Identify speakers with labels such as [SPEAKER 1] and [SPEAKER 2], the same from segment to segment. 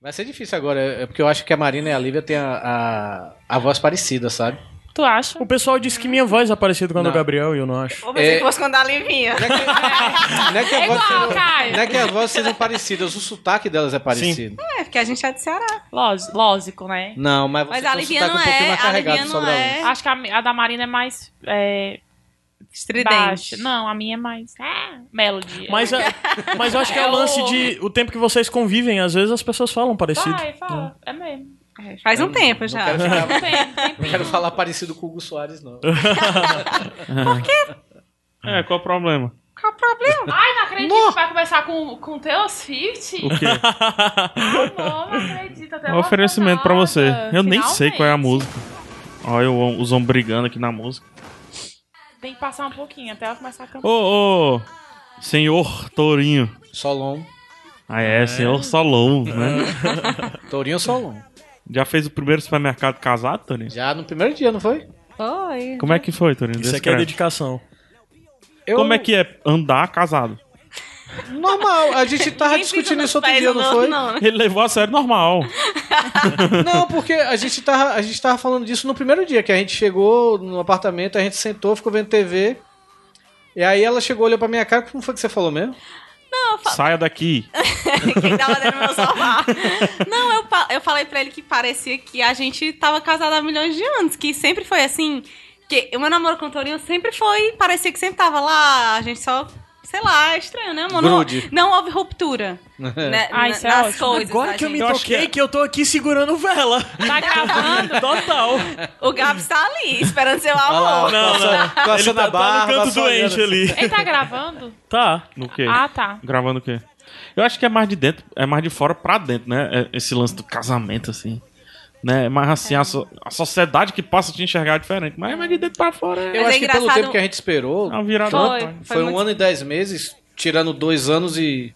[SPEAKER 1] Vai ser difícil agora, é porque eu acho que a Marina e a Lívia têm a, a, a voz parecida, sabe?
[SPEAKER 2] Tu acha?
[SPEAKER 3] O pessoal disse que minha voz é parecida com a do
[SPEAKER 1] Não.
[SPEAKER 3] Gabriel e eu não acho.
[SPEAKER 4] Vou pensei
[SPEAKER 1] É.
[SPEAKER 4] que fosse quando a Livinha.
[SPEAKER 1] Não é que, não é que a
[SPEAKER 2] É
[SPEAKER 1] voz
[SPEAKER 2] igual,
[SPEAKER 1] seja-
[SPEAKER 2] Caio.
[SPEAKER 1] não é que as vozes sejam parecidas, o sotaque delas é parecido.
[SPEAKER 4] É, porque a gente é de Ceará.
[SPEAKER 2] Lógico, lógico, né?
[SPEAKER 1] Não, mas você
[SPEAKER 4] Mas
[SPEAKER 1] tem
[SPEAKER 4] a
[SPEAKER 1] um
[SPEAKER 4] Livinha
[SPEAKER 1] sotaque
[SPEAKER 4] não
[SPEAKER 1] um pouquinho
[SPEAKER 4] é.
[SPEAKER 1] mais
[SPEAKER 4] A
[SPEAKER 1] carregado
[SPEAKER 4] Livinha
[SPEAKER 1] sobre
[SPEAKER 4] não
[SPEAKER 1] a Lívia.
[SPEAKER 4] é.
[SPEAKER 2] Acho que a, a da Marina é mais é, baixa.
[SPEAKER 4] Estridente.
[SPEAKER 2] Não, a minha é mais ah, melody.
[SPEAKER 3] Mas, é- mas eu acho que é o lance de o tempo que vocês convivem, às vezes as pessoas falam parecido.
[SPEAKER 2] Vai, fala. É mesmo. É,
[SPEAKER 4] Faz um tempo já.
[SPEAKER 1] Quero ficar-
[SPEAKER 2] Não tem, tem
[SPEAKER 1] não quero falar parecido com o Hugo Soares, não.
[SPEAKER 5] É, qual o problema?
[SPEAKER 4] Qual o problema?
[SPEAKER 2] Ai, não acredito que vai começar com, com Taylor Swift?
[SPEAKER 5] O quê?
[SPEAKER 2] Amor, não acredito. Até
[SPEAKER 5] É um oferecimento pra você. Eu nem sei qual é a
[SPEAKER 2] Finalmente.
[SPEAKER 5] música. Olha eu- os homens brigando aqui na música.
[SPEAKER 2] Tem que passar um pouquinho até ela começar a cantar.
[SPEAKER 5] Ô, ô, senhor Tourinho.
[SPEAKER 1] Solon.
[SPEAKER 5] Ah, é, senhor Solon, né?
[SPEAKER 1] Tourinho Solon.
[SPEAKER 5] Já fez o primeiro supermercado casado, Tourinho?
[SPEAKER 1] Já no primeiro dia, não foi?
[SPEAKER 4] Oi.
[SPEAKER 5] Como é que foi, Tourinho?
[SPEAKER 3] Isso aqui é
[SPEAKER 5] Descreve.
[SPEAKER 3] dedicação.
[SPEAKER 1] Eu-
[SPEAKER 5] Como é que é andar casado?
[SPEAKER 1] Normal, a gente tava
[SPEAKER 4] Ninguém
[SPEAKER 1] discutindo
[SPEAKER 4] pisa
[SPEAKER 1] isso
[SPEAKER 4] nos
[SPEAKER 1] outro
[SPEAKER 4] pés
[SPEAKER 1] dia,
[SPEAKER 4] do
[SPEAKER 1] não
[SPEAKER 4] outro,
[SPEAKER 1] foi?
[SPEAKER 4] Não, né?
[SPEAKER 5] Ele levou a sério normal.
[SPEAKER 1] Não, porque a gente, tava, a gente tava falando disso no primeiro dia, que a gente chegou no apartamento, a gente sentou, ficou vendo TV. E aí ela chegou, olhou pra minha cara, como foi que você falou mesmo?
[SPEAKER 5] Saia daqui.
[SPEAKER 4] Quem tava dentro do meu sofá. Não, eu, fa- eu falei pra ele que parecia que a gente tava casado há milhões de anos, que sempre foi assim. Que o meu namoro com o Torinho sempre foi, parecia que sempre tava lá, a gente só, sei lá, é estranho, né, amor? Não,
[SPEAKER 1] Grude.
[SPEAKER 4] não houve ruptura né,
[SPEAKER 2] Ah,
[SPEAKER 4] na-
[SPEAKER 2] isso é
[SPEAKER 4] nas
[SPEAKER 2] ótimo.
[SPEAKER 4] coisas. da gente.
[SPEAKER 5] Eu acho que é-
[SPEAKER 3] que eu tô aqui segurando vela.
[SPEAKER 2] Tá gravando?
[SPEAKER 3] Total.
[SPEAKER 4] O Gabs tá ali, esperando seu
[SPEAKER 1] Olha lá,
[SPEAKER 4] amor.
[SPEAKER 3] Não,
[SPEAKER 1] coçando- coçando
[SPEAKER 3] Ele
[SPEAKER 1] a
[SPEAKER 3] tá, tá no
[SPEAKER 1] barba,
[SPEAKER 3] canto
[SPEAKER 1] só olhando
[SPEAKER 3] doente
[SPEAKER 1] assim.
[SPEAKER 3] ali.
[SPEAKER 2] Ele tá gravando?
[SPEAKER 3] Tá.
[SPEAKER 5] No quê?
[SPEAKER 2] Ah, tá.
[SPEAKER 5] Gravando o quê? Eu acho que é mais de dentro, é mais de fora pra dentro, né? É Esse lance do casamento, assim. Né? Mas assim, a, so- a sociedade que passa a te enxergar diferente. Mas é mais de dentro pra fora. É,
[SPEAKER 1] Eu
[SPEAKER 4] Mas é
[SPEAKER 1] acho que pelo
[SPEAKER 4] engraçado-
[SPEAKER 1] tempo que a gente esperou,
[SPEAKER 5] é uma virada.
[SPEAKER 2] Foi.
[SPEAKER 5] da-
[SPEAKER 1] foi, um
[SPEAKER 4] muito-
[SPEAKER 1] ano e dez meses, tirando dois anos e,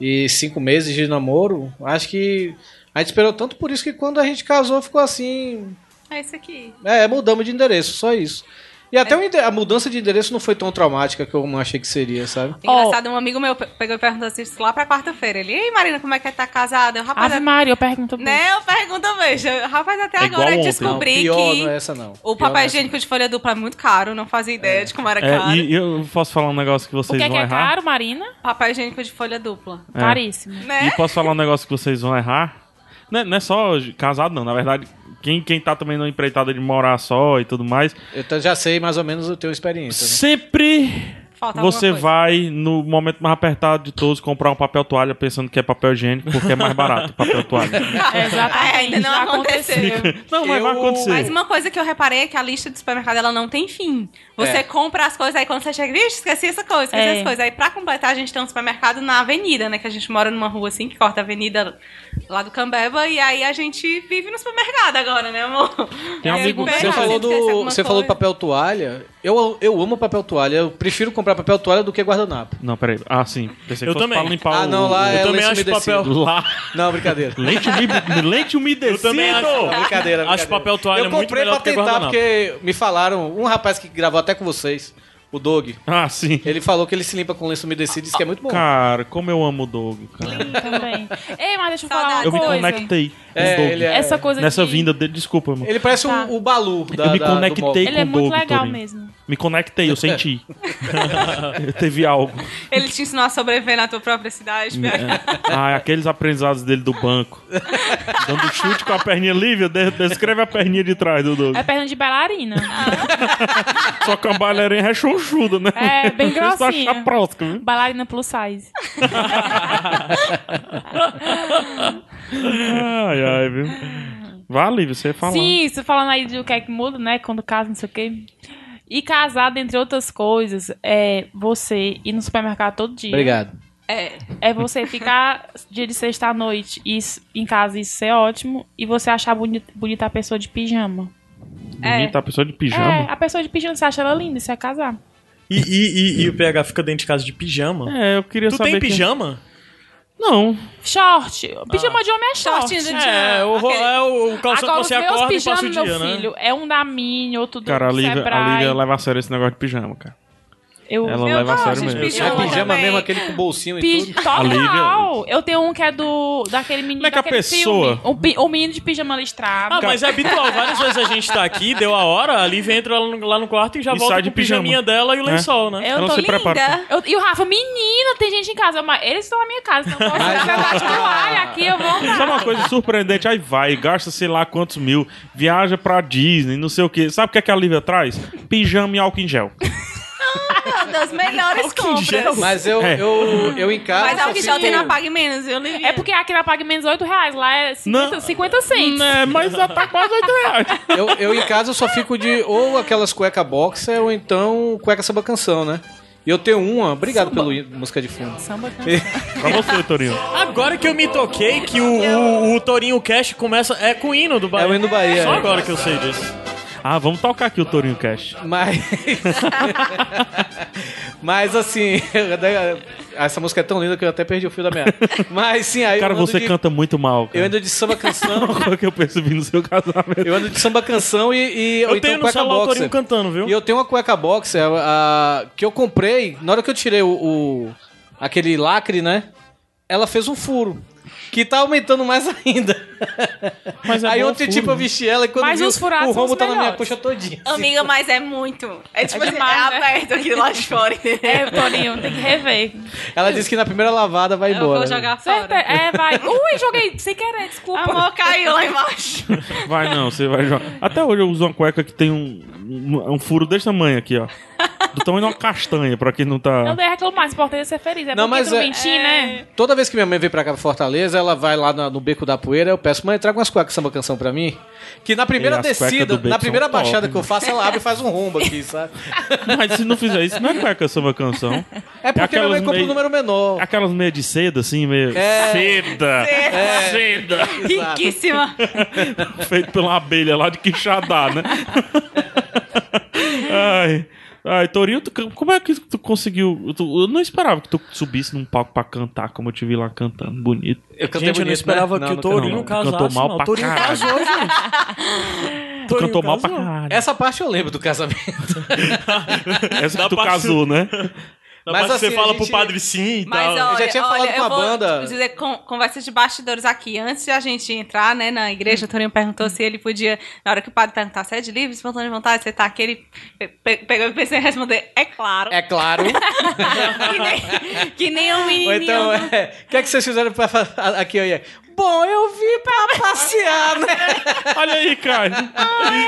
[SPEAKER 1] e cinco meses de namoro. Acho que a gente esperou tanto por isso que quando a gente casou ficou assim.
[SPEAKER 4] É isso aqui.
[SPEAKER 1] É, mudamos de endereço, só isso. E
[SPEAKER 4] É.
[SPEAKER 1] até o ende- a mudança de endereço não foi tão traumática que eu não achei que seria, sabe?
[SPEAKER 4] Engraçado, um amigo meu pe- pegou e perguntou assim, isso lá pra quarta-feira. Ele, ei, Marina, como é que é tá casada? Eu, rapaz,
[SPEAKER 2] Ave Maria, eu pergunto pra
[SPEAKER 4] né, eu pergunto, veja, rapaz, até
[SPEAKER 5] É igual
[SPEAKER 4] agora eu
[SPEAKER 5] ontem.
[SPEAKER 1] Não,
[SPEAKER 5] né?
[SPEAKER 4] descobri
[SPEAKER 1] pior
[SPEAKER 4] que...
[SPEAKER 1] não é essa, não.
[SPEAKER 4] O
[SPEAKER 1] Pior não é
[SPEAKER 4] papel
[SPEAKER 1] essa,
[SPEAKER 4] higiênico de folha dupla é muito caro, não fazia ideia de como era
[SPEAKER 5] É,
[SPEAKER 4] caro.
[SPEAKER 5] e eu posso falar um negócio que
[SPEAKER 2] O
[SPEAKER 5] vocês
[SPEAKER 2] que é que
[SPEAKER 5] vão
[SPEAKER 2] é
[SPEAKER 5] errar.
[SPEAKER 2] caro, Marina?
[SPEAKER 4] Papel higiênico de folha dupla.
[SPEAKER 5] É.
[SPEAKER 2] Caríssimo.
[SPEAKER 4] Né?
[SPEAKER 5] E posso falar um negócio que vocês vão errar? Não é, não é só casado, não. Na verdade, quem, quem tá também na empreitada de morar só e tudo mais,
[SPEAKER 2] Uhum.
[SPEAKER 1] Eu t- já sei mais ou menos o teu experiência. Né?
[SPEAKER 5] sempre
[SPEAKER 4] Falta alguma
[SPEAKER 5] você
[SPEAKER 4] coisa.
[SPEAKER 5] vai, no momento mais apertado de todos, comprar um papel toalha pensando que é papel higiênico, porque é mais barato papel toalha.
[SPEAKER 2] Exatamente.
[SPEAKER 5] É,
[SPEAKER 4] Ah, ainda não
[SPEAKER 2] já
[SPEAKER 4] aconteceu.
[SPEAKER 5] Não, mas vai
[SPEAKER 1] Eu-
[SPEAKER 5] acontecer.
[SPEAKER 4] Mas uma coisa que eu reparei é que a lista do supermercado ela não tem fim. Você
[SPEAKER 1] É.
[SPEAKER 4] compra as coisas, aí quando você chega, vixe, esqueci essa coisa, esqueci
[SPEAKER 2] É.
[SPEAKER 4] essa coisa. Aí pra completar, a gente tem um supermercado na avenida, né? Que a gente mora numa rua assim, que corta a avenida lá do Cambeba, e aí a gente vive no supermercado agora, né, amor?
[SPEAKER 5] Tem um
[SPEAKER 4] É
[SPEAKER 5] amigo-
[SPEAKER 4] bem
[SPEAKER 5] Você
[SPEAKER 1] Você
[SPEAKER 4] raro,
[SPEAKER 1] falou,
[SPEAKER 4] esquece
[SPEAKER 1] do,
[SPEAKER 4] alguma
[SPEAKER 1] você falou do
[SPEAKER 4] coisa.
[SPEAKER 1] papel toalha. Eu, eu amo papel toalha. Eu prefiro comprar papel toalha do que guardanapo.
[SPEAKER 5] Não, peraí. Ah, sim. Pensei que
[SPEAKER 3] Eu
[SPEAKER 5] fosse
[SPEAKER 3] também.
[SPEAKER 5] pra limpar
[SPEAKER 1] ah,
[SPEAKER 5] o-
[SPEAKER 1] não, lá
[SPEAKER 5] o...
[SPEAKER 1] é
[SPEAKER 3] também
[SPEAKER 1] lenço
[SPEAKER 3] acho
[SPEAKER 1] umedecido.
[SPEAKER 3] papel.
[SPEAKER 5] Lá.
[SPEAKER 1] Não, brincadeira.
[SPEAKER 5] Leite, ume- leite umedecido.
[SPEAKER 3] Eu também acho.
[SPEAKER 1] Brincadeira,
[SPEAKER 3] Acho
[SPEAKER 1] brincadeira.
[SPEAKER 3] papel toalha é
[SPEAKER 1] Eu
[SPEAKER 3] muito
[SPEAKER 1] comprei
[SPEAKER 3] melhor
[SPEAKER 1] pra
[SPEAKER 3] do que
[SPEAKER 1] tentar,
[SPEAKER 3] guardanapo.
[SPEAKER 1] porque me falaram, um rapaz que gravou até com vocês, o Dog,
[SPEAKER 5] Ah, sim.
[SPEAKER 1] ele falou que ele se limpa com lenço umedecido e diz que é muito bom.
[SPEAKER 5] Cara, como eu amo o Doug, cara.
[SPEAKER 2] Também. Ei, mas deixa eu falar uma
[SPEAKER 4] Saudade.
[SPEAKER 5] Eu me
[SPEAKER 2] coisa.
[SPEAKER 5] conectei com o
[SPEAKER 1] É,
[SPEAKER 5] Doug.
[SPEAKER 1] ele é-
[SPEAKER 2] Essa coisa
[SPEAKER 5] Nessa
[SPEAKER 2] de...
[SPEAKER 5] vinda dele, desculpa, amor.
[SPEAKER 1] Ele parece
[SPEAKER 2] Tá.
[SPEAKER 1] um, o Balu da,
[SPEAKER 5] Eu me
[SPEAKER 1] da- do
[SPEAKER 5] conectei.
[SPEAKER 1] móvel.
[SPEAKER 2] Ele é
[SPEAKER 5] com
[SPEAKER 2] muito
[SPEAKER 5] Doug,
[SPEAKER 2] legal
[SPEAKER 5] Torinho.
[SPEAKER 2] mesmo.
[SPEAKER 5] Me conectei, eu senti. Teve algo.
[SPEAKER 4] Ele te ensinou a sobreviver na tua própria cidade, Pia.
[SPEAKER 5] Ah, aqueles aprendizados dele do banco. Dando chute com a perninha livre, de- descreve a perninha de trás do Doug.
[SPEAKER 2] É perna de bailarina. Ah,
[SPEAKER 5] Só que a bailarina é chonchuda, né?
[SPEAKER 2] É, bem
[SPEAKER 5] Vocês só
[SPEAKER 2] grossinha.
[SPEAKER 5] acham próximo, viu?
[SPEAKER 2] bailarina plus size.
[SPEAKER 5] Ai, ai, viu? Vale, você falando.
[SPEAKER 2] Sim, isso falando aí de o que é que muda, né? Quando casa, não sei o quê. E casado, entre outras coisas, é você ir no supermercado todo dia.
[SPEAKER 1] Obrigado.
[SPEAKER 4] É.
[SPEAKER 2] É você ficar dia de sexta à noite e isso- em casa, isso ser ótimo. E você achar bonita, bonita a pessoa de pijama.
[SPEAKER 5] Bonita, a pessoa de
[SPEAKER 2] É,
[SPEAKER 5] tá pijama.
[SPEAKER 2] a pessoa de pijama, você acha ela linda, você é casar.
[SPEAKER 3] E, e- e- e o PH fica dentro de casa de pijama?
[SPEAKER 5] É, eu queria
[SPEAKER 3] tu
[SPEAKER 5] saber.
[SPEAKER 3] tem
[SPEAKER 5] que-
[SPEAKER 3] pijama?
[SPEAKER 5] Não.
[SPEAKER 2] Short. Pijama de homem é short.
[SPEAKER 4] Shortinho de
[SPEAKER 1] né?
[SPEAKER 3] É, o, ro-
[SPEAKER 4] Aquele-
[SPEAKER 3] é o, o calção
[SPEAKER 2] Agora,
[SPEAKER 3] que você
[SPEAKER 2] os meus
[SPEAKER 3] acorda e passa o
[SPEAKER 2] pijamas, meu
[SPEAKER 3] dia, né?
[SPEAKER 2] filho, é um da Mini, outro do
[SPEAKER 5] Cara, a Lívia, a
[SPEAKER 2] Sebrae.
[SPEAKER 5] Lívia leva a sério esse negócio de pijama, cara.
[SPEAKER 2] Eu,
[SPEAKER 5] Ela
[SPEAKER 2] meu,
[SPEAKER 5] leva a
[SPEAKER 2] não,
[SPEAKER 5] sério
[SPEAKER 2] gente,
[SPEAKER 5] mesmo.
[SPEAKER 1] Isso é
[SPEAKER 2] pijama
[SPEAKER 1] pijama
[SPEAKER 4] também.
[SPEAKER 1] mesmo, aquele com bolsinho e
[SPEAKER 2] Pi...
[SPEAKER 1] tudo.
[SPEAKER 2] Total!
[SPEAKER 5] A Lívia-
[SPEAKER 2] Eu tenho um que é do daquele menino
[SPEAKER 5] Como é que a
[SPEAKER 2] daquele
[SPEAKER 5] pessoa-
[SPEAKER 2] filme. O, pi- o menino de pijama listrado.
[SPEAKER 3] Ah, mas é habitual. Várias vezes a gente tá aqui, deu a hora, a Lívia entra lá no, lá no quarto e já
[SPEAKER 5] E
[SPEAKER 3] volta
[SPEAKER 5] sai de
[SPEAKER 3] com o pijaminha
[SPEAKER 5] pijama.
[SPEAKER 3] dela e o
[SPEAKER 5] É.
[SPEAKER 3] lençol, né?
[SPEAKER 2] eu
[SPEAKER 5] Ela
[SPEAKER 2] tô
[SPEAKER 5] se
[SPEAKER 2] linda.
[SPEAKER 5] prepara pra-
[SPEAKER 2] Eu- e o Rafa, menina, tem gente em casa. Mas eles estão na minha casa, então posso
[SPEAKER 1] Mas-
[SPEAKER 2] levar de toalha aqui, eu vou andar.
[SPEAKER 5] Sabe é uma coisa surpreendente? Aí vai, gasta sei lá quantos mil, viaja pra Disney, não sei o quê. Sabe o que, é que a Lívia traz? Pijama e álcool em gel.
[SPEAKER 4] Uma das melhores
[SPEAKER 3] Álcool em gel.
[SPEAKER 4] compras. Mas,
[SPEAKER 1] Mas eu,
[SPEAKER 5] É.
[SPEAKER 1] eu, eu em casa. só
[SPEAKER 4] álcool em gel
[SPEAKER 1] fico-
[SPEAKER 4] tem na Pague Menos, viu, Lívia?
[SPEAKER 2] É porque aqui na paga menos 8 reais, lá é 50,
[SPEAKER 5] Não.
[SPEAKER 2] 50 cents.
[SPEAKER 5] Né, mas já tá quase 8 reais.
[SPEAKER 1] Eu, eu em casa só fico de ou aquelas cueca boxer ou então cueca samba canção, né? E eu tenho uma, obrigado pelo i- música de fundo.
[SPEAKER 2] Samba canção.
[SPEAKER 5] Pra você, Torinho.
[SPEAKER 3] Agora que eu me toquei que o, o, o Torinho Cash começa... É com o hino do Bahia.
[SPEAKER 1] É o hino do Bahia,
[SPEAKER 3] Só
[SPEAKER 1] é.
[SPEAKER 3] agora que eu sei disso.
[SPEAKER 5] Ah, vamos tocar aqui o Torinho Cash.
[SPEAKER 1] Mas. Mas assim, essa música é tão linda que eu até perdi o fio da meada. Mas sim, aí
[SPEAKER 5] Cara,
[SPEAKER 1] eu ando
[SPEAKER 5] você
[SPEAKER 1] de,
[SPEAKER 5] canta muito mal, cara.
[SPEAKER 1] Eu ando de samba canção.
[SPEAKER 5] Qual que eu percebi no seu casamento?
[SPEAKER 1] Eu ando de samba canção e, e
[SPEAKER 3] Eu
[SPEAKER 1] ou então
[SPEAKER 3] tenho no
[SPEAKER 1] cueca
[SPEAKER 3] celular o Torinho
[SPEAKER 1] boxer.
[SPEAKER 3] cantando, viu?
[SPEAKER 1] E eu tenho uma cueca boxer a- que eu comprei, na hora que eu tirei o, o- aquele lacre, né? Ela fez um furo. Que tá aumentando mais ainda.
[SPEAKER 5] Mas é
[SPEAKER 1] Aí
[SPEAKER 5] bom
[SPEAKER 1] ontem,
[SPEAKER 5] furo,
[SPEAKER 1] tipo, eu
[SPEAKER 5] né?
[SPEAKER 1] vesti ela e quando
[SPEAKER 2] Mas
[SPEAKER 1] vi,
[SPEAKER 2] os furados
[SPEAKER 1] o rombo
[SPEAKER 2] são os
[SPEAKER 1] tá na minha
[SPEAKER 2] melhores.
[SPEAKER 1] coxa todinha. assim.
[SPEAKER 4] Amiga, mas é muito. É tipo assim,
[SPEAKER 2] demais,
[SPEAKER 4] é
[SPEAKER 2] né?
[SPEAKER 4] aberto aqui lá de fora.
[SPEAKER 2] É, Toninho, tem que rever.
[SPEAKER 1] Ela disse que na primeira lavada vai
[SPEAKER 4] Eu
[SPEAKER 1] embora.
[SPEAKER 4] vou jogar
[SPEAKER 2] Certa,
[SPEAKER 4] fora.
[SPEAKER 2] é, vai. Ui, joguei sem querer, desculpa.
[SPEAKER 4] Amor, caiu lá embaixo.
[SPEAKER 5] Vai não, você vai jogar. Até hoje eu uso uma cueca que tem um, um, um furo desse tamanho aqui, ó. Do tamanho de uma castanha, pra quem não
[SPEAKER 2] Não
[SPEAKER 5] tá.
[SPEAKER 2] dei reclamar, o importante é ser feliz. É
[SPEAKER 1] Não,
[SPEAKER 2] porque
[SPEAKER 1] mas
[SPEAKER 2] tu
[SPEAKER 1] é-
[SPEAKER 2] mentir, né?
[SPEAKER 1] Toda vez que minha mãe vem pra cá pra Fortaleza, ela vai lá na- no Beco da Poeira, eu peço, mãe, traga umas cuecas samba canção pra mim. Que na primeira
[SPEAKER 5] E as cuecas do
[SPEAKER 1] descida,
[SPEAKER 5] Beco
[SPEAKER 1] na primeira
[SPEAKER 5] são top,
[SPEAKER 1] baixada
[SPEAKER 5] né?
[SPEAKER 1] que eu faço, ela abre e faz um rombo aqui, sabe?
[SPEAKER 5] Mas se não fizer isso, não é cueca samba canção.
[SPEAKER 1] É porque minha
[SPEAKER 5] aquelas
[SPEAKER 1] mãe compra
[SPEAKER 5] meio-
[SPEAKER 1] um número menor.
[SPEAKER 5] Aquelas meias de seda, assim, meio.
[SPEAKER 1] É.
[SPEAKER 5] Seda! Seda!
[SPEAKER 1] Exato.
[SPEAKER 4] Riquíssima.
[SPEAKER 5] Feito pela abelha lá de Quixadá, né? Ai. Ai, Torinho, tu can- como é que tu conseguiu? tu- eu não esperava que tu subisse num palco pra cantar, como eu te vi lá cantando, bonito.
[SPEAKER 1] Eu cantei
[SPEAKER 3] Gente, eu
[SPEAKER 1] bonito,
[SPEAKER 3] não
[SPEAKER 1] né?
[SPEAKER 3] esperava que o
[SPEAKER 1] não
[SPEAKER 5] Torinho
[SPEAKER 3] Torinho
[SPEAKER 5] não.
[SPEAKER 3] casasse,
[SPEAKER 5] Cantou mal
[SPEAKER 3] não.
[SPEAKER 5] pra
[SPEAKER 3] O Torinho
[SPEAKER 5] caralho.
[SPEAKER 3] casou, gente.
[SPEAKER 5] Tu
[SPEAKER 3] Torinho
[SPEAKER 5] cantou mal pra
[SPEAKER 3] casou.
[SPEAKER 5] caralho.
[SPEAKER 1] Essa parte eu lembro do casamento. É,
[SPEAKER 5] Essa que tu
[SPEAKER 3] pra-
[SPEAKER 5] casou, né?
[SPEAKER 3] Na
[SPEAKER 1] Mas
[SPEAKER 3] parte que
[SPEAKER 1] assim,
[SPEAKER 3] você
[SPEAKER 1] a
[SPEAKER 3] fala
[SPEAKER 1] gente-
[SPEAKER 3] pro padre sim e
[SPEAKER 4] Mas
[SPEAKER 3] tal.
[SPEAKER 4] olha,
[SPEAKER 1] Então, já tinha
[SPEAKER 4] olha,
[SPEAKER 1] falado com
[SPEAKER 4] eu
[SPEAKER 1] a
[SPEAKER 4] vou
[SPEAKER 1] banda.
[SPEAKER 4] dizer con- conversa de bastidores aqui. Antes de a gente entrar, né, na igreja, o Torinho perguntou se ele podia, na hora que o padre perguntar se é de livre, espontânea vontade, você tá aqui, ele pe- pe- pegou e pensou em responder, é claro.
[SPEAKER 1] É claro.
[SPEAKER 4] que, nem, que nem o menino.
[SPEAKER 1] Ou então, é, o que é que vocês fizeram pra, fa- a- aqui aí? Bom, eu vim pra passear, né?
[SPEAKER 5] Olha aí, cara.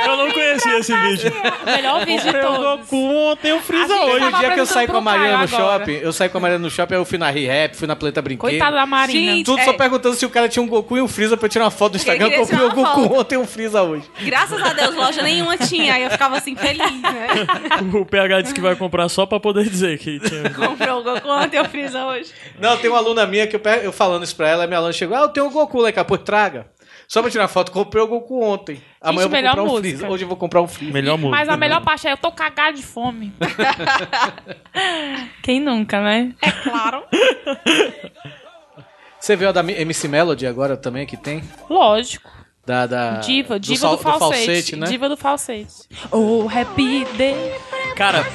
[SPEAKER 3] Eu não conhecia esse vídeo.
[SPEAKER 2] O melhor vídeo de
[SPEAKER 5] Comprei o
[SPEAKER 2] todos.
[SPEAKER 5] Goku ontem, eu friso
[SPEAKER 2] A gente
[SPEAKER 5] hoje.
[SPEAKER 1] Hoje, o
[SPEAKER 2] tava
[SPEAKER 1] dia que eu saí
[SPEAKER 2] perguntando
[SPEAKER 1] com a
[SPEAKER 2] pro Caio
[SPEAKER 1] Mariana no
[SPEAKER 2] agora.
[SPEAKER 1] shopping, eu saí com a Mariana no shopping, aí eu fui na Re-Rap, fui na Planeta Brinquedo.
[SPEAKER 2] Coitada da Marina.
[SPEAKER 4] Gente,
[SPEAKER 1] Tudo
[SPEAKER 4] É.
[SPEAKER 1] só perguntando se o cara tinha um Goku e um Freeza pra eu tirar uma foto do Instagram.
[SPEAKER 4] queria
[SPEAKER 1] Eu comprei o
[SPEAKER 4] tirar uma
[SPEAKER 1] Goku
[SPEAKER 4] foto.
[SPEAKER 1] ontem e um Freeza hoje.
[SPEAKER 4] Graças a Deus, loja nenhuma tinha. Aí eu ficava assim, feliz, né?
[SPEAKER 3] O PH disse que vai comprar só pra poder dizer que tinha.
[SPEAKER 4] Comprou o Goku ontem, eu fiz hoje.
[SPEAKER 1] Não, tem uma aluna minha que eu, pe- eu falando isso pra ela, minha aluna chegou, ah, eu tenho um Goku lá, capô, traga. Só pra tirar foto, comprei o Goku ontem. Amanhã eu vou
[SPEAKER 2] melhor
[SPEAKER 1] comprar um
[SPEAKER 2] música.
[SPEAKER 1] Freeza. Hoje eu vou comprar um Freeza.
[SPEAKER 5] Melhor música.
[SPEAKER 2] Mas a
[SPEAKER 5] né?
[SPEAKER 2] melhor parte é eu tô cagado de fome. Quem nunca, né?
[SPEAKER 4] É claro.
[SPEAKER 1] Você viu a da Mi- MC Melody agora também, que tem?
[SPEAKER 2] Lógico.
[SPEAKER 1] Da, da,
[SPEAKER 2] Diva, diva do,
[SPEAKER 1] Ah, sal-
[SPEAKER 2] falsete.
[SPEAKER 1] né?
[SPEAKER 2] Diva do falsete. Oh, happy day.
[SPEAKER 3] Cara,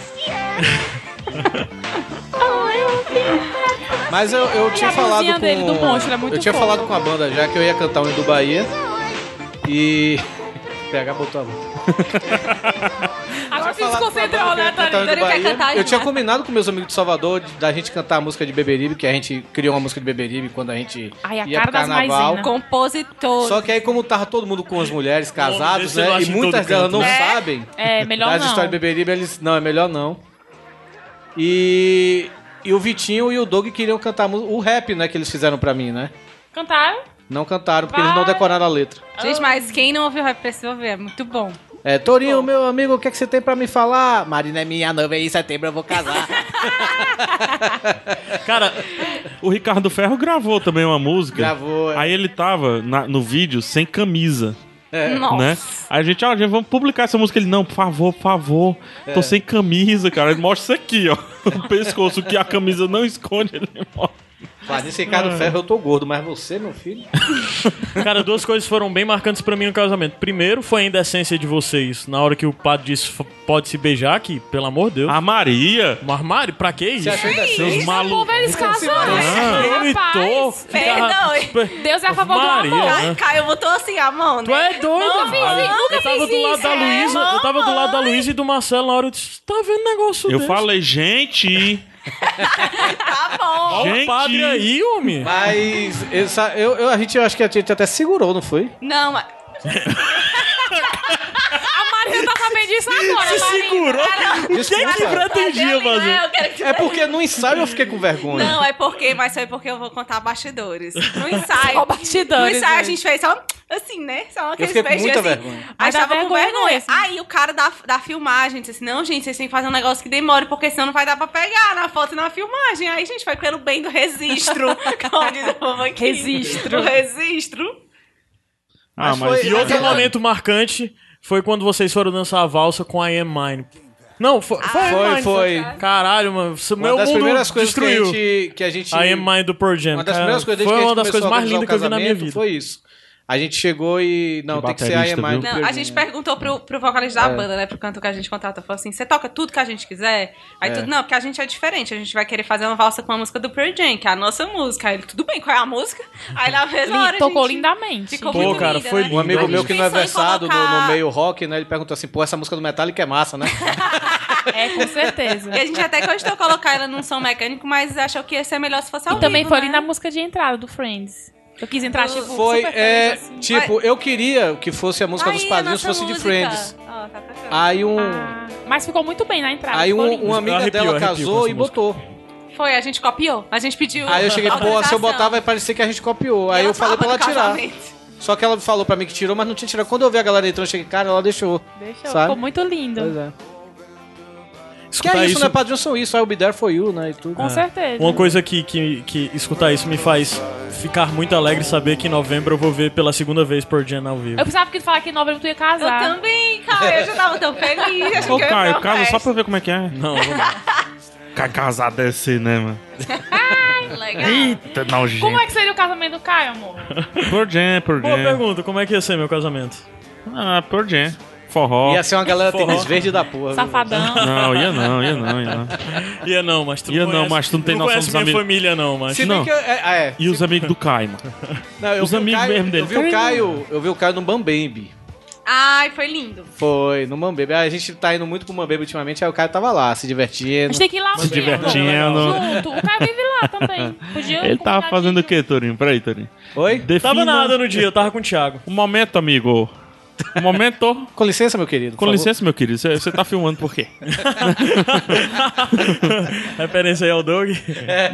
[SPEAKER 1] Mas eu, eu tinha
[SPEAKER 2] a
[SPEAKER 1] falado
[SPEAKER 2] blusinha
[SPEAKER 1] com...
[SPEAKER 2] dele, do Monstro, ela é muito
[SPEAKER 1] eu tinha
[SPEAKER 2] fofa.
[SPEAKER 1] falado com a banda já que eu ia cantar o hino do Bahia. E... PH botou a mão. Tinha
[SPEAKER 2] Agora você
[SPEAKER 1] falado
[SPEAKER 2] se
[SPEAKER 1] com a
[SPEAKER 2] concentrou,
[SPEAKER 1] banda que ia
[SPEAKER 2] né,
[SPEAKER 1] cantar o
[SPEAKER 2] Tony?
[SPEAKER 1] hino do
[SPEAKER 4] Ele quer
[SPEAKER 1] Bahia.
[SPEAKER 4] cantar
[SPEAKER 1] Eu
[SPEAKER 4] já.
[SPEAKER 1] tinha combinado com meus amigos de Salvador de- da gente cantar a música de Beberibe, que a gente criou uma música de Beberibe quando a gente
[SPEAKER 2] Ai, a
[SPEAKER 1] ia
[SPEAKER 2] cara
[SPEAKER 1] pro
[SPEAKER 2] das
[SPEAKER 1] carnaval.
[SPEAKER 2] maisinhas.
[SPEAKER 4] Compositor.
[SPEAKER 1] Só que aí, como tava todo mundo com as mulheres casadas,
[SPEAKER 3] desse eu
[SPEAKER 1] né?
[SPEAKER 3] acho
[SPEAKER 1] E
[SPEAKER 3] em
[SPEAKER 1] muitas
[SPEAKER 3] todo
[SPEAKER 1] delas
[SPEAKER 3] canto.
[SPEAKER 1] não
[SPEAKER 4] É.
[SPEAKER 1] sabem
[SPEAKER 2] É, melhor
[SPEAKER 1] das
[SPEAKER 2] não.
[SPEAKER 1] histórias de Beberibe, eles. Não, é melhor não. E. E o Vitinho e o Doug queriam cantar mu- o rap, né? Que eles fizeram pra mim, né?
[SPEAKER 2] Cantaram?
[SPEAKER 1] Não cantaram, porque eles não
[SPEAKER 2] Vai.
[SPEAKER 1] decoraram a letra.
[SPEAKER 4] Gente, mas quem não ouviu rap precisa ouvir, é muito bom.
[SPEAKER 1] É, Torinho, meu amigo, o que, é que você tem pra me falar? Marina é minha noiva e em setembro eu vou casar.
[SPEAKER 3] cara,
[SPEAKER 5] O Ricardo Ferro gravou também uma música.
[SPEAKER 1] Gravou, é.
[SPEAKER 5] Aí ele tava na- no vídeo sem camisa.
[SPEAKER 4] Nossa.
[SPEAKER 5] né? Aí a gente, ó, gente, vamos publicar essa música. Ele, não, por favor, por favor.
[SPEAKER 1] É.
[SPEAKER 5] Tô sem camisa, cara. Ele mostra isso aqui, ó. O pescoço que a camisa não esconde, ele mostra.
[SPEAKER 1] Clarice Ricardo Ferro, eu tô gordo, mas você, meu filho?
[SPEAKER 3] Cara, duas coisas foram bem marcantes pra mim no casamento. Primeiro foi a indecência de vocês, na hora que o padre disse "F- pode se beijar, que, pelo amor de Deus.
[SPEAKER 5] A Maria.
[SPEAKER 3] Um armário? Pra que isso?
[SPEAKER 1] Ah. Você achou indecente?
[SPEAKER 5] Seus
[SPEAKER 2] Pô,
[SPEAKER 5] malucos.
[SPEAKER 2] velhos
[SPEAKER 1] Não,
[SPEAKER 2] casais.
[SPEAKER 3] Ah, vomitou,
[SPEAKER 2] né? Rapaz,
[SPEAKER 3] ficava-
[SPEAKER 2] Deus é a favor do
[SPEAKER 3] Maria,
[SPEAKER 2] amor.
[SPEAKER 3] né?
[SPEAKER 4] Caio botou assim a mão,
[SPEAKER 3] Tu
[SPEAKER 4] né?
[SPEAKER 3] é doido,
[SPEAKER 2] Nunca fiz
[SPEAKER 3] velho.
[SPEAKER 2] isso, nunca
[SPEAKER 3] Eu tava
[SPEAKER 2] fiz
[SPEAKER 3] do lado
[SPEAKER 2] isso,
[SPEAKER 3] da
[SPEAKER 2] é,
[SPEAKER 3] Luísa, eu tava do lado da Luísa e do Marcelo na hora eu disse, tá vendo negócio
[SPEAKER 5] Eu
[SPEAKER 3] desse?
[SPEAKER 5] falei, gente.
[SPEAKER 4] Tá bom.
[SPEAKER 3] Olha
[SPEAKER 5] Gente.
[SPEAKER 3] o padre aí, homem.
[SPEAKER 1] Mas essa- eu, eu- a gente eu acho que a gente até segurou, não foi?
[SPEAKER 4] Não, mas...
[SPEAKER 2] A Maria tá sabendo disso agora, Maria.
[SPEAKER 3] Segurou. O que é que
[SPEAKER 1] Desculpa.
[SPEAKER 3] pretendia
[SPEAKER 4] Não,
[SPEAKER 3] fazer?
[SPEAKER 4] tá né? eu quero que tu-
[SPEAKER 1] É porque no ensaio eu fiquei com vergonha.
[SPEAKER 4] Não, é porque, mas foi porque eu vou contar bastidores. No ensaio.
[SPEAKER 2] Só bastidores,
[SPEAKER 4] No ensaio
[SPEAKER 2] né?
[SPEAKER 4] a gente fez só um- assim, né? Só aqueles
[SPEAKER 1] fiquei com
[SPEAKER 4] beijinhos
[SPEAKER 1] muita
[SPEAKER 4] assim.
[SPEAKER 1] vergonha.
[SPEAKER 4] Aí
[SPEAKER 2] Mas dá
[SPEAKER 4] tava com
[SPEAKER 2] vergonha
[SPEAKER 4] vergonha.
[SPEAKER 2] mesmo.
[SPEAKER 4] Aí o cara da, da filmagem disse assim: não, gente, vocês têm que fazer um negócio que demore, porque senão não vai dar pra pegar na foto e na filmagem. Aí, gente, foi pelo bem do registro. como diz o povo aqui.
[SPEAKER 2] Registro.
[SPEAKER 4] Do registro.
[SPEAKER 5] Ah,
[SPEAKER 1] Mas
[SPEAKER 5] mas.
[SPEAKER 1] foi-
[SPEAKER 3] E outro
[SPEAKER 1] Aquela-
[SPEAKER 3] momento marcante foi quando vocês foram dançar a valsa com a Am Mine. Não, foi. foi, a Am
[SPEAKER 1] foi,
[SPEAKER 3] Mine,
[SPEAKER 1] foi.
[SPEAKER 3] Caralho, mano. isso-
[SPEAKER 1] Uma
[SPEAKER 3] meu
[SPEAKER 1] das
[SPEAKER 3] mundo
[SPEAKER 1] primeiras coisas que a
[SPEAKER 3] destruiu. é
[SPEAKER 1] gente. Que a, gente
[SPEAKER 3] a Am Mine do Pearl Jam.
[SPEAKER 1] Uma das
[SPEAKER 3] cara.
[SPEAKER 1] primeiras coisas desde
[SPEAKER 3] foi
[SPEAKER 1] que a
[SPEAKER 3] uma
[SPEAKER 1] gente
[SPEAKER 3] das coisas
[SPEAKER 1] começou a
[SPEAKER 3] mais
[SPEAKER 1] organizar
[SPEAKER 3] lindas
[SPEAKER 1] o
[SPEAKER 3] que eu vi na minha
[SPEAKER 1] casamento,
[SPEAKER 3] vida.
[SPEAKER 1] Foi isso. A gente chegou e. Não,
[SPEAKER 5] Que
[SPEAKER 1] tem que ser é a
[SPEAKER 5] baterista,
[SPEAKER 1] EMI.
[SPEAKER 5] viu?
[SPEAKER 4] Não, a gente perguntou pro, pro vocalista
[SPEAKER 1] É.
[SPEAKER 4] da banda, né? Pro canto que a gente contrata. Falou assim: você toca tudo que a gente quiser? Aí tudo, não, porque a gente é diferente. A gente vai querer fazer uma valsa com a música do Pearl Jam, que é a nossa música. Aí ele, tudo bem, qual é a música? Aí na mesma hora. a
[SPEAKER 2] Tocou
[SPEAKER 4] gente-
[SPEAKER 2] lindamente.
[SPEAKER 4] Ficou
[SPEAKER 3] Pô,
[SPEAKER 4] muito
[SPEAKER 3] cara,
[SPEAKER 4] linda,
[SPEAKER 3] foi
[SPEAKER 4] né?
[SPEAKER 3] lindo.
[SPEAKER 1] Um amigo
[SPEAKER 3] A gente
[SPEAKER 1] meu que não é
[SPEAKER 4] pensou em
[SPEAKER 1] versado no,
[SPEAKER 4] colocar- Tipo,
[SPEAKER 1] no meio rock, né? Ele perguntou assim, pô, essa música do Metallica é massa, né?
[SPEAKER 2] É, com certeza.
[SPEAKER 4] E a gente até cogitou colocar ela num som mecânico, mas achou que ia ser melhor se fosse ao
[SPEAKER 2] E também
[SPEAKER 4] vivo,
[SPEAKER 2] foi
[SPEAKER 4] né?
[SPEAKER 2] ali na música de entrada do Friends. Eu quis entrar, tipo,
[SPEAKER 1] Foi,
[SPEAKER 2] super
[SPEAKER 1] é,
[SPEAKER 2] feliz, assim.
[SPEAKER 1] tipo, eu queria que fosse a música dos
[SPEAKER 4] Aí, a
[SPEAKER 1] padrinhos,
[SPEAKER 4] nossa
[SPEAKER 1] fosse de
[SPEAKER 4] música.
[SPEAKER 1] Friends.
[SPEAKER 4] Ó, tá tocando.
[SPEAKER 1] Aí um...
[SPEAKER 2] Ah, mas ficou muito bem na entrada.
[SPEAKER 1] Aí
[SPEAKER 2] ficou
[SPEAKER 1] um,
[SPEAKER 2] lindo.
[SPEAKER 1] uma amiga
[SPEAKER 3] Arrepiou,
[SPEAKER 1] dela
[SPEAKER 3] arrepiou com
[SPEAKER 1] casou
[SPEAKER 3] essa
[SPEAKER 1] e
[SPEAKER 3] música.
[SPEAKER 1] botou.
[SPEAKER 4] Foi, a gente copiou. A gente pediu.
[SPEAKER 1] Aí eu cheguei, pô, se eu
[SPEAKER 4] autorização.
[SPEAKER 1] botar vai parecer que a gente copiou. Aí
[SPEAKER 4] Ela
[SPEAKER 1] eu falei pra
[SPEAKER 4] tava
[SPEAKER 1] ela
[SPEAKER 4] no
[SPEAKER 1] tirar.
[SPEAKER 4] casamento.
[SPEAKER 1] Só que ela falou pra mim que tirou, mas não tinha tirado. Quando eu vi a galera entrando, eu cheguei, cara, ela deixou.
[SPEAKER 2] Deixa eu-
[SPEAKER 1] sabe?
[SPEAKER 2] Ficou muito lindo.
[SPEAKER 1] Pois é. Que
[SPEAKER 3] Escutar
[SPEAKER 1] é isso,
[SPEAKER 3] isso-
[SPEAKER 1] né? Padrinhos são isso. Aí o Be There For You, né? E tudo.
[SPEAKER 2] Com
[SPEAKER 5] Ah,
[SPEAKER 2] certeza.
[SPEAKER 3] Uma coisa que, que, que escutar isso me faz ficar muito alegre saber que em novembro eu vou ver pela segunda vez Pearl Jam ao vivo.
[SPEAKER 2] Eu precisava que tu falar que em novembro tu ia
[SPEAKER 4] Eu
[SPEAKER 2] casar.
[SPEAKER 4] também, cara. Eu já tava tão feliz. Achei que
[SPEAKER 5] Tá. Ô,
[SPEAKER 4] eu ia pra
[SPEAKER 5] Caio, casa
[SPEAKER 4] festa.
[SPEAKER 5] só pra eu ver como é que é.
[SPEAKER 3] Não, vamos lá.
[SPEAKER 5] Caio casado deve ser, né, mano?
[SPEAKER 4] Legal.
[SPEAKER 5] Eita, nojento.
[SPEAKER 2] Como é que seria o casamento do Caio, amor?
[SPEAKER 5] Pearl Jam, Pearl
[SPEAKER 3] Boa
[SPEAKER 5] Jam.
[SPEAKER 3] pergunta, como é que ia ser meu casamento?
[SPEAKER 5] Ah, Pearl Jam. Forró.
[SPEAKER 1] Ia ser uma galera tênis verde da porra. viu?
[SPEAKER 2] Safadão.
[SPEAKER 5] Não, ia não, ia não, ia não.
[SPEAKER 3] Ia não, mas tu
[SPEAKER 5] Ia
[SPEAKER 3] conhece,
[SPEAKER 5] não, mas tu não tem noção
[SPEAKER 3] conhece
[SPEAKER 5] dos
[SPEAKER 3] minha
[SPEAKER 5] amigos.
[SPEAKER 3] família não, mas...
[SPEAKER 1] Se bem
[SPEAKER 5] Não.
[SPEAKER 1] que eu, é, ah, é.
[SPEAKER 5] E os amigos do Caio, mano.
[SPEAKER 1] Não, eu
[SPEAKER 5] os
[SPEAKER 1] vi o
[SPEAKER 5] amigos
[SPEAKER 1] Caio-
[SPEAKER 5] mesmo dele.
[SPEAKER 1] Eu vi o Caio, eu vi o Caio no Bambembe.
[SPEAKER 4] Ai, foi lindo.
[SPEAKER 1] Foi, no Mambebe. Ah, A gente tá indo muito pro Mambebe ultimamente, aí o Caio tava lá, se
[SPEAKER 2] A
[SPEAKER 1] divertindo.
[SPEAKER 2] gente tem que ir lá um
[SPEAKER 5] Se
[SPEAKER 2] dia, amor.
[SPEAKER 5] divertindo.
[SPEAKER 2] Junto. O Caio vive lá também. Podia
[SPEAKER 5] Ele tava
[SPEAKER 2] combinar
[SPEAKER 5] fazendo
[SPEAKER 2] de-
[SPEAKER 5] o quê, Torinho? Peraí, Torinho.
[SPEAKER 1] Oi?
[SPEAKER 5] Defina
[SPEAKER 3] Tava nada né? no dia, eu tava com o Thiago.
[SPEAKER 5] o momento, amigo. O momento.
[SPEAKER 1] Com licença, meu querido.
[SPEAKER 5] Com
[SPEAKER 1] por favor.
[SPEAKER 5] licença, meu querido. Você- Você tá filmando por quê?
[SPEAKER 3] Referência aí ao Doug.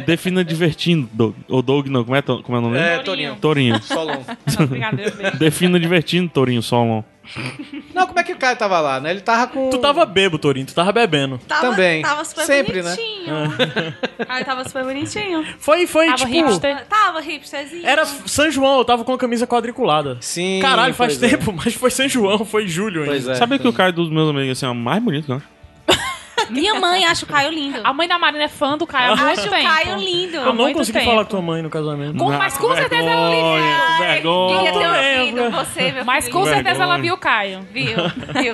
[SPEAKER 5] Defina divertindo, Doug. Ou Doug, não. Como é, to- como é o nome?
[SPEAKER 1] É,
[SPEAKER 5] dele?
[SPEAKER 1] Toninho.
[SPEAKER 5] Torinho.
[SPEAKER 1] Solon.
[SPEAKER 2] Não, brincadeira,
[SPEAKER 1] É,
[SPEAKER 2] beijo.
[SPEAKER 5] Defina divertindo, Torinho Solon.
[SPEAKER 1] Não, como é que o Caio tava lá, né? Ele tava com.
[SPEAKER 3] Tu tava bebo, Torinho, tu tava bebendo.
[SPEAKER 4] Tava,
[SPEAKER 1] Também.
[SPEAKER 4] Tava super
[SPEAKER 1] Sempre, né?
[SPEAKER 4] bonitinho.
[SPEAKER 5] É.
[SPEAKER 4] Aí tava super bonitinho.
[SPEAKER 3] Foi, foi,
[SPEAKER 2] Tava
[SPEAKER 3] tipo...
[SPEAKER 2] hipster.
[SPEAKER 4] Tava hipsterzinho.
[SPEAKER 3] Era São João, eu tava com a camisa quadriculada.
[SPEAKER 1] Sim.
[SPEAKER 3] Caralho, faz
[SPEAKER 1] pois é.
[SPEAKER 3] tempo, mas foi São João, foi julho ainda.
[SPEAKER 1] Pois é.
[SPEAKER 5] Sabe que o Caio dos meus amigos assim, é o mais bonito, né?
[SPEAKER 4] Minha mãe acha o Caio lindo.
[SPEAKER 2] A mãe da Marina é fã do Caio há muito
[SPEAKER 4] Acho o
[SPEAKER 2] tempo.
[SPEAKER 5] então.
[SPEAKER 4] Caio lindo.
[SPEAKER 3] é. Eu não
[SPEAKER 2] muito
[SPEAKER 3] consegui
[SPEAKER 2] tempo.
[SPEAKER 3] falar com tua mãe no casamento.
[SPEAKER 2] Com- mas com certeza
[SPEAKER 5] vergonha,
[SPEAKER 2] ela não liga.
[SPEAKER 4] Queria
[SPEAKER 5] Vergonha.
[SPEAKER 4] ter ouvido
[SPEAKER 3] lembro.
[SPEAKER 4] você, meu
[SPEAKER 2] Mas com
[SPEAKER 5] é
[SPEAKER 4] filho.
[SPEAKER 2] certeza ela
[SPEAKER 5] Vergonha.
[SPEAKER 2] viu o Caio.
[SPEAKER 4] Viu? Viu,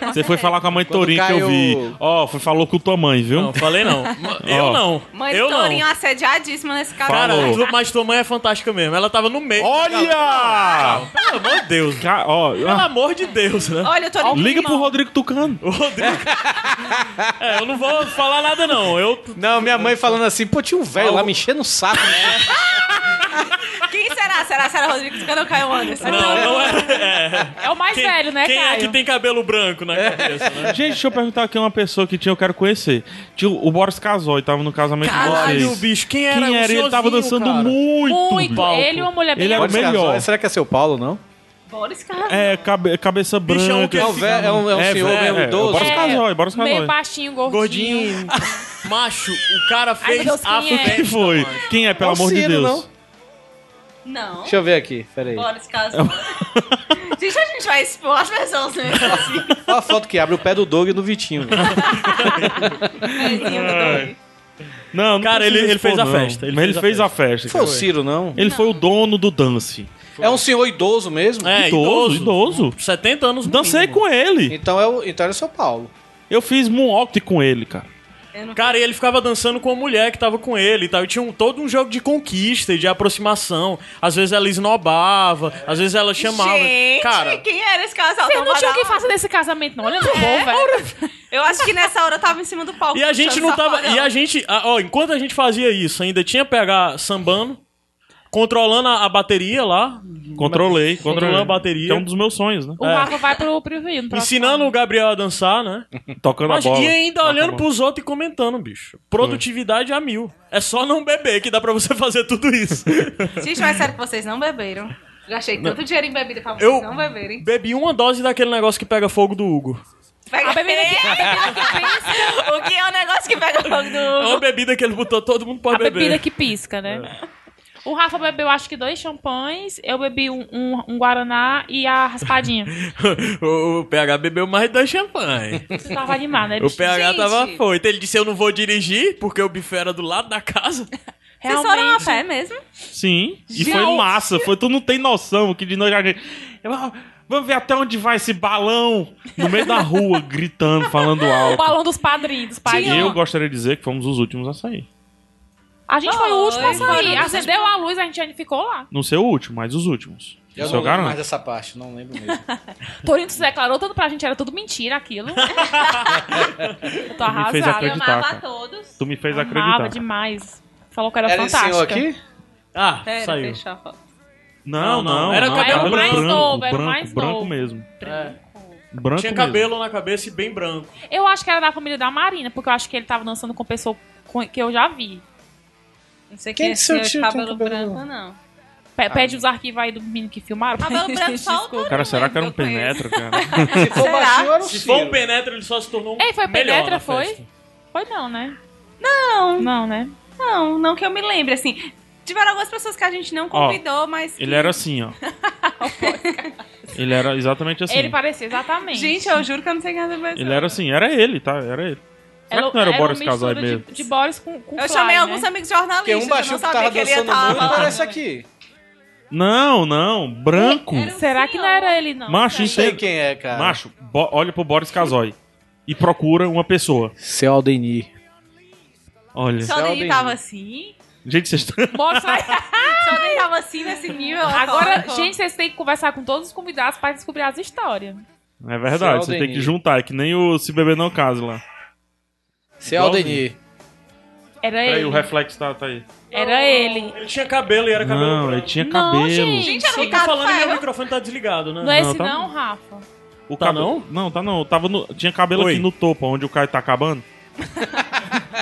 [SPEAKER 4] com
[SPEAKER 5] Você foi
[SPEAKER 4] certeza.
[SPEAKER 5] falar com a mãe de
[SPEAKER 1] Quando
[SPEAKER 5] Torinho que eu
[SPEAKER 1] Caio-
[SPEAKER 5] vi. Ó, foi falou com tua mãe, viu?
[SPEAKER 3] Não, falei não. Eu
[SPEAKER 5] Ó.
[SPEAKER 3] não.
[SPEAKER 4] Mãe
[SPEAKER 3] eu
[SPEAKER 4] do
[SPEAKER 3] não.
[SPEAKER 4] Torinho assediadíssima nesse casal.
[SPEAKER 3] Cara,
[SPEAKER 5] Falou.
[SPEAKER 3] tu- mas tua mãe é fantástica mesmo. Ela tava no meio.
[SPEAKER 5] Olha!
[SPEAKER 3] Pelo amor de Deus.
[SPEAKER 5] Ah! Ca- ó,
[SPEAKER 3] Pelo amor de Deus, né?
[SPEAKER 4] Olha, o Torinho.
[SPEAKER 5] liga
[SPEAKER 4] não.
[SPEAKER 5] pro Rodrigo Tucano.
[SPEAKER 3] O Rodrigo. É, eu não vou falar nada, não. Eu.
[SPEAKER 1] Não, minha mãe falando assim, pô, tinha um velho lá
[SPEAKER 3] Algo-
[SPEAKER 1] me enchendo o saco. né?
[SPEAKER 4] Quem será? Será? Será Rodrigo? Cadê o Caio Anderson?
[SPEAKER 3] Não, não é.
[SPEAKER 2] É o mais
[SPEAKER 3] Quem,
[SPEAKER 2] velho, né,
[SPEAKER 3] quem
[SPEAKER 2] Caio?
[SPEAKER 3] é que tem cabelo branco
[SPEAKER 5] É.
[SPEAKER 3] na cabeça, né?
[SPEAKER 5] Gente, deixa eu perguntar aqui uma pessoa que tinha, eu quero conhecer. Tinha o o Boris Casoy, tava no casamento de
[SPEAKER 3] Caralho,
[SPEAKER 5] vocês.
[SPEAKER 3] bicho, quem era?
[SPEAKER 5] Quem
[SPEAKER 3] Um
[SPEAKER 5] era? Ele tava
[SPEAKER 3] senhorzinho,
[SPEAKER 5] dançando
[SPEAKER 3] cara.
[SPEAKER 5] muito.
[SPEAKER 2] Muito.
[SPEAKER 5] bicho.
[SPEAKER 2] Ele e uma mulher bem
[SPEAKER 5] Ele era o
[SPEAKER 1] Boris
[SPEAKER 5] melhor.
[SPEAKER 1] Casoy, Será que é seu Paulo, não?
[SPEAKER 4] Boris Carlos.
[SPEAKER 5] É, cabe- cabeça branca.
[SPEAKER 3] Bichão que
[SPEAKER 1] É um, velho, é um, é um senhor
[SPEAKER 5] velho,
[SPEAKER 1] meio
[SPEAKER 5] é,
[SPEAKER 1] idoso.
[SPEAKER 5] Boris Casoy, Boris
[SPEAKER 2] Meio
[SPEAKER 5] Casoy.
[SPEAKER 2] baixinho, gordinho.
[SPEAKER 3] Gordinho. Macho, o cara
[SPEAKER 2] Ai,
[SPEAKER 3] fez
[SPEAKER 2] meu Deus,
[SPEAKER 3] a
[SPEAKER 2] quem é?
[SPEAKER 5] O que foi? Quem é, pelo
[SPEAKER 1] É o
[SPEAKER 5] amor de
[SPEAKER 1] Ciro,
[SPEAKER 5] Deus?
[SPEAKER 1] não?
[SPEAKER 4] Não.
[SPEAKER 1] Deixa eu ver aqui, peraí.
[SPEAKER 4] Boris Carlos.
[SPEAKER 1] É
[SPEAKER 4] Gente, a gente vai expor as pessoas mesmo assim.
[SPEAKER 1] Olha a foto que abre o pé do Doug e do Vitinho.
[SPEAKER 4] Pezinho do Doug.
[SPEAKER 5] Não, não
[SPEAKER 3] Cara,
[SPEAKER 5] precisa
[SPEAKER 3] ele- ele fez
[SPEAKER 5] expor,
[SPEAKER 3] a
[SPEAKER 5] não.
[SPEAKER 3] festa, ele
[SPEAKER 5] Mas ele
[SPEAKER 3] fez
[SPEAKER 5] fez
[SPEAKER 3] a
[SPEAKER 5] a festa.
[SPEAKER 1] Foi o
[SPEAKER 5] cara.
[SPEAKER 1] Ciro, não?
[SPEAKER 5] Ele foi o dono do dance.
[SPEAKER 1] É um senhor idoso mesmo?
[SPEAKER 3] É,
[SPEAKER 5] Idoso, idoso.
[SPEAKER 3] 70 anos no
[SPEAKER 5] Dancei
[SPEAKER 3] mínimo.
[SPEAKER 5] com ele.
[SPEAKER 1] Então é o, então era o São Paulo.
[SPEAKER 5] Eu fiz Moonwalk com ele, cara.
[SPEAKER 3] Cara, e ele ficava dançando com a mulher que tava com ele e tal. E tinha um- todo um jogo de conquista e de aproximação. Às vezes ela esnobava, às vezes ela chamava.
[SPEAKER 4] Gente,
[SPEAKER 3] Cara,
[SPEAKER 4] quem era esse casal?
[SPEAKER 2] Vocês não
[SPEAKER 4] Tava
[SPEAKER 2] tinham
[SPEAKER 4] lá.
[SPEAKER 2] que fazer desse casamento, não. Olha,
[SPEAKER 4] É,
[SPEAKER 2] não vou, velho.
[SPEAKER 4] Eu acho que nessa hora eu tava em cima do palco.
[SPEAKER 3] e a gente
[SPEAKER 4] puxando
[SPEAKER 3] não tava.
[SPEAKER 4] safadão.
[SPEAKER 3] E a gente. ah, Ó, enquanto a gente fazia isso, ainda tinha PH sambando, controlando a, a bateria lá.
[SPEAKER 5] Controlei. Controlei
[SPEAKER 3] a bateria.
[SPEAKER 5] Que é um dos meus sonhos, né?
[SPEAKER 2] O Rafa vai pro, pro Rio. no próximo
[SPEAKER 3] Ensinando
[SPEAKER 2] ano.
[SPEAKER 3] o Gabriel a dançar, né?
[SPEAKER 5] Tocando
[SPEAKER 3] Mas-
[SPEAKER 5] a bola.
[SPEAKER 3] e ainda
[SPEAKER 5] Tocando a
[SPEAKER 3] olhando
[SPEAKER 5] bola.
[SPEAKER 3] pros outros e comentando, bicho. Produtividade a mil. É só não beber que dá pra você fazer tudo isso.
[SPEAKER 4] Gente, mas sério que vocês não beberam. Já achei tanto dinheiro em bebida pra vocês
[SPEAKER 3] Eu-
[SPEAKER 4] não beberem.
[SPEAKER 3] Bebi uma dose daquele negócio que pega fogo do Hugo.
[SPEAKER 4] Pega
[SPEAKER 2] A bebida que, a bebida que pisca.
[SPEAKER 4] o que é o negócio que pega fogo
[SPEAKER 3] É
[SPEAKER 4] do...
[SPEAKER 3] uma bebida que ele botou, todo mundo
[SPEAKER 2] A
[SPEAKER 3] pode beber.
[SPEAKER 2] bebida que pisca, né?
[SPEAKER 5] É.
[SPEAKER 2] O Rafa bebeu, acho que dois champanhes. Eu bebi um, um, um Guaraná e a raspadinha.
[SPEAKER 3] o o PH bebeu mais dois champanhe.
[SPEAKER 2] Você tava animado, né?
[SPEAKER 3] O
[SPEAKER 5] é
[SPEAKER 2] bicho?
[SPEAKER 3] PH
[SPEAKER 4] Gente.
[SPEAKER 3] tava foito. Ele disse: Eu não vou dirigir, porque o buffet era do lado da casa.
[SPEAKER 4] Vocês foram a pé mesmo?
[SPEAKER 5] Sim. E
[SPEAKER 2] Gente.
[SPEAKER 5] foi massa. Foi, tu não tem noção que de noite a gente. Eu- ah, Vamos ver até onde vai esse balão. No meio da rua, gritando, falando
[SPEAKER 2] O
[SPEAKER 5] alto.
[SPEAKER 2] balão dos padrinhos, dos
[SPEAKER 5] E eu
[SPEAKER 2] padrinhos.
[SPEAKER 5] gostaria de dizer que fomos os últimos a sair.
[SPEAKER 2] A gente foi o último a
[SPEAKER 4] Oi,
[SPEAKER 2] sair.
[SPEAKER 4] barulho.
[SPEAKER 2] Acendeu a luz, a gente ainda ficou lá.
[SPEAKER 5] Não sei o último, mas os últimos.
[SPEAKER 1] Eu
[SPEAKER 5] Isso
[SPEAKER 1] não
[SPEAKER 5] eu
[SPEAKER 1] lembro
[SPEAKER 3] né?
[SPEAKER 1] mais
[SPEAKER 5] garanto.
[SPEAKER 1] dessa parte, não lembro mesmo.
[SPEAKER 2] Torino se declarou, tanto pra gente era tudo mentira aquilo. eu tô
[SPEAKER 5] Me fez
[SPEAKER 2] arrasada.
[SPEAKER 5] acreditar. Acreditar, cara.
[SPEAKER 4] todos.
[SPEAKER 5] Tu me fez
[SPEAKER 2] Eu amava
[SPEAKER 5] acreditar.
[SPEAKER 2] demais. Falou que era,
[SPEAKER 1] Era esse
[SPEAKER 2] fantástica.
[SPEAKER 1] senhor aqui?
[SPEAKER 3] Ah,
[SPEAKER 4] Pera,
[SPEAKER 3] saiu.
[SPEAKER 4] deixa eu falar.
[SPEAKER 3] Não,
[SPEAKER 5] Não,
[SPEAKER 3] não.
[SPEAKER 5] não.
[SPEAKER 3] Era
[SPEAKER 5] não,
[SPEAKER 3] cabelo
[SPEAKER 5] cabelo
[SPEAKER 3] mais
[SPEAKER 5] branco,
[SPEAKER 2] novo, era
[SPEAKER 5] branco,
[SPEAKER 2] mais
[SPEAKER 5] branco
[SPEAKER 2] novo.
[SPEAKER 5] mesmo. Branco
[SPEAKER 3] Tinha
[SPEAKER 5] mesmo.
[SPEAKER 3] cabelo na cabeça e bem branco.
[SPEAKER 2] Eu acho que era da família da Marina, porque eu acho que ele tava dançando com pessoa com- que eu já vi.
[SPEAKER 4] Não sei
[SPEAKER 1] Quem
[SPEAKER 4] quem é
[SPEAKER 1] que seu
[SPEAKER 4] esse
[SPEAKER 1] tio
[SPEAKER 4] senhor de cabelo
[SPEAKER 1] tem cabelo?
[SPEAKER 4] branco, não.
[SPEAKER 2] Pe- Pede os arquivos aí do menino que filmaram. pra
[SPEAKER 4] Cabelo
[SPEAKER 2] gente
[SPEAKER 4] branco só o
[SPEAKER 2] descobrir.
[SPEAKER 5] Cara, será que era um
[SPEAKER 4] Eu conheço.
[SPEAKER 5] penetra, cara?
[SPEAKER 1] Se for
[SPEAKER 4] Será?
[SPEAKER 1] baixinho, era o
[SPEAKER 3] Se for um
[SPEAKER 1] Ciro.
[SPEAKER 3] penetra, ele só se tornou um.
[SPEAKER 2] Ei, É, foi
[SPEAKER 3] melhor
[SPEAKER 2] penetra,
[SPEAKER 3] na
[SPEAKER 2] foi?
[SPEAKER 3] festa.
[SPEAKER 2] Foi não, né?
[SPEAKER 4] Não,
[SPEAKER 2] Não, né?
[SPEAKER 4] não, não que eu me lembre, assim. Tiveram algumas pessoas que a gente não convidou, mas...
[SPEAKER 5] Ele era assim, ó. ele era exatamente assim.
[SPEAKER 2] Ele parecia exatamente.
[SPEAKER 4] Gente, eu juro que eu não sei quem é essa pessoa.
[SPEAKER 5] um Ele era assim, era ele, tá? Era ele. Será
[SPEAKER 2] Ela-
[SPEAKER 5] que não era o
[SPEAKER 2] ela é
[SPEAKER 5] Boris
[SPEAKER 2] mistura
[SPEAKER 5] Casai
[SPEAKER 2] um de-
[SPEAKER 5] mesmo?
[SPEAKER 2] De, Boris com,
[SPEAKER 5] um
[SPEAKER 2] com
[SPEAKER 4] Eu
[SPEAKER 2] Fly,
[SPEAKER 4] chamei
[SPEAKER 2] né?
[SPEAKER 4] alguns amigos jornalistas,
[SPEAKER 1] Porque um
[SPEAKER 4] eu
[SPEAKER 1] baixinho
[SPEAKER 4] não
[SPEAKER 1] que tava
[SPEAKER 4] sabia que ele ia
[SPEAKER 1] dançando
[SPEAKER 4] estar
[SPEAKER 1] muito né?
[SPEAKER 4] lá.
[SPEAKER 1] era esse aqui.
[SPEAKER 5] Não, não, branco.
[SPEAKER 4] Era um
[SPEAKER 2] Será que não era ele, não? né?
[SPEAKER 5] Macho,
[SPEAKER 2] Sei.
[SPEAKER 5] isso
[SPEAKER 1] Sei quem é, cara.
[SPEAKER 5] Macho, bo- olha pro Boris Casoy e procura uma pessoa.
[SPEAKER 1] Seu Aldenir.
[SPEAKER 5] Olha.
[SPEAKER 4] Só
[SPEAKER 1] Aldenir.
[SPEAKER 4] ele tava assim.
[SPEAKER 5] Gente, vocês estão.
[SPEAKER 2] Boris vai-
[SPEAKER 4] Só ele tava assim nesse nível.
[SPEAKER 2] Agora,
[SPEAKER 4] ó.
[SPEAKER 2] gente, vocês têm que conversar com todos os convidados pra descobrir as histórias.
[SPEAKER 5] É verdade,
[SPEAKER 1] Seu
[SPEAKER 5] você tem que
[SPEAKER 1] Aldenir.
[SPEAKER 5] juntar, é que nem o Se Beber Não Case lá.
[SPEAKER 1] Seu Aldenir.
[SPEAKER 2] Era
[SPEAKER 5] Peraí,
[SPEAKER 2] É ele.
[SPEAKER 5] o reflexo tá, tá aí.
[SPEAKER 2] Era ele.
[SPEAKER 3] Ele tinha cabelo e era cabelo
[SPEAKER 5] Não,
[SPEAKER 3] branco.
[SPEAKER 5] ele tinha
[SPEAKER 2] Não,
[SPEAKER 5] cabelo.
[SPEAKER 2] gente.
[SPEAKER 4] Gente, era um o
[SPEAKER 2] Quem
[SPEAKER 3] Tá
[SPEAKER 4] Ricardo
[SPEAKER 3] falando e meu
[SPEAKER 4] Fael.
[SPEAKER 3] microfone tá desligado, né?
[SPEAKER 2] Não é
[SPEAKER 5] Não,
[SPEAKER 2] esse
[SPEAKER 5] tá-
[SPEAKER 2] não, Rafa?
[SPEAKER 5] O
[SPEAKER 3] Tá
[SPEAKER 5] cabelo- Não, tá não. Tava no... Tinha cabelo
[SPEAKER 3] Oi.
[SPEAKER 5] aqui no topo, onde o Caio tá acabando.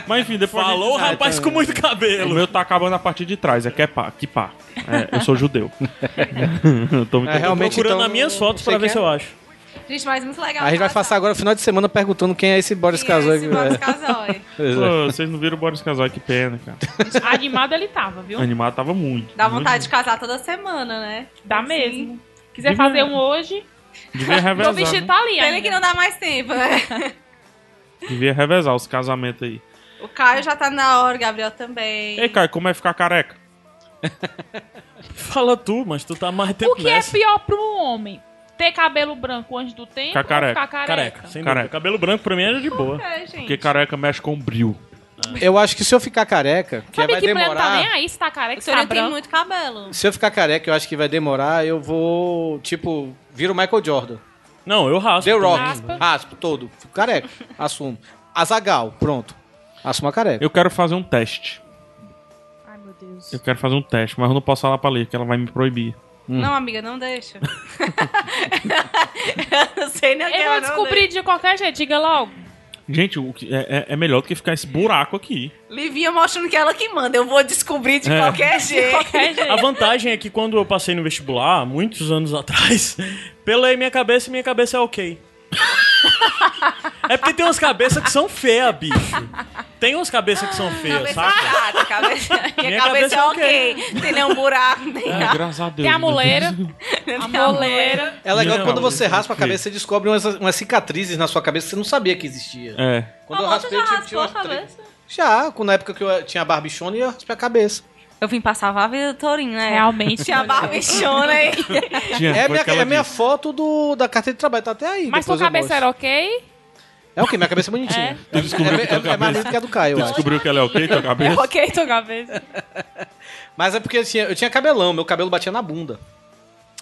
[SPEAKER 5] Mas enfim, depois. a gente-
[SPEAKER 3] Falou o rapaz com muito
[SPEAKER 5] O
[SPEAKER 3] cabelo.
[SPEAKER 5] meu tá acabando a partir de trás, é que é pá, que pá. É, eu sou judeu. Eu tô
[SPEAKER 1] É,
[SPEAKER 5] me confundindo.
[SPEAKER 1] realmente,
[SPEAKER 3] Procurando
[SPEAKER 1] então,
[SPEAKER 3] nas minhas fotos
[SPEAKER 1] não
[SPEAKER 3] pra
[SPEAKER 1] sei
[SPEAKER 3] ver
[SPEAKER 1] quem
[SPEAKER 3] se eu acho.
[SPEAKER 4] Gente,
[SPEAKER 2] é
[SPEAKER 4] mas muito legal.
[SPEAKER 1] A gente vai passar agora o final de semana perguntando quem é esse né? Boris é. Casói.
[SPEAKER 4] Boris Casoy.
[SPEAKER 2] é.
[SPEAKER 5] Pô, vocês não viram o Boris Casal, que pena, cara.
[SPEAKER 2] Animado ele tava, viu?
[SPEAKER 5] Animado tava muito.
[SPEAKER 4] Dá
[SPEAKER 5] muito.
[SPEAKER 4] vontade de casar toda semana, né?
[SPEAKER 2] Dá
[SPEAKER 4] Assim.
[SPEAKER 2] mesmo. Quiser
[SPEAKER 5] Devia-
[SPEAKER 2] fazer um hoje,
[SPEAKER 5] Devia
[SPEAKER 2] meu
[SPEAKER 5] revezar.
[SPEAKER 2] vestido
[SPEAKER 5] né?
[SPEAKER 2] tá ali
[SPEAKER 4] Pena
[SPEAKER 2] ainda.
[SPEAKER 4] que não dá mais tempo, né?
[SPEAKER 5] Devia revezar os casamentos aí.
[SPEAKER 4] O Caio já tá na hora, o Gabriel também.
[SPEAKER 5] Ei, Caio, como é ficar careca?
[SPEAKER 3] Fala tu, mas tu tá mais tempo
[SPEAKER 2] O que é
[SPEAKER 3] nessa.
[SPEAKER 2] pior pra um homem? Ter cabelo branco antes do tempo
[SPEAKER 5] Ficar
[SPEAKER 2] ou
[SPEAKER 5] careca.
[SPEAKER 2] ficar careca?
[SPEAKER 3] Careca, sem
[SPEAKER 5] Careca.
[SPEAKER 3] dúvida. Cabelo branco pra mim era de boa.
[SPEAKER 4] É, gente.
[SPEAKER 5] Porque careca mexe com brilho.
[SPEAKER 1] Eu acho que se eu ficar careca, que
[SPEAKER 2] Sabe
[SPEAKER 1] vai
[SPEAKER 2] que mulher não tá nem
[SPEAKER 1] demorar.
[SPEAKER 2] aí se tá careca,
[SPEAKER 4] O
[SPEAKER 2] se tá
[SPEAKER 4] Torino tem
[SPEAKER 2] branco.
[SPEAKER 4] muito cabelo.
[SPEAKER 1] Se eu ficar careca, eu acho que vai demorar, eu vou, tipo, viro o Michael Jordan.
[SPEAKER 3] Não, eu raspo.
[SPEAKER 1] The Rock.
[SPEAKER 2] Raspa.
[SPEAKER 1] Raspo todo. Fico careca. Assumo. Azagal, pronto. Assumo a careca.
[SPEAKER 5] Eu quero fazer um teste.
[SPEAKER 2] Ai, meu Deus.
[SPEAKER 5] Eu quero fazer um teste, mas eu não posso falar pra ler, que ela vai me proibir.
[SPEAKER 4] Não, amiga, não deixa. eu não sei nem o que
[SPEAKER 2] Eu
[SPEAKER 4] ela
[SPEAKER 2] vou
[SPEAKER 4] não
[SPEAKER 2] descobrir de qualquer jeito, diga logo.
[SPEAKER 5] Gente, o que- é, é- é melhor do que ficar esse buraco aqui.
[SPEAKER 4] deixa. Livinha mostrando que é ela que manda. Eu vou descobrir de
[SPEAKER 5] É.
[SPEAKER 4] qualquer jeito.
[SPEAKER 2] Qualquer
[SPEAKER 3] A
[SPEAKER 2] jeito.
[SPEAKER 3] vantagem é que quando eu passei no vestibular, muitos anos atrás, pelei minha cabeça e minha cabeça é ok. é porque tem umas cabeças que são feias, bicho. Tem umas cabeças que são feias,
[SPEAKER 4] Cabeça é
[SPEAKER 3] saca?
[SPEAKER 4] chata, cabeça... Minha,
[SPEAKER 3] Minha cabeça
[SPEAKER 4] cabeça,
[SPEAKER 3] é
[SPEAKER 4] é ok. Tem nenhum buraco, nem
[SPEAKER 5] É,
[SPEAKER 4] nada.
[SPEAKER 5] graças a Deus.
[SPEAKER 2] Ah, Tem a
[SPEAKER 5] meu Deus.
[SPEAKER 2] moleira, a moleira.
[SPEAKER 1] É legal
[SPEAKER 3] Não,
[SPEAKER 1] que quando você
[SPEAKER 5] isso
[SPEAKER 1] raspa a
[SPEAKER 5] é
[SPEAKER 1] cabeça, você descobre umas, umas cicatrizes na sua cabeça que você não sabia que existia.
[SPEAKER 5] É.
[SPEAKER 1] Quando eu
[SPEAKER 4] Famoso
[SPEAKER 1] raspei,
[SPEAKER 4] já
[SPEAKER 1] tipo, tinha
[SPEAKER 4] raspou a
[SPEAKER 1] umas, três,
[SPEAKER 4] cabeça.
[SPEAKER 1] Já, com- na época que eu tinha barbichona e eu raspei a cabeça.
[SPEAKER 4] Eu vim passar a vida torinho, né?
[SPEAKER 2] Realmente.
[SPEAKER 4] Tinha barbichona aí.
[SPEAKER 5] Tinha,
[SPEAKER 1] É,
[SPEAKER 5] foi
[SPEAKER 1] minha,
[SPEAKER 5] o que ela
[SPEAKER 1] é minha
[SPEAKER 5] disse.
[SPEAKER 1] foto do, da carteira de trabalho, tá até aí.
[SPEAKER 2] Mas sua
[SPEAKER 1] depois eu
[SPEAKER 2] cabeça
[SPEAKER 1] mostro.
[SPEAKER 2] era ok?
[SPEAKER 1] É o quê? Minha cabeça é bonitinha. É,
[SPEAKER 5] Tu descobriu que
[SPEAKER 1] é-
[SPEAKER 5] tua
[SPEAKER 1] é mais
[SPEAKER 5] cabeça-
[SPEAKER 1] linda que a do Caio,
[SPEAKER 5] tu
[SPEAKER 1] eu acho.
[SPEAKER 5] descobriu que ela é ok, tua
[SPEAKER 2] É
[SPEAKER 5] cabeça?
[SPEAKER 2] ok tua cabeça.
[SPEAKER 1] Mas é porque eu tinha, eu tinha cabelão, meu cabelo batia na bunda.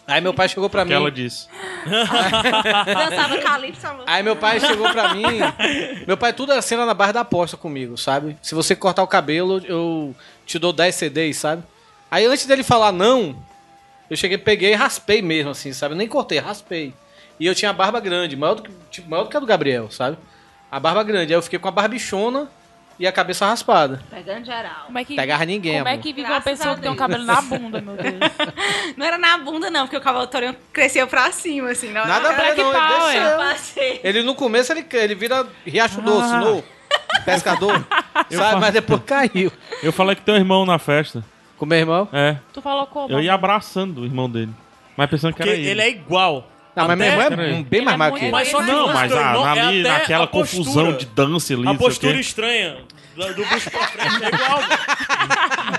[SPEAKER 1] Aí meu pai chegou pra
[SPEAKER 5] que
[SPEAKER 1] mim.
[SPEAKER 5] ela disse.
[SPEAKER 4] Dançava calypso. amor.
[SPEAKER 1] Aí meu pai chegou pra mim. Meu pai, tudo assim, era cena na barra da aposta comigo, sabe? Se você cortar o cabelo, eu te dou 10 CDs, sabe? Aí antes dele falar não, eu cheguei, peguei e raspei mesmo, assim, sabe? Nem cortei, raspei. E eu tinha a barba grande, maior do que, tipo, maior do que a do Gabriel, sabe? A barba grande. Aí eu fiquei com a barbichona e a cabeça raspada.
[SPEAKER 4] Pegando geral.
[SPEAKER 2] Como é que,
[SPEAKER 1] Pegava ninguém,
[SPEAKER 2] como é
[SPEAKER 1] amor.
[SPEAKER 2] que vive uma
[SPEAKER 4] Graças
[SPEAKER 2] pessoa
[SPEAKER 4] a
[SPEAKER 2] que tem um
[SPEAKER 4] Deus.
[SPEAKER 2] cabelo na bunda, meu Deus?
[SPEAKER 4] Não era na bunda, não, porque o cabelo torinho cresceu pra cima, assim. Não
[SPEAKER 1] Nada a ver,
[SPEAKER 4] era
[SPEAKER 2] Black
[SPEAKER 1] não. Ele,
[SPEAKER 2] Power.
[SPEAKER 1] desceu.
[SPEAKER 4] Eu passei.
[SPEAKER 1] ele no começo ele, ele vira riacho doce,
[SPEAKER 5] Ah.
[SPEAKER 1] no pescador,
[SPEAKER 5] Eu
[SPEAKER 1] sabe?
[SPEAKER 5] fa-
[SPEAKER 1] Mas depois caiu.
[SPEAKER 5] Eu falei que tem um irmão na festa.
[SPEAKER 1] Com meu irmão.
[SPEAKER 5] É.
[SPEAKER 2] Tu falou como?
[SPEAKER 5] Eu ia abraçando o irmão dele. Mas pensando que
[SPEAKER 3] Porque
[SPEAKER 5] era ele.
[SPEAKER 3] ele é igual.
[SPEAKER 1] Não, mas meu irmão
[SPEAKER 5] Pera
[SPEAKER 1] é
[SPEAKER 5] aí.
[SPEAKER 1] bem mais
[SPEAKER 2] é
[SPEAKER 1] magro
[SPEAKER 2] muito
[SPEAKER 1] que eu.
[SPEAKER 2] mais-
[SPEAKER 3] Mas só que
[SPEAKER 5] Não,
[SPEAKER 3] os
[SPEAKER 5] mas
[SPEAKER 3] dois
[SPEAKER 5] a-
[SPEAKER 3] não- é
[SPEAKER 5] ali,
[SPEAKER 3] até
[SPEAKER 5] naquela
[SPEAKER 3] a postura.
[SPEAKER 5] confusão de dança ali,
[SPEAKER 3] A
[SPEAKER 5] não sei o quê.
[SPEAKER 3] postura estranha do do bucho pra frente é igual.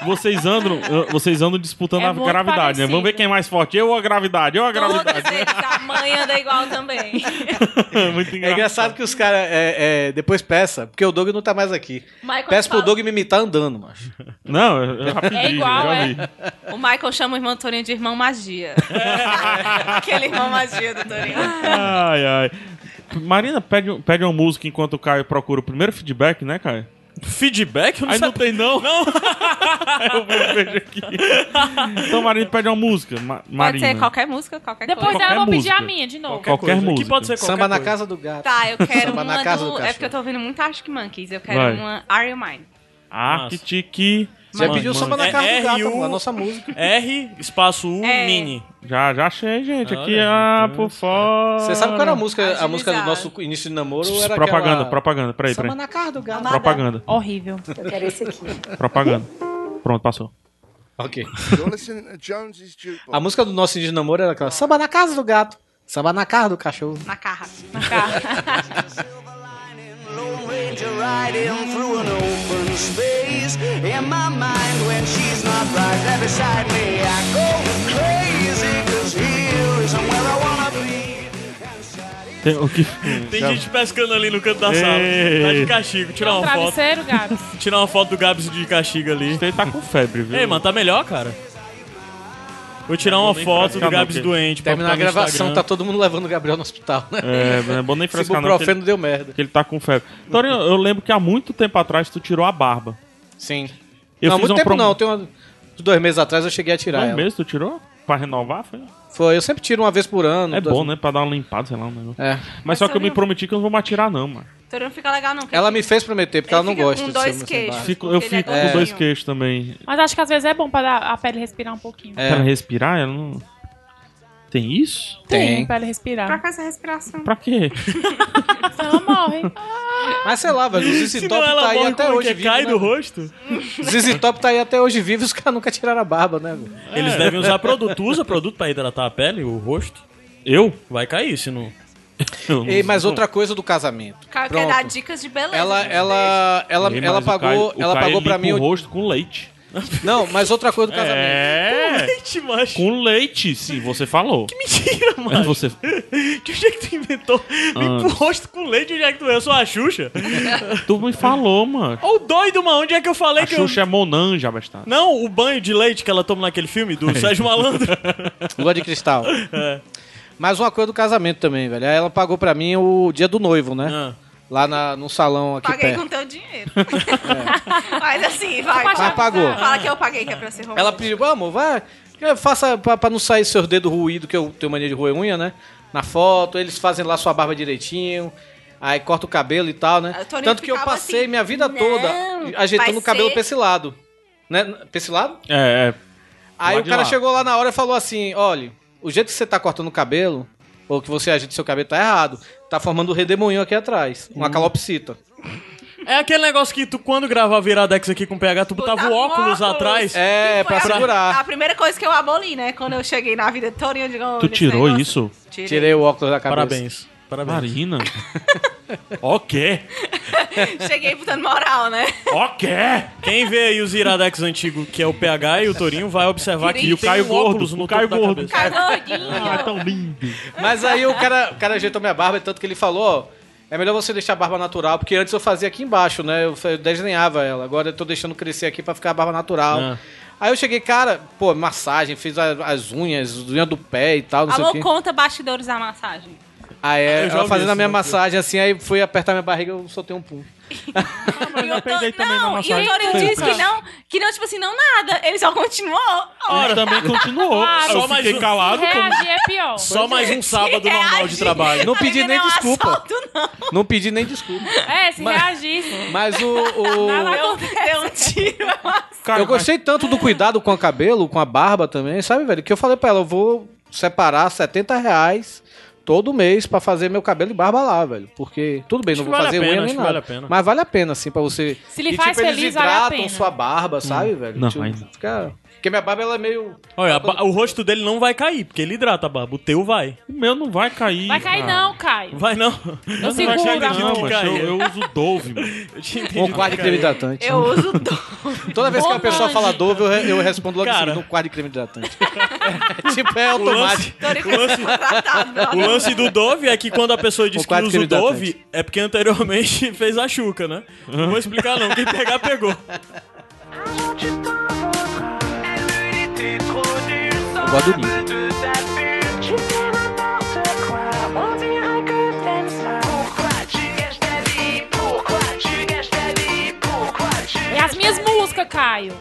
[SPEAKER 5] Vocês andam, vocês andam disputando
[SPEAKER 2] É
[SPEAKER 5] a
[SPEAKER 2] muito
[SPEAKER 5] gravidade, né?
[SPEAKER 2] parecido.
[SPEAKER 5] Vamos ver quem é mais forte. Eu ou a gravidade? Eu ou a gravidade?
[SPEAKER 4] Todas eles, a mãe anda igual também.
[SPEAKER 5] Muito
[SPEAKER 1] É
[SPEAKER 5] engraçado.
[SPEAKER 1] engraçado que os caras é, é, depois peça, porque o Doug não tá mais aqui.
[SPEAKER 4] Michael
[SPEAKER 1] Peça pro
[SPEAKER 4] fala- É
[SPEAKER 1] Doug me imitar andando, macho.
[SPEAKER 5] Não, eu eu já pedi,
[SPEAKER 2] É igual,
[SPEAKER 5] eu já
[SPEAKER 2] é.
[SPEAKER 5] vi.
[SPEAKER 4] O Michael chama o irmão do Torinho de irmão magia. Aquele irmão magia do Torinho.
[SPEAKER 5] Ai, ai. Marina, pede, um- pede uma música enquanto o Caio procura o primeiro feedback, né, Caio?
[SPEAKER 3] Feedback? Eu não
[SPEAKER 5] Aí não
[SPEAKER 3] sabia.
[SPEAKER 5] tem não.
[SPEAKER 3] Não.
[SPEAKER 5] Eu vejo aqui. Então, Marina, pede uma música. Ma
[SPEAKER 4] Pode
[SPEAKER 5] Marina.
[SPEAKER 4] ser qualquer música, qualquer
[SPEAKER 2] Depois
[SPEAKER 4] coisa.
[SPEAKER 5] Qualquer
[SPEAKER 2] dela, eu vou pedir a
[SPEAKER 5] música.
[SPEAKER 2] minha de novo.
[SPEAKER 5] Qualquer
[SPEAKER 3] coisa.
[SPEAKER 5] música.
[SPEAKER 3] Que pode ser qualquer
[SPEAKER 1] Samba na
[SPEAKER 3] coisa.
[SPEAKER 1] casa do gato.
[SPEAKER 4] Tá, eu quero
[SPEAKER 1] Samba na
[SPEAKER 4] uma
[SPEAKER 1] casa do
[SPEAKER 4] do... É
[SPEAKER 1] cachorro.
[SPEAKER 4] porque eu tô ouvindo muito Arctic Monkeys. Eu quero
[SPEAKER 5] Vai.
[SPEAKER 4] uma Are You Mine.
[SPEAKER 5] Arctic.
[SPEAKER 1] Já
[SPEAKER 5] Mano,
[SPEAKER 1] pediu samba
[SPEAKER 5] mano.
[SPEAKER 1] na casa
[SPEAKER 3] É
[SPEAKER 1] do gato,
[SPEAKER 3] RU.
[SPEAKER 1] amor, a nossa música.
[SPEAKER 3] R, espaço U,
[SPEAKER 4] É.
[SPEAKER 3] mini.
[SPEAKER 5] Já, já achei, gente. Aqui,
[SPEAKER 3] Olha,
[SPEAKER 5] ah,
[SPEAKER 3] então,
[SPEAKER 5] por fora.
[SPEAKER 1] Você sabe qual era a música, a
[SPEAKER 4] Agilizar.
[SPEAKER 1] música do nosso início de namoro? Era
[SPEAKER 5] Propaganda,
[SPEAKER 1] aquela...
[SPEAKER 5] propaganda. Peraí,
[SPEAKER 1] Samba
[SPEAKER 5] peraí.
[SPEAKER 1] na casa do gato.
[SPEAKER 5] Propaganda,
[SPEAKER 2] Horrível.
[SPEAKER 5] propaganda. Pronto, passou.
[SPEAKER 1] Ok.
[SPEAKER 6] You're listening to Jonesy's Jukebox.
[SPEAKER 1] A música do nosso início de namoro era aquela samba na casa do gato, samba na casa do cachorro.
[SPEAKER 4] Na carra.
[SPEAKER 2] Na cara.
[SPEAKER 7] Lone Ranger riding through an open space. In my mind, when she's not right there beside me, I go crazy, cause here isn't where I wanna be.
[SPEAKER 5] Tem, o que,
[SPEAKER 3] Tem
[SPEAKER 5] já-
[SPEAKER 3] gente pescando ali no canto da
[SPEAKER 5] Ei.
[SPEAKER 3] sala. Tá de castigo. Tirar
[SPEAKER 2] Um
[SPEAKER 3] uma foto.
[SPEAKER 2] travesseiro, Gabs.
[SPEAKER 3] Tirar uma foto do Gabs de castigo ali.
[SPEAKER 5] Ele tá com febre, viu?
[SPEAKER 3] Ei, mano, tá melhor, cara? Vou tirar uma
[SPEAKER 5] nem
[SPEAKER 3] foto
[SPEAKER 5] frescar
[SPEAKER 3] do
[SPEAKER 5] não,
[SPEAKER 3] Gabs
[SPEAKER 5] porque-
[SPEAKER 3] doente. pra
[SPEAKER 1] Terminar a
[SPEAKER 3] botar no
[SPEAKER 1] gravação, tá
[SPEAKER 3] Instagram.
[SPEAKER 1] todo mundo levando o Gabriel no hospital, né?
[SPEAKER 5] É, não é bom nem
[SPEAKER 1] Esse
[SPEAKER 5] frescar não, porque
[SPEAKER 1] buprofeno
[SPEAKER 5] ele,
[SPEAKER 1] deu merda.
[SPEAKER 5] porque ele tá com febre. Torinho, eu lembro que há muito tempo atrás tu tirou a barba.
[SPEAKER 1] Sim.
[SPEAKER 5] Eu
[SPEAKER 1] não, há
[SPEAKER 5] fiz
[SPEAKER 1] muito
[SPEAKER 5] uma
[SPEAKER 1] tempo
[SPEAKER 5] promo-
[SPEAKER 1] não, tem uma- uns dois meses atrás eu cheguei a tirar
[SPEAKER 5] Dois
[SPEAKER 1] ela.
[SPEAKER 5] meses tu tirou? Pra renovar, foi?
[SPEAKER 1] Foi, eu sempre tiro uma vez por ano.
[SPEAKER 5] É
[SPEAKER 1] duas-
[SPEAKER 5] bom, né? Pra dar uma limpada, sei lá, um negócio.
[SPEAKER 1] É.
[SPEAKER 5] Mas, só que eu me
[SPEAKER 4] Torinho-
[SPEAKER 5] prometi que eu não vou mais tirar não, mano.
[SPEAKER 4] Torinho não fica legal, não. porque
[SPEAKER 1] Ela me fez prometer, porque ela não
[SPEAKER 4] fica
[SPEAKER 1] gosta
[SPEAKER 4] com
[SPEAKER 1] de
[SPEAKER 4] dois
[SPEAKER 1] ser
[SPEAKER 4] queixos.
[SPEAKER 1] queixos.
[SPEAKER 5] Fico- eu
[SPEAKER 4] Porque ele
[SPEAKER 5] fico
[SPEAKER 4] é
[SPEAKER 5] com dois
[SPEAKER 4] gordinho.
[SPEAKER 5] queixos também.
[SPEAKER 2] Mas acho que às vezes é bom pra dar- a pele respirar um pouquinho.
[SPEAKER 1] É.
[SPEAKER 5] Pra ela respirar, ela não... Tem isso?
[SPEAKER 1] Tem.
[SPEAKER 2] pra ela
[SPEAKER 4] Pra
[SPEAKER 2] respirar.
[SPEAKER 4] com essa respiração.
[SPEAKER 5] Pra quê?
[SPEAKER 2] Senão ela morre.
[SPEAKER 1] Mas sei lá, velho, o
[SPEAKER 3] Se
[SPEAKER 1] Zizi
[SPEAKER 3] não
[SPEAKER 1] Top tá
[SPEAKER 3] ela
[SPEAKER 1] aí
[SPEAKER 3] morre,
[SPEAKER 1] até
[SPEAKER 3] como é
[SPEAKER 1] hoje
[SPEAKER 3] que é? cai do
[SPEAKER 1] vivo. Né?
[SPEAKER 3] rosto?
[SPEAKER 1] Zizi Top tá aí até hoje vivo e os caras nunca tiraram a barba, né, velho?
[SPEAKER 3] Eles devem usar produto. Tu usa produto pra hidratar a pele, o rosto?
[SPEAKER 5] Eu?
[SPEAKER 3] Vai cair, se não...
[SPEAKER 5] eu não-
[SPEAKER 1] Ei, mas
[SPEAKER 5] não-
[SPEAKER 1] outra coisa do casamento.
[SPEAKER 4] Caio quer
[SPEAKER 1] Pronto.
[SPEAKER 4] dar dicas de beleza. né?
[SPEAKER 1] Ela, é
[SPEAKER 4] gente.
[SPEAKER 1] ela, ela,
[SPEAKER 5] Ei, mas
[SPEAKER 1] ela
[SPEAKER 5] o Caio-
[SPEAKER 1] pagou,
[SPEAKER 5] o
[SPEAKER 1] ela
[SPEAKER 5] Caio
[SPEAKER 1] pagou pra
[SPEAKER 5] limpa
[SPEAKER 1] mim.
[SPEAKER 5] o
[SPEAKER 1] o-
[SPEAKER 5] rosto com leite.
[SPEAKER 1] Não, mas outra coisa do casamento.
[SPEAKER 5] É.
[SPEAKER 3] Leite, macho.
[SPEAKER 5] Com leite, sim, você falou.
[SPEAKER 3] Mentira, mano.
[SPEAKER 5] Você...
[SPEAKER 3] De onde é que tu inventou? Limpa o rosto com leite, onde é que tu é? Eu sou a Xuxa?
[SPEAKER 5] Tu me falou, mano.
[SPEAKER 3] Ô, doido, mano, onde é que eu falei
[SPEAKER 5] A
[SPEAKER 3] que
[SPEAKER 5] Xuxa
[SPEAKER 3] eu...
[SPEAKER 5] é Monange, abestado.
[SPEAKER 3] Não, o banho de leite que ela toma naquele filme
[SPEAKER 5] É.
[SPEAKER 3] do Sérgio Malandro.
[SPEAKER 1] Lua de cristal. É. Mas uma coisa do casamento também, velho. Aí Ela pagou pra mim o dia do noivo, né?
[SPEAKER 3] Ah.
[SPEAKER 1] Lá na, no salão aqui
[SPEAKER 4] Paguei
[SPEAKER 1] perto.
[SPEAKER 4] com teu dinheiro. Mas assim, vai.
[SPEAKER 2] Mas
[SPEAKER 4] fala-
[SPEAKER 1] É. pagou.
[SPEAKER 4] Fala que eu paguei, que é pra ser romântico.
[SPEAKER 1] Ela pediu, amor, vai. é, Faça pra, pra não sair seus dedos ruídos, que eu tenho mania de roer unha, né? Na foto, eles fazem lá sua barba direitinho. Aí corta o cabelo e tal, né?
[SPEAKER 4] O Toninho
[SPEAKER 1] Tanto que eu
[SPEAKER 4] ficava
[SPEAKER 1] passei
[SPEAKER 4] assim,
[SPEAKER 1] minha vida
[SPEAKER 4] "Não,
[SPEAKER 1] toda
[SPEAKER 4] vai
[SPEAKER 1] ajeitando o cabelo
[SPEAKER 4] ser-
[SPEAKER 1] pra esse lado. Né? Pra esse lado?
[SPEAKER 5] É, é.
[SPEAKER 1] Aí
[SPEAKER 5] Lá
[SPEAKER 1] o
[SPEAKER 5] de
[SPEAKER 1] cara
[SPEAKER 5] lá.
[SPEAKER 1] chegou lá na hora e falou assim: olha, o jeito que você tá cortando o cabelo, ou que você ajeita seu cabelo, tá errado. Tá formando um redemoinho aqui atrás.
[SPEAKER 3] Hum.
[SPEAKER 1] Uma calopsita.
[SPEAKER 3] É aquele negócio que tu, quando gravava Viradex aqui com o PH, tu tá botava o
[SPEAKER 4] Botava
[SPEAKER 3] óculos
[SPEAKER 4] óculos.
[SPEAKER 3] atrás.
[SPEAKER 1] É,
[SPEAKER 4] Que foi
[SPEAKER 1] pra
[SPEAKER 4] a- A
[SPEAKER 1] segurar.
[SPEAKER 4] primeira coisa que eu aboli, né? Quando eu cheguei na vida toda, eu digo... olha,
[SPEAKER 5] Tu
[SPEAKER 4] esse
[SPEAKER 5] tirou
[SPEAKER 4] negócio-
[SPEAKER 5] isso?
[SPEAKER 4] Tirei.
[SPEAKER 1] Tirei o óculos da cabeça.
[SPEAKER 3] Parabéns. Parabéns.
[SPEAKER 5] Marina. ok.
[SPEAKER 4] Cheguei botando moral, né?
[SPEAKER 5] Ok!
[SPEAKER 3] Quem vê aí os Iradex antigos, que é o PH e o Torinho, vai observar que
[SPEAKER 5] E o
[SPEAKER 3] tem
[SPEAKER 5] Caio
[SPEAKER 3] um
[SPEAKER 5] Gordo,
[SPEAKER 3] óculos no
[SPEAKER 5] o Caio
[SPEAKER 3] topo da
[SPEAKER 5] Gordo.
[SPEAKER 3] cabeça.
[SPEAKER 4] Tá
[SPEAKER 5] Ah,
[SPEAKER 4] gordinho.
[SPEAKER 5] tão lindo.
[SPEAKER 1] Mas aí o cara, o cara ajeitou minha barba, tanto que ele falou, ó, é melhor você deixar a barba natural, porque antes eu fazia aqui embaixo, né? Eu fa- eu desenhava ela. Agora eu tô deixando crescer aqui pra ficar a barba natural.
[SPEAKER 3] Ah.
[SPEAKER 1] Aí eu cheguei, cara, pô, massagem, fiz a- as, unhas, as unhas do pé e tal, não
[SPEAKER 4] Alô,
[SPEAKER 1] sei o quê.
[SPEAKER 4] conta bastidores da massagem.
[SPEAKER 1] Aí
[SPEAKER 3] Ah, Eu já
[SPEAKER 1] ela
[SPEAKER 3] ouvi
[SPEAKER 1] fazendo
[SPEAKER 3] isso,
[SPEAKER 1] a minha
[SPEAKER 3] né?
[SPEAKER 1] massagem assim, aí fui apertar minha barriga, eu soltei um pum.
[SPEAKER 4] E o
[SPEAKER 5] peidei
[SPEAKER 4] Tor-
[SPEAKER 5] também na
[SPEAKER 4] Não, e
[SPEAKER 5] massagem.
[SPEAKER 4] o Torinho
[SPEAKER 5] Foi,
[SPEAKER 4] disse que
[SPEAKER 5] cara.
[SPEAKER 4] não, que não, tipo assim, não nada. Ele só continuou.
[SPEAKER 5] Ele também continuou.
[SPEAKER 2] Claro.
[SPEAKER 5] eu
[SPEAKER 3] Só mais
[SPEAKER 5] fiquei
[SPEAKER 3] um.
[SPEAKER 5] calado.
[SPEAKER 2] Reagir é pior.
[SPEAKER 3] Só mais um sábado normal de
[SPEAKER 4] Reage.
[SPEAKER 3] trabalho.
[SPEAKER 1] Não pedi
[SPEAKER 4] Ele
[SPEAKER 1] nem
[SPEAKER 4] não
[SPEAKER 1] desculpa.
[SPEAKER 4] assalto, não.
[SPEAKER 1] Não pedi nem desculpa.
[SPEAKER 2] É, se
[SPEAKER 1] Mas-
[SPEAKER 2] reagisse.
[SPEAKER 1] Mas o. o-
[SPEAKER 4] Deu, deu um tiro.
[SPEAKER 5] Cara,
[SPEAKER 1] eu gostei tanto do cuidado com o cabelo, com a barba também, sabe, velho? Que eu falei pra ela, eu vou separar R$ 70 reais todo mês pra fazer meu cabelo e barba lá, velho. Porque, tudo bem,
[SPEAKER 3] Acho
[SPEAKER 1] não
[SPEAKER 3] que
[SPEAKER 1] vou
[SPEAKER 3] vale a
[SPEAKER 1] fazer
[SPEAKER 3] pena,
[SPEAKER 1] unha
[SPEAKER 3] acho
[SPEAKER 1] nem
[SPEAKER 3] que
[SPEAKER 1] nada.
[SPEAKER 3] vale a pena.
[SPEAKER 1] Mas vale a pena, assim, pra você...
[SPEAKER 2] Se lhe
[SPEAKER 1] e,
[SPEAKER 2] faz
[SPEAKER 1] tipo,
[SPEAKER 2] feliz,
[SPEAKER 1] eles
[SPEAKER 2] vale a
[SPEAKER 1] hidratam
[SPEAKER 2] pena.
[SPEAKER 1] sua barba, sabe, velho?
[SPEAKER 5] Não,
[SPEAKER 1] tipo,
[SPEAKER 5] mas-
[SPEAKER 1] fica... Porque minha barba, ela é meio...
[SPEAKER 3] Olha, a ba- o rosto dele não vai cair, porque ele hidrata a barba. O teu vai.
[SPEAKER 5] O meu não vai cair.
[SPEAKER 2] Vai cair
[SPEAKER 5] cara.
[SPEAKER 2] não, Caio.
[SPEAKER 3] Vai não.
[SPEAKER 2] Eu
[SPEAKER 5] Não vai
[SPEAKER 2] seguro.
[SPEAKER 5] cair
[SPEAKER 2] Segura.
[SPEAKER 5] não,
[SPEAKER 3] Que
[SPEAKER 5] macho.
[SPEAKER 3] caia.
[SPEAKER 5] Eu, eu uso Dove, mano.
[SPEAKER 3] Eu tinha entendido
[SPEAKER 1] Um quadro de
[SPEAKER 3] que
[SPEAKER 1] creme
[SPEAKER 3] caía.
[SPEAKER 1] hidratante.
[SPEAKER 4] Eu uso dor.
[SPEAKER 1] Toda vez que a pessoa fala Dove, eu, re- eu respondo logo
[SPEAKER 3] Cara.
[SPEAKER 1] assim, no quadro de creme hidratante. é, tipo, é
[SPEAKER 3] O lance-
[SPEAKER 1] automático.
[SPEAKER 4] Torinho contratado, meu
[SPEAKER 3] O
[SPEAKER 4] Deus.
[SPEAKER 3] lance do Dove é que quando a pessoa diz
[SPEAKER 1] O
[SPEAKER 3] que
[SPEAKER 1] quadro
[SPEAKER 3] usa o
[SPEAKER 1] que ele
[SPEAKER 3] Dove, é porque anteriormente fez a chuca, né? Não vou explicar não, quem pegar, pegou.
[SPEAKER 1] Eu gosto do Nino.
[SPEAKER 2] É as minhas músicas, Caio.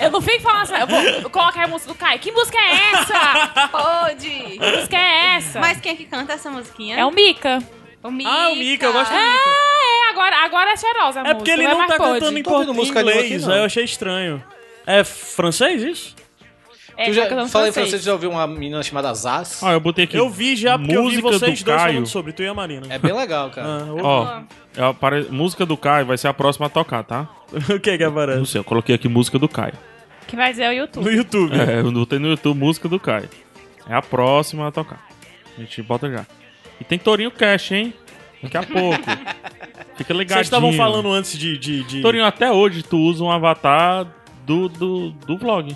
[SPEAKER 2] eu não fico falando assim, eu vou eu colocar a música do Caio. Que música é essa?
[SPEAKER 4] Pode.
[SPEAKER 2] Que música é essa?
[SPEAKER 4] Mas quem é um- que canta essa musiquinha?
[SPEAKER 2] É o Mica.
[SPEAKER 4] o Mika.
[SPEAKER 3] Ah, o Mika, eu gosto do Mika.
[SPEAKER 2] É, é, agora, agora é cheirosa a música.
[SPEAKER 3] É
[SPEAKER 2] né?
[SPEAKER 3] porque ele
[SPEAKER 2] vai
[SPEAKER 3] não
[SPEAKER 2] mais
[SPEAKER 3] tá
[SPEAKER 2] pode.
[SPEAKER 3] cantando em
[SPEAKER 1] Tô ouvindo
[SPEAKER 3] português,
[SPEAKER 1] música nenhuma aqui,
[SPEAKER 3] inglês,
[SPEAKER 1] não.
[SPEAKER 3] aí eu achei estranho. É francês isso?
[SPEAKER 2] É,
[SPEAKER 1] tu
[SPEAKER 2] tá
[SPEAKER 1] já
[SPEAKER 2] cantando
[SPEAKER 1] falei pra você, tu já ouviu uma menina chamada Zaz?
[SPEAKER 5] Ah, eu botei aqui.
[SPEAKER 3] Eu vi já, porque
[SPEAKER 5] música
[SPEAKER 3] eu vi vocês
[SPEAKER 5] do
[SPEAKER 3] dois
[SPEAKER 5] Caio.
[SPEAKER 3] falando sobre, tu e a Marina.
[SPEAKER 1] É bem legal, cara.
[SPEAKER 3] Ah, o-
[SPEAKER 5] Ó, é a pare- música do Caio vai ser a próxima a tocar, tá?
[SPEAKER 3] o que que
[SPEAKER 5] Não
[SPEAKER 3] aparece?
[SPEAKER 5] sei, eu coloquei aqui música do Caio.
[SPEAKER 2] Que vai dizer o YouTube.
[SPEAKER 3] No YouTube.
[SPEAKER 5] É, eu botei no YouTube música do Caio. É a próxima a tocar. A gente bota já. E tem Torinho Cash, hein? Daqui a pouco. Fica ligadinho.
[SPEAKER 3] Vocês estavam falando antes de... de, de...
[SPEAKER 5] Torinho, até hoje tu usa um avatar do, do, do vlog.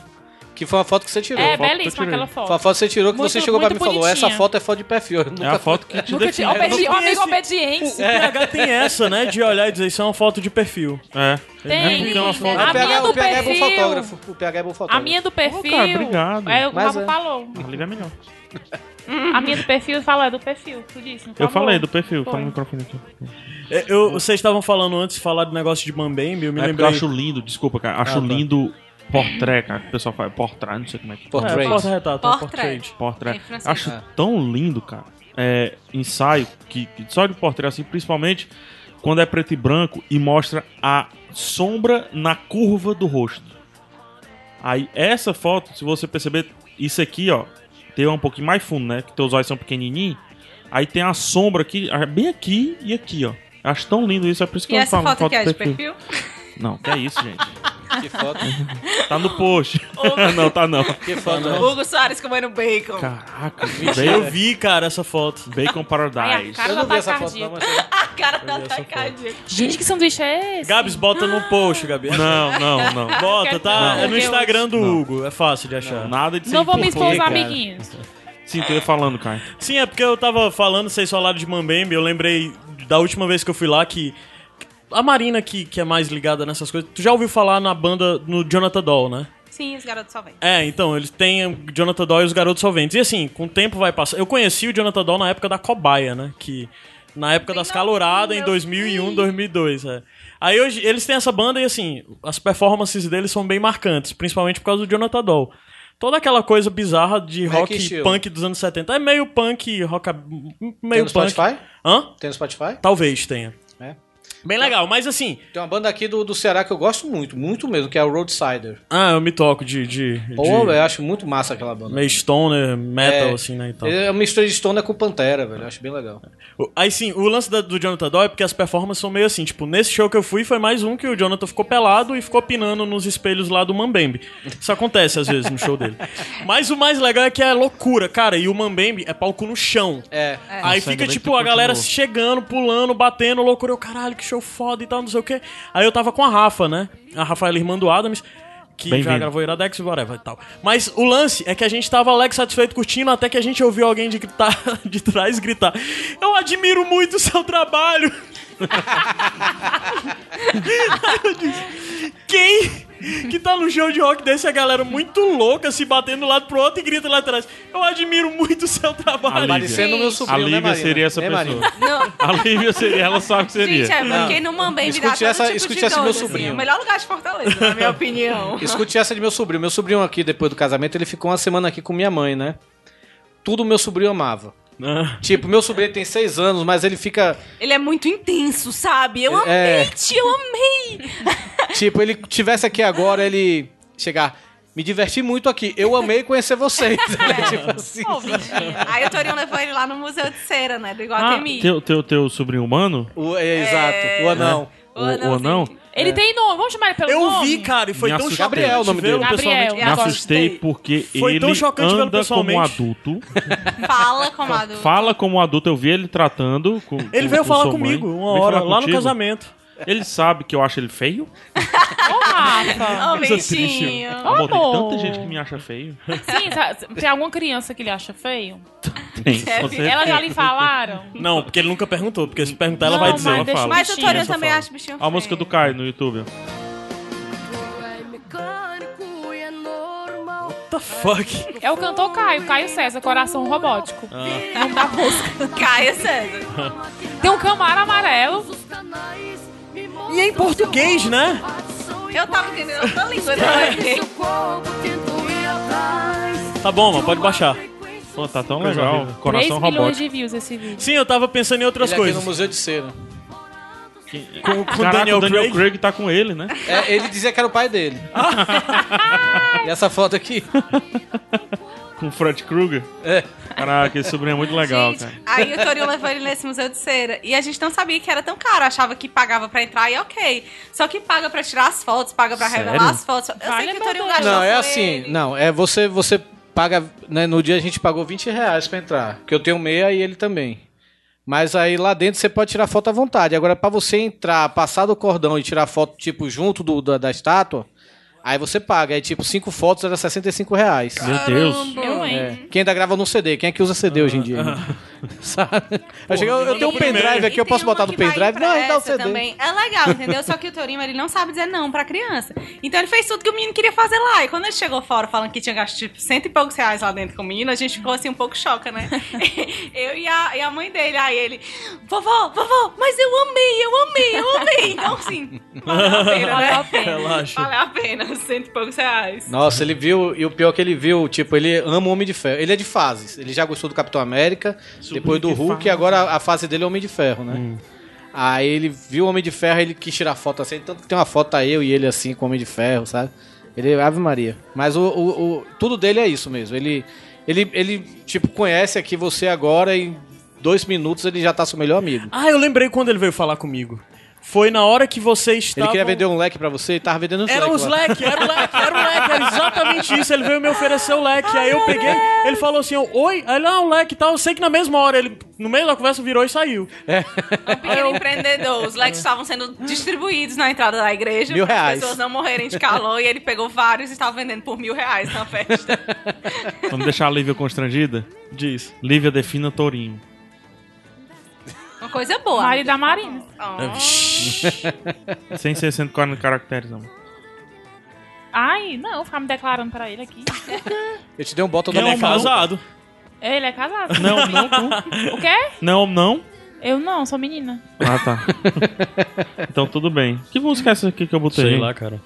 [SPEAKER 1] Que foi uma foto que você tirou.
[SPEAKER 2] É,
[SPEAKER 5] foto que eu
[SPEAKER 2] belíssima
[SPEAKER 5] tirei.
[SPEAKER 2] aquela
[SPEAKER 1] Foi uma
[SPEAKER 2] foto.
[SPEAKER 1] foto que você tirou que
[SPEAKER 2] Muito-
[SPEAKER 1] você chegou pra mim
[SPEAKER 2] muito
[SPEAKER 1] e falou: essa
[SPEAKER 2] bonitinha.
[SPEAKER 1] foto é foto de perfil. Eu nunca
[SPEAKER 5] É a foto que te
[SPEAKER 2] Nunca te...
[SPEAKER 5] define.
[SPEAKER 2] Obedi...
[SPEAKER 3] Não conheço.
[SPEAKER 2] Amigo, obediência.
[SPEAKER 3] PH tem essa, né? De olhar e dizer, isso é uma foto de perfil.
[SPEAKER 5] É.
[SPEAKER 2] Tem.
[SPEAKER 5] É porque é uma foto-
[SPEAKER 1] O
[SPEAKER 2] A
[SPEAKER 1] PH,
[SPEAKER 2] minha
[SPEAKER 1] o
[SPEAKER 2] do
[SPEAKER 1] PH é bom
[SPEAKER 2] perfil.
[SPEAKER 1] fotógrafo. O PH é bom fotógrafo.
[SPEAKER 2] A minha do perfil.
[SPEAKER 5] cara, obrigado.
[SPEAKER 2] É, o
[SPEAKER 1] Mas
[SPEAKER 2] Pablo
[SPEAKER 1] é.
[SPEAKER 2] falou.
[SPEAKER 5] A Lívia é melhor.
[SPEAKER 2] A minha do perfil fala, é do perfil. Tu disse, não
[SPEAKER 5] Eu
[SPEAKER 2] falou.
[SPEAKER 5] falei do perfil, tá
[SPEAKER 2] Foi.
[SPEAKER 5] no microfone aqui.
[SPEAKER 3] É, Eu, vocês estavam falando antes, falar do negócio de Mambembe, eu me
[SPEAKER 5] é porque eu
[SPEAKER 3] lembrei...
[SPEAKER 5] acho lindo, desculpa, cara. Acho
[SPEAKER 3] Ah, tá.
[SPEAKER 5] lindo portré, cara. que O pessoal fala portrá, não sei como é que
[SPEAKER 1] Portrait.
[SPEAKER 3] É, porta-retrato, é
[SPEAKER 4] Portrait.
[SPEAKER 3] portrait.
[SPEAKER 5] Portrait.
[SPEAKER 4] Em francês.
[SPEAKER 5] Acho tão lindo, cara. É, ensaio, que, que só de portrait, assim, principalmente quando é preto e branco e mostra a sombra na curva do rosto. Aí, essa foto, se você perceber, isso aqui, ó, tem um pouquinho mais fundo, né? Que teus olhos são pequenininhos. Aí tem a sombra aqui, ah, bem aqui e aqui, ó. Acho tão lindo isso, é por isso que
[SPEAKER 4] E
[SPEAKER 5] eu
[SPEAKER 4] essa
[SPEAKER 5] falo
[SPEAKER 4] foto aqui é
[SPEAKER 5] do
[SPEAKER 4] de perfil?
[SPEAKER 5] Não, que é isso, gente.
[SPEAKER 1] Que foto.
[SPEAKER 5] Tá no post. não, tá não.
[SPEAKER 1] Que foto.
[SPEAKER 4] Hugo Soares comendo bacon.
[SPEAKER 5] Caraca,
[SPEAKER 3] Eu
[SPEAKER 5] bacon,
[SPEAKER 3] vi, cara, essa foto.
[SPEAKER 5] bacon
[SPEAKER 2] Ai, a
[SPEAKER 5] Paradise.
[SPEAKER 2] cara
[SPEAKER 1] Eu não
[SPEAKER 2] da
[SPEAKER 1] vi essa foto, não,
[SPEAKER 2] tacardia.
[SPEAKER 1] mas.
[SPEAKER 4] A cara tá atacadinha.
[SPEAKER 2] Gente, que sanduíche é esse?
[SPEAKER 3] Gabs, bota no post, Gabi.
[SPEAKER 5] Não, não, não.
[SPEAKER 3] Bota, tá?
[SPEAKER 2] Não.
[SPEAKER 3] É no Instagram do
[SPEAKER 5] Não.
[SPEAKER 3] Hugo, é fácil de achar.
[SPEAKER 5] Nada de ser
[SPEAKER 2] Não vou me
[SPEAKER 5] importante.
[SPEAKER 2] expor,
[SPEAKER 1] cara.
[SPEAKER 2] amiguinhos.
[SPEAKER 5] Sim, tu ia falando, cara.
[SPEAKER 3] Sim, é porque eu tava falando, vocês falaram de Mambembe, eu lembrei da última vez que eu fui lá que. A Marina, que, que é mais ligada nessas coisas, tu já ouviu falar na banda no Jonathan Doll, né?
[SPEAKER 4] Sim, os garotos só vêm.
[SPEAKER 3] É, então, eles têm o Jonathan Doll e os Garotos Solventes. E assim, com o tempo vai passar. Eu conheci o Jonathan Doll na época da cobaia, né? Que. Na época
[SPEAKER 4] Bem
[SPEAKER 3] das caloradas, em
[SPEAKER 4] novinho,
[SPEAKER 3] 2001,
[SPEAKER 4] sim.
[SPEAKER 3] 2002. É. Aí hoje, eles têm essa banda e assim, as performances deles são bem marcantes, principalmente por causa do Jonathan Doll. Toda aquela coisa bizarra de
[SPEAKER 1] Mac
[SPEAKER 3] rock
[SPEAKER 1] Steel.
[SPEAKER 3] punk dos anos 70. É meio punk, rock.
[SPEAKER 1] Tem
[SPEAKER 3] meio
[SPEAKER 1] no
[SPEAKER 3] punk.
[SPEAKER 1] Spotify?
[SPEAKER 3] Hã?
[SPEAKER 1] Tem no Spotify?
[SPEAKER 3] Talvez tenha.
[SPEAKER 1] É.
[SPEAKER 3] Bem legal, mas assim.
[SPEAKER 1] Tem uma banda aqui do, do Ceará que eu gosto muito, muito mesmo, que é o Roadsider.
[SPEAKER 3] Ah, eu me toco de. de, de
[SPEAKER 1] Pô, eu acho muito massa aquela banda.
[SPEAKER 3] meio stoner, metal,
[SPEAKER 1] É.
[SPEAKER 3] assim, né? E tal.
[SPEAKER 1] É uma mistura de Stoner com Pantera, velho. Eu acho bem legal.
[SPEAKER 3] O- Aí sim, o lance da- do Jonathan Doyle é porque as performances são meio assim, tipo, nesse show que eu fui foi mais um que o Jonathan ficou pelado e ficou pinando nos espelhos lá do Mambembe. Isso acontece às vezes no show dele. Mas o mais legal é que é loucura, cara, e o Mambembe é palco no chão.
[SPEAKER 1] É.
[SPEAKER 3] Aí
[SPEAKER 5] Nossa, ainda
[SPEAKER 3] fica
[SPEAKER 5] bem que
[SPEAKER 3] tipo
[SPEAKER 5] tu
[SPEAKER 3] a galera
[SPEAKER 5] continuou.
[SPEAKER 3] chegando, pulando, batendo, loucura. Eu, caralho, que show foda e tal, não sei o quê. Aí eu tava com a Rafa, né? A Rafaela irmã do Adams, que já
[SPEAKER 5] Bem-vindo.
[SPEAKER 3] gravou Iradex e whatever e tal. Mas o lance é que a gente tava alegre, satisfeito, curtindo, até que a gente ouviu alguém de, gritar, de trás gritar: Eu admiro muito o seu trabalho. Aí eu disse, Quem que tá num show de rock desse, a galera muito louca se batendo do lado pro outro e grita lá atrás: Eu admiro muito o seu trabalho.
[SPEAKER 5] Ali.
[SPEAKER 1] Parecendo meu
[SPEAKER 4] Gente.
[SPEAKER 1] sobrinho,
[SPEAKER 5] A
[SPEAKER 1] né,
[SPEAKER 5] Lívia
[SPEAKER 1] Marina?
[SPEAKER 5] seria essa
[SPEAKER 1] Né,
[SPEAKER 5] pessoa.
[SPEAKER 1] Marina?
[SPEAKER 4] Não.
[SPEAKER 5] A Lívia seria, ela sabe que seria.
[SPEAKER 4] Gente, é porque não mandei virar
[SPEAKER 1] Escute
[SPEAKER 4] todo
[SPEAKER 1] essa-
[SPEAKER 4] tipo
[SPEAKER 1] escute
[SPEAKER 4] de
[SPEAKER 1] essa do meu
[SPEAKER 4] doido, assim.
[SPEAKER 1] sobrinho.
[SPEAKER 4] O melhor lugar de Fortaleza, na minha opinião.
[SPEAKER 1] Escute essa de meu sobrinho. Meu sobrinho aqui, depois do casamento, ele ficou uma semana aqui com minha mãe, né? Tudo meu sobrinho amava.
[SPEAKER 5] Ah,
[SPEAKER 1] Tipo, meu sobrinho tem seis anos, mas ele fica.
[SPEAKER 4] Ele é muito intenso, sabe? Eu amei,
[SPEAKER 1] É.
[SPEAKER 4] tia, eu amei.
[SPEAKER 1] Tipo, ele tivesse aqui agora, ele chegar. Me diverti muito aqui. Eu amei conhecer vocês. Ele, tipo assim.
[SPEAKER 2] Ô, bichinho.
[SPEAKER 4] Aí o Torinho levou ele lá no Museu de Cera, né? Do Iguatemi.
[SPEAKER 5] Ah, teu, teu, teu sobrinho humano?
[SPEAKER 1] O- é, exato. O anão.
[SPEAKER 5] O, o anão?
[SPEAKER 2] Ele tem nome, Então vamos chamar ele pelo
[SPEAKER 3] Eu
[SPEAKER 2] nome?
[SPEAKER 3] vi, cara, e foi
[SPEAKER 5] Me
[SPEAKER 3] tão
[SPEAKER 5] assustei.
[SPEAKER 3] chocante
[SPEAKER 1] Gabriel, o nome
[SPEAKER 3] vê-lo
[SPEAKER 1] dele.
[SPEAKER 3] pessoalmente.
[SPEAKER 2] Gabriel.
[SPEAKER 4] Eu
[SPEAKER 5] Me
[SPEAKER 4] gostei.
[SPEAKER 5] assustei porque
[SPEAKER 3] Foi tão
[SPEAKER 5] ele
[SPEAKER 3] chocante vê-lo
[SPEAKER 5] anda como um
[SPEAKER 3] pessoalmente.
[SPEAKER 5] adulto.
[SPEAKER 4] Fala, comado.
[SPEAKER 5] Fala como um adulto, eu vi ele tratando. Com,
[SPEAKER 3] Ele
[SPEAKER 5] com-
[SPEAKER 3] veio
[SPEAKER 5] com
[SPEAKER 3] né? falar
[SPEAKER 5] sua mãe.
[SPEAKER 3] comigo uma
[SPEAKER 5] Veio
[SPEAKER 3] hora,
[SPEAKER 5] falar
[SPEAKER 3] lá no
[SPEAKER 5] contigo.
[SPEAKER 3] casamento.
[SPEAKER 5] Ele sabe que eu acho ele feio.
[SPEAKER 2] Ô, Rafa.
[SPEAKER 4] Ô,
[SPEAKER 5] Coisa triste.
[SPEAKER 4] bichinho.
[SPEAKER 5] Amor, tem
[SPEAKER 2] Amor.
[SPEAKER 5] tanta gente que me acha feio.
[SPEAKER 2] Sim, sabe, tem alguma criança que ele acha feio?
[SPEAKER 5] Tem,
[SPEAKER 4] É,
[SPEAKER 5] com certeza.
[SPEAKER 2] Ela já lhe falaram?
[SPEAKER 3] Não, porque ele nunca perguntou, porque se perguntar ela
[SPEAKER 2] Não,
[SPEAKER 3] vai dizer.
[SPEAKER 2] mas
[SPEAKER 5] ela
[SPEAKER 2] deixa
[SPEAKER 5] fala.
[SPEAKER 2] o
[SPEAKER 4] Mas o
[SPEAKER 2] bichinho.
[SPEAKER 4] Torinho
[SPEAKER 5] só
[SPEAKER 4] também
[SPEAKER 5] fala.
[SPEAKER 4] acha bichinho
[SPEAKER 5] Olha a música do
[SPEAKER 4] feio.
[SPEAKER 5] Caio no YouTube.
[SPEAKER 3] What the fuck?
[SPEAKER 2] É o cantor Caio, Caio César, Coração Robótico.
[SPEAKER 4] Caia César.
[SPEAKER 2] Tem um camaro amarelo.
[SPEAKER 3] E é em português, né?
[SPEAKER 4] Eu tava entendendo outra língua, né?
[SPEAKER 3] Tá bom, mas pode baixar.
[SPEAKER 5] Pô, tá tão
[SPEAKER 3] Coisa
[SPEAKER 5] legal.
[SPEAKER 3] horrível.
[SPEAKER 2] 3
[SPEAKER 5] Coração
[SPEAKER 2] milhões
[SPEAKER 5] robótico.
[SPEAKER 2] de views esse vídeo.
[SPEAKER 3] Sim, eu tava pensando em outras
[SPEAKER 1] Ele aqui no
[SPEAKER 3] coisas.
[SPEAKER 1] Museu de Cera.
[SPEAKER 5] Com,
[SPEAKER 3] é com
[SPEAKER 5] Caraca,
[SPEAKER 3] Daniel
[SPEAKER 5] o Daniel
[SPEAKER 3] Craig.
[SPEAKER 5] Craig. tá com ele, né?
[SPEAKER 1] É, ele dizia que era o pai dele. e essa foto aqui.
[SPEAKER 5] Com o Fred Krueger.
[SPEAKER 1] É.
[SPEAKER 5] Caraca, esse sobrinho é muito legal,
[SPEAKER 4] Gente,
[SPEAKER 5] cara.
[SPEAKER 4] Aí o Torinho levou ele nesse museu de cera. E a gente não sabia que era tão caro. Achava que pagava pra entrar e é ok. Só que paga pra tirar as fotos, paga pra
[SPEAKER 5] Sério?
[SPEAKER 4] revelar as fotos. Eu
[SPEAKER 2] Vale
[SPEAKER 4] sei que o
[SPEAKER 2] meu
[SPEAKER 4] Torinho
[SPEAKER 2] Deus.
[SPEAKER 4] gastou.
[SPEAKER 1] Não, é
[SPEAKER 4] com
[SPEAKER 1] assim.
[SPEAKER 4] Ah, ele.
[SPEAKER 1] Não, é você, você paga. Né, no dia a gente pagou 20 reais pra entrar. Porque eu tenho meia e ele também. Mas aí lá dentro você pode tirar foto à vontade. Agora, pra você entrar, passar do cordão e tirar foto, tipo, junto do, da, da estátua, aí você paga. Aí, tipo, cinco fotos era 65 reais.
[SPEAKER 5] Meu Deus.
[SPEAKER 2] Eu, hein?
[SPEAKER 1] É. Quem ainda grava no CD? Quem é que usa CD hoje em dia? Sabe? eu, cheguei, eu- eu tenho um
[SPEAKER 3] primeiro.
[SPEAKER 1] pendrive aqui,
[SPEAKER 4] E
[SPEAKER 1] eu posso
[SPEAKER 4] tem uma
[SPEAKER 1] botar no
[SPEAKER 4] que vai
[SPEAKER 1] pendrive?
[SPEAKER 4] pra
[SPEAKER 1] Não, ele dá o
[SPEAKER 4] essa
[SPEAKER 1] CD.
[SPEAKER 4] Também. É legal, entendeu? Só que o Torinho, ele não sabe dizer não pra criança. Então ele fez tudo que o menino queria fazer lá. E quando ele chegou fora falando que tinha gasto tipo cento e poucos reais lá dentro com o menino, a gente ficou assim um pouco choca, né? eu e a, e a mãe dele. Aí ele, vovó, vovó, mas eu amei, eu amei, eu amei. Então assim, valeu a pena, né?
[SPEAKER 2] Valeu a pena.
[SPEAKER 3] Relaxa.
[SPEAKER 4] Valeu a pena, cento e poucos reais.
[SPEAKER 1] Nossa, ele viu, e o pior que ele viu, tipo, ele ama o Homem de Ferro. Ele é de fases. Ele já gostou do Capitão América, depois do
[SPEAKER 5] de
[SPEAKER 1] Hulk,
[SPEAKER 5] fase.
[SPEAKER 1] e agora a fase dele é o Homem de Ferro, né? Aí ele viu o Homem de Ferro, ele quis tirar foto assim, tanto que tem uma foto aí, eu e ele assim, com o Homem de Ferro, sabe? Ele, Ave Maria. Mas o, o- o- tudo dele é isso mesmo. Ele, ele, ele, tipo, conhece aqui você agora em dois minutos ele já tá seu melhor amigo.
[SPEAKER 3] Ah, eu lembrei quando ele veio falar comigo. Foi na hora que você
[SPEAKER 1] Ele
[SPEAKER 3] estava.
[SPEAKER 1] queria vender um leque pra você e tava vendendo um
[SPEAKER 3] Tá Era
[SPEAKER 1] leque
[SPEAKER 3] os
[SPEAKER 1] lá.
[SPEAKER 3] leques, era o leque, era o leque, era exatamente isso. Ele veio me oferecer o leque. aí eu peguei, ele falou assim: eu, Oi, aí lá o leque e tal. Eu sei que na mesma hora, ele, no meio da conversa, virou e saiu.
[SPEAKER 4] Um pequeno empreendedor. Os leques estavam sendo distribuídos na entrada da igreja.
[SPEAKER 1] Mil
[SPEAKER 4] pra
[SPEAKER 1] reais.
[SPEAKER 4] As pessoas não morrerem de calor. E ele pegou vários e estava vendendo por mil reais na festa.
[SPEAKER 5] Vamos deixar a Lívia constrangida?
[SPEAKER 3] Diz.
[SPEAKER 5] Lívia defina Torinho.
[SPEAKER 4] Uma coisa boa.
[SPEAKER 2] Marido da Marina.
[SPEAKER 4] Ah,
[SPEAKER 5] Sem 140 caracteres, amor.
[SPEAKER 2] Ai, não, ficar me declarando pra ele aqui.
[SPEAKER 1] Eu te dei um bota no
[SPEAKER 3] Ele é
[SPEAKER 1] mercado.
[SPEAKER 3] casado.
[SPEAKER 2] Ele é casado.
[SPEAKER 5] Não, não,
[SPEAKER 2] O quê?
[SPEAKER 5] não, não.
[SPEAKER 2] Eu não, sou menina.
[SPEAKER 5] Ah, tá. então tudo bem. Que música é essa aqui que eu botei? hein?
[SPEAKER 3] cara.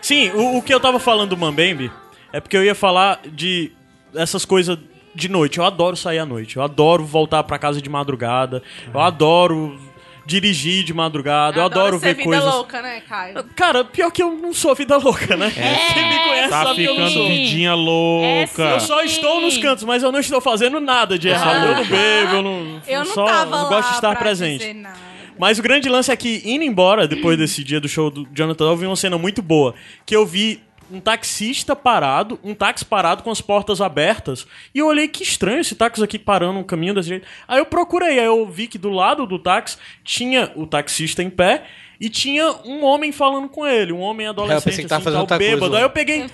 [SPEAKER 3] Sim, o, o que eu tava falando do Mambembe é porque eu ia falar de essas coisas de noite. Eu adoro sair à noite. Eu adoro voltar pra casa de madrugada. Eu
[SPEAKER 5] Uhum.
[SPEAKER 3] adoro dirigir de madrugada. Eu adoro,
[SPEAKER 4] ser
[SPEAKER 3] ver
[SPEAKER 4] vida
[SPEAKER 3] coisas.
[SPEAKER 4] louca, né, Caio?
[SPEAKER 3] Cara, pior que eu não sou vida louca, né?
[SPEAKER 4] É.
[SPEAKER 3] Quem me conhece
[SPEAKER 5] Tá
[SPEAKER 3] sabe que eu não
[SPEAKER 5] ficando
[SPEAKER 3] sou.
[SPEAKER 2] vi-
[SPEAKER 5] vidinha
[SPEAKER 2] É,
[SPEAKER 5] louca.
[SPEAKER 3] Eu só estou nos cantos, mas eu não estou fazendo nada de errado. Eu não bebo, eu não.
[SPEAKER 4] Eu não
[SPEAKER 3] só,
[SPEAKER 4] tava
[SPEAKER 3] eu
[SPEAKER 4] lá
[SPEAKER 3] gosto de estar
[SPEAKER 4] pra
[SPEAKER 3] presente.
[SPEAKER 4] dizer nada.
[SPEAKER 3] Mas o grande lance é que, indo embora, depois desse dia do show do Jonathan, eu vi uma cena muito boa. Que eu vi um taxista parado, um táxi parado com as portas abertas. E eu olhei que estranho esse táxi aqui parando no caminho desse jeito. Aí eu procurei, aí eu vi que do lado do táxi tinha o taxista em pé e tinha um homem falando com ele, um homem adolescente,
[SPEAKER 1] pensei que tava
[SPEAKER 3] assim,
[SPEAKER 1] fazendo
[SPEAKER 3] tal,
[SPEAKER 1] outra coisa, né?
[SPEAKER 3] bêbado.
[SPEAKER 1] ué.
[SPEAKER 3] aí eu peguei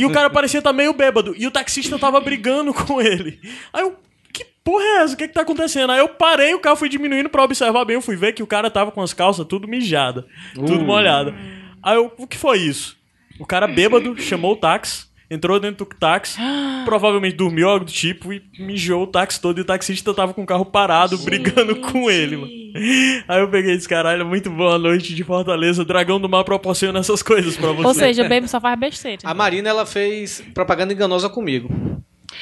[SPEAKER 3] e o cara parecia estar meio bêbado e o taxista tava brigando com ele. Aí eu que porra é essa? O que é que tá acontecendo? Aí eu parei, o carro fui diminuindo pra observar bem, eu fui ver que o cara tava com as calças tudo mijada, tudo molhada. Aí eu, o que foi isso? O cara bêbado chamou o táxi, entrou dentro do táxi, provavelmente dormiu algo do tipo e mijou o táxi todo e o taxista tava com o carro parado, brigando com ele, mano. Aí eu peguei esse caralho, muito boa noite de Fortaleza, Dragão do Mar proporciona essas coisas pra
[SPEAKER 5] é.
[SPEAKER 3] você.
[SPEAKER 2] Ou seja, bebo só faz besteira.
[SPEAKER 1] A Marina, ela fez propaganda enganosa comigo.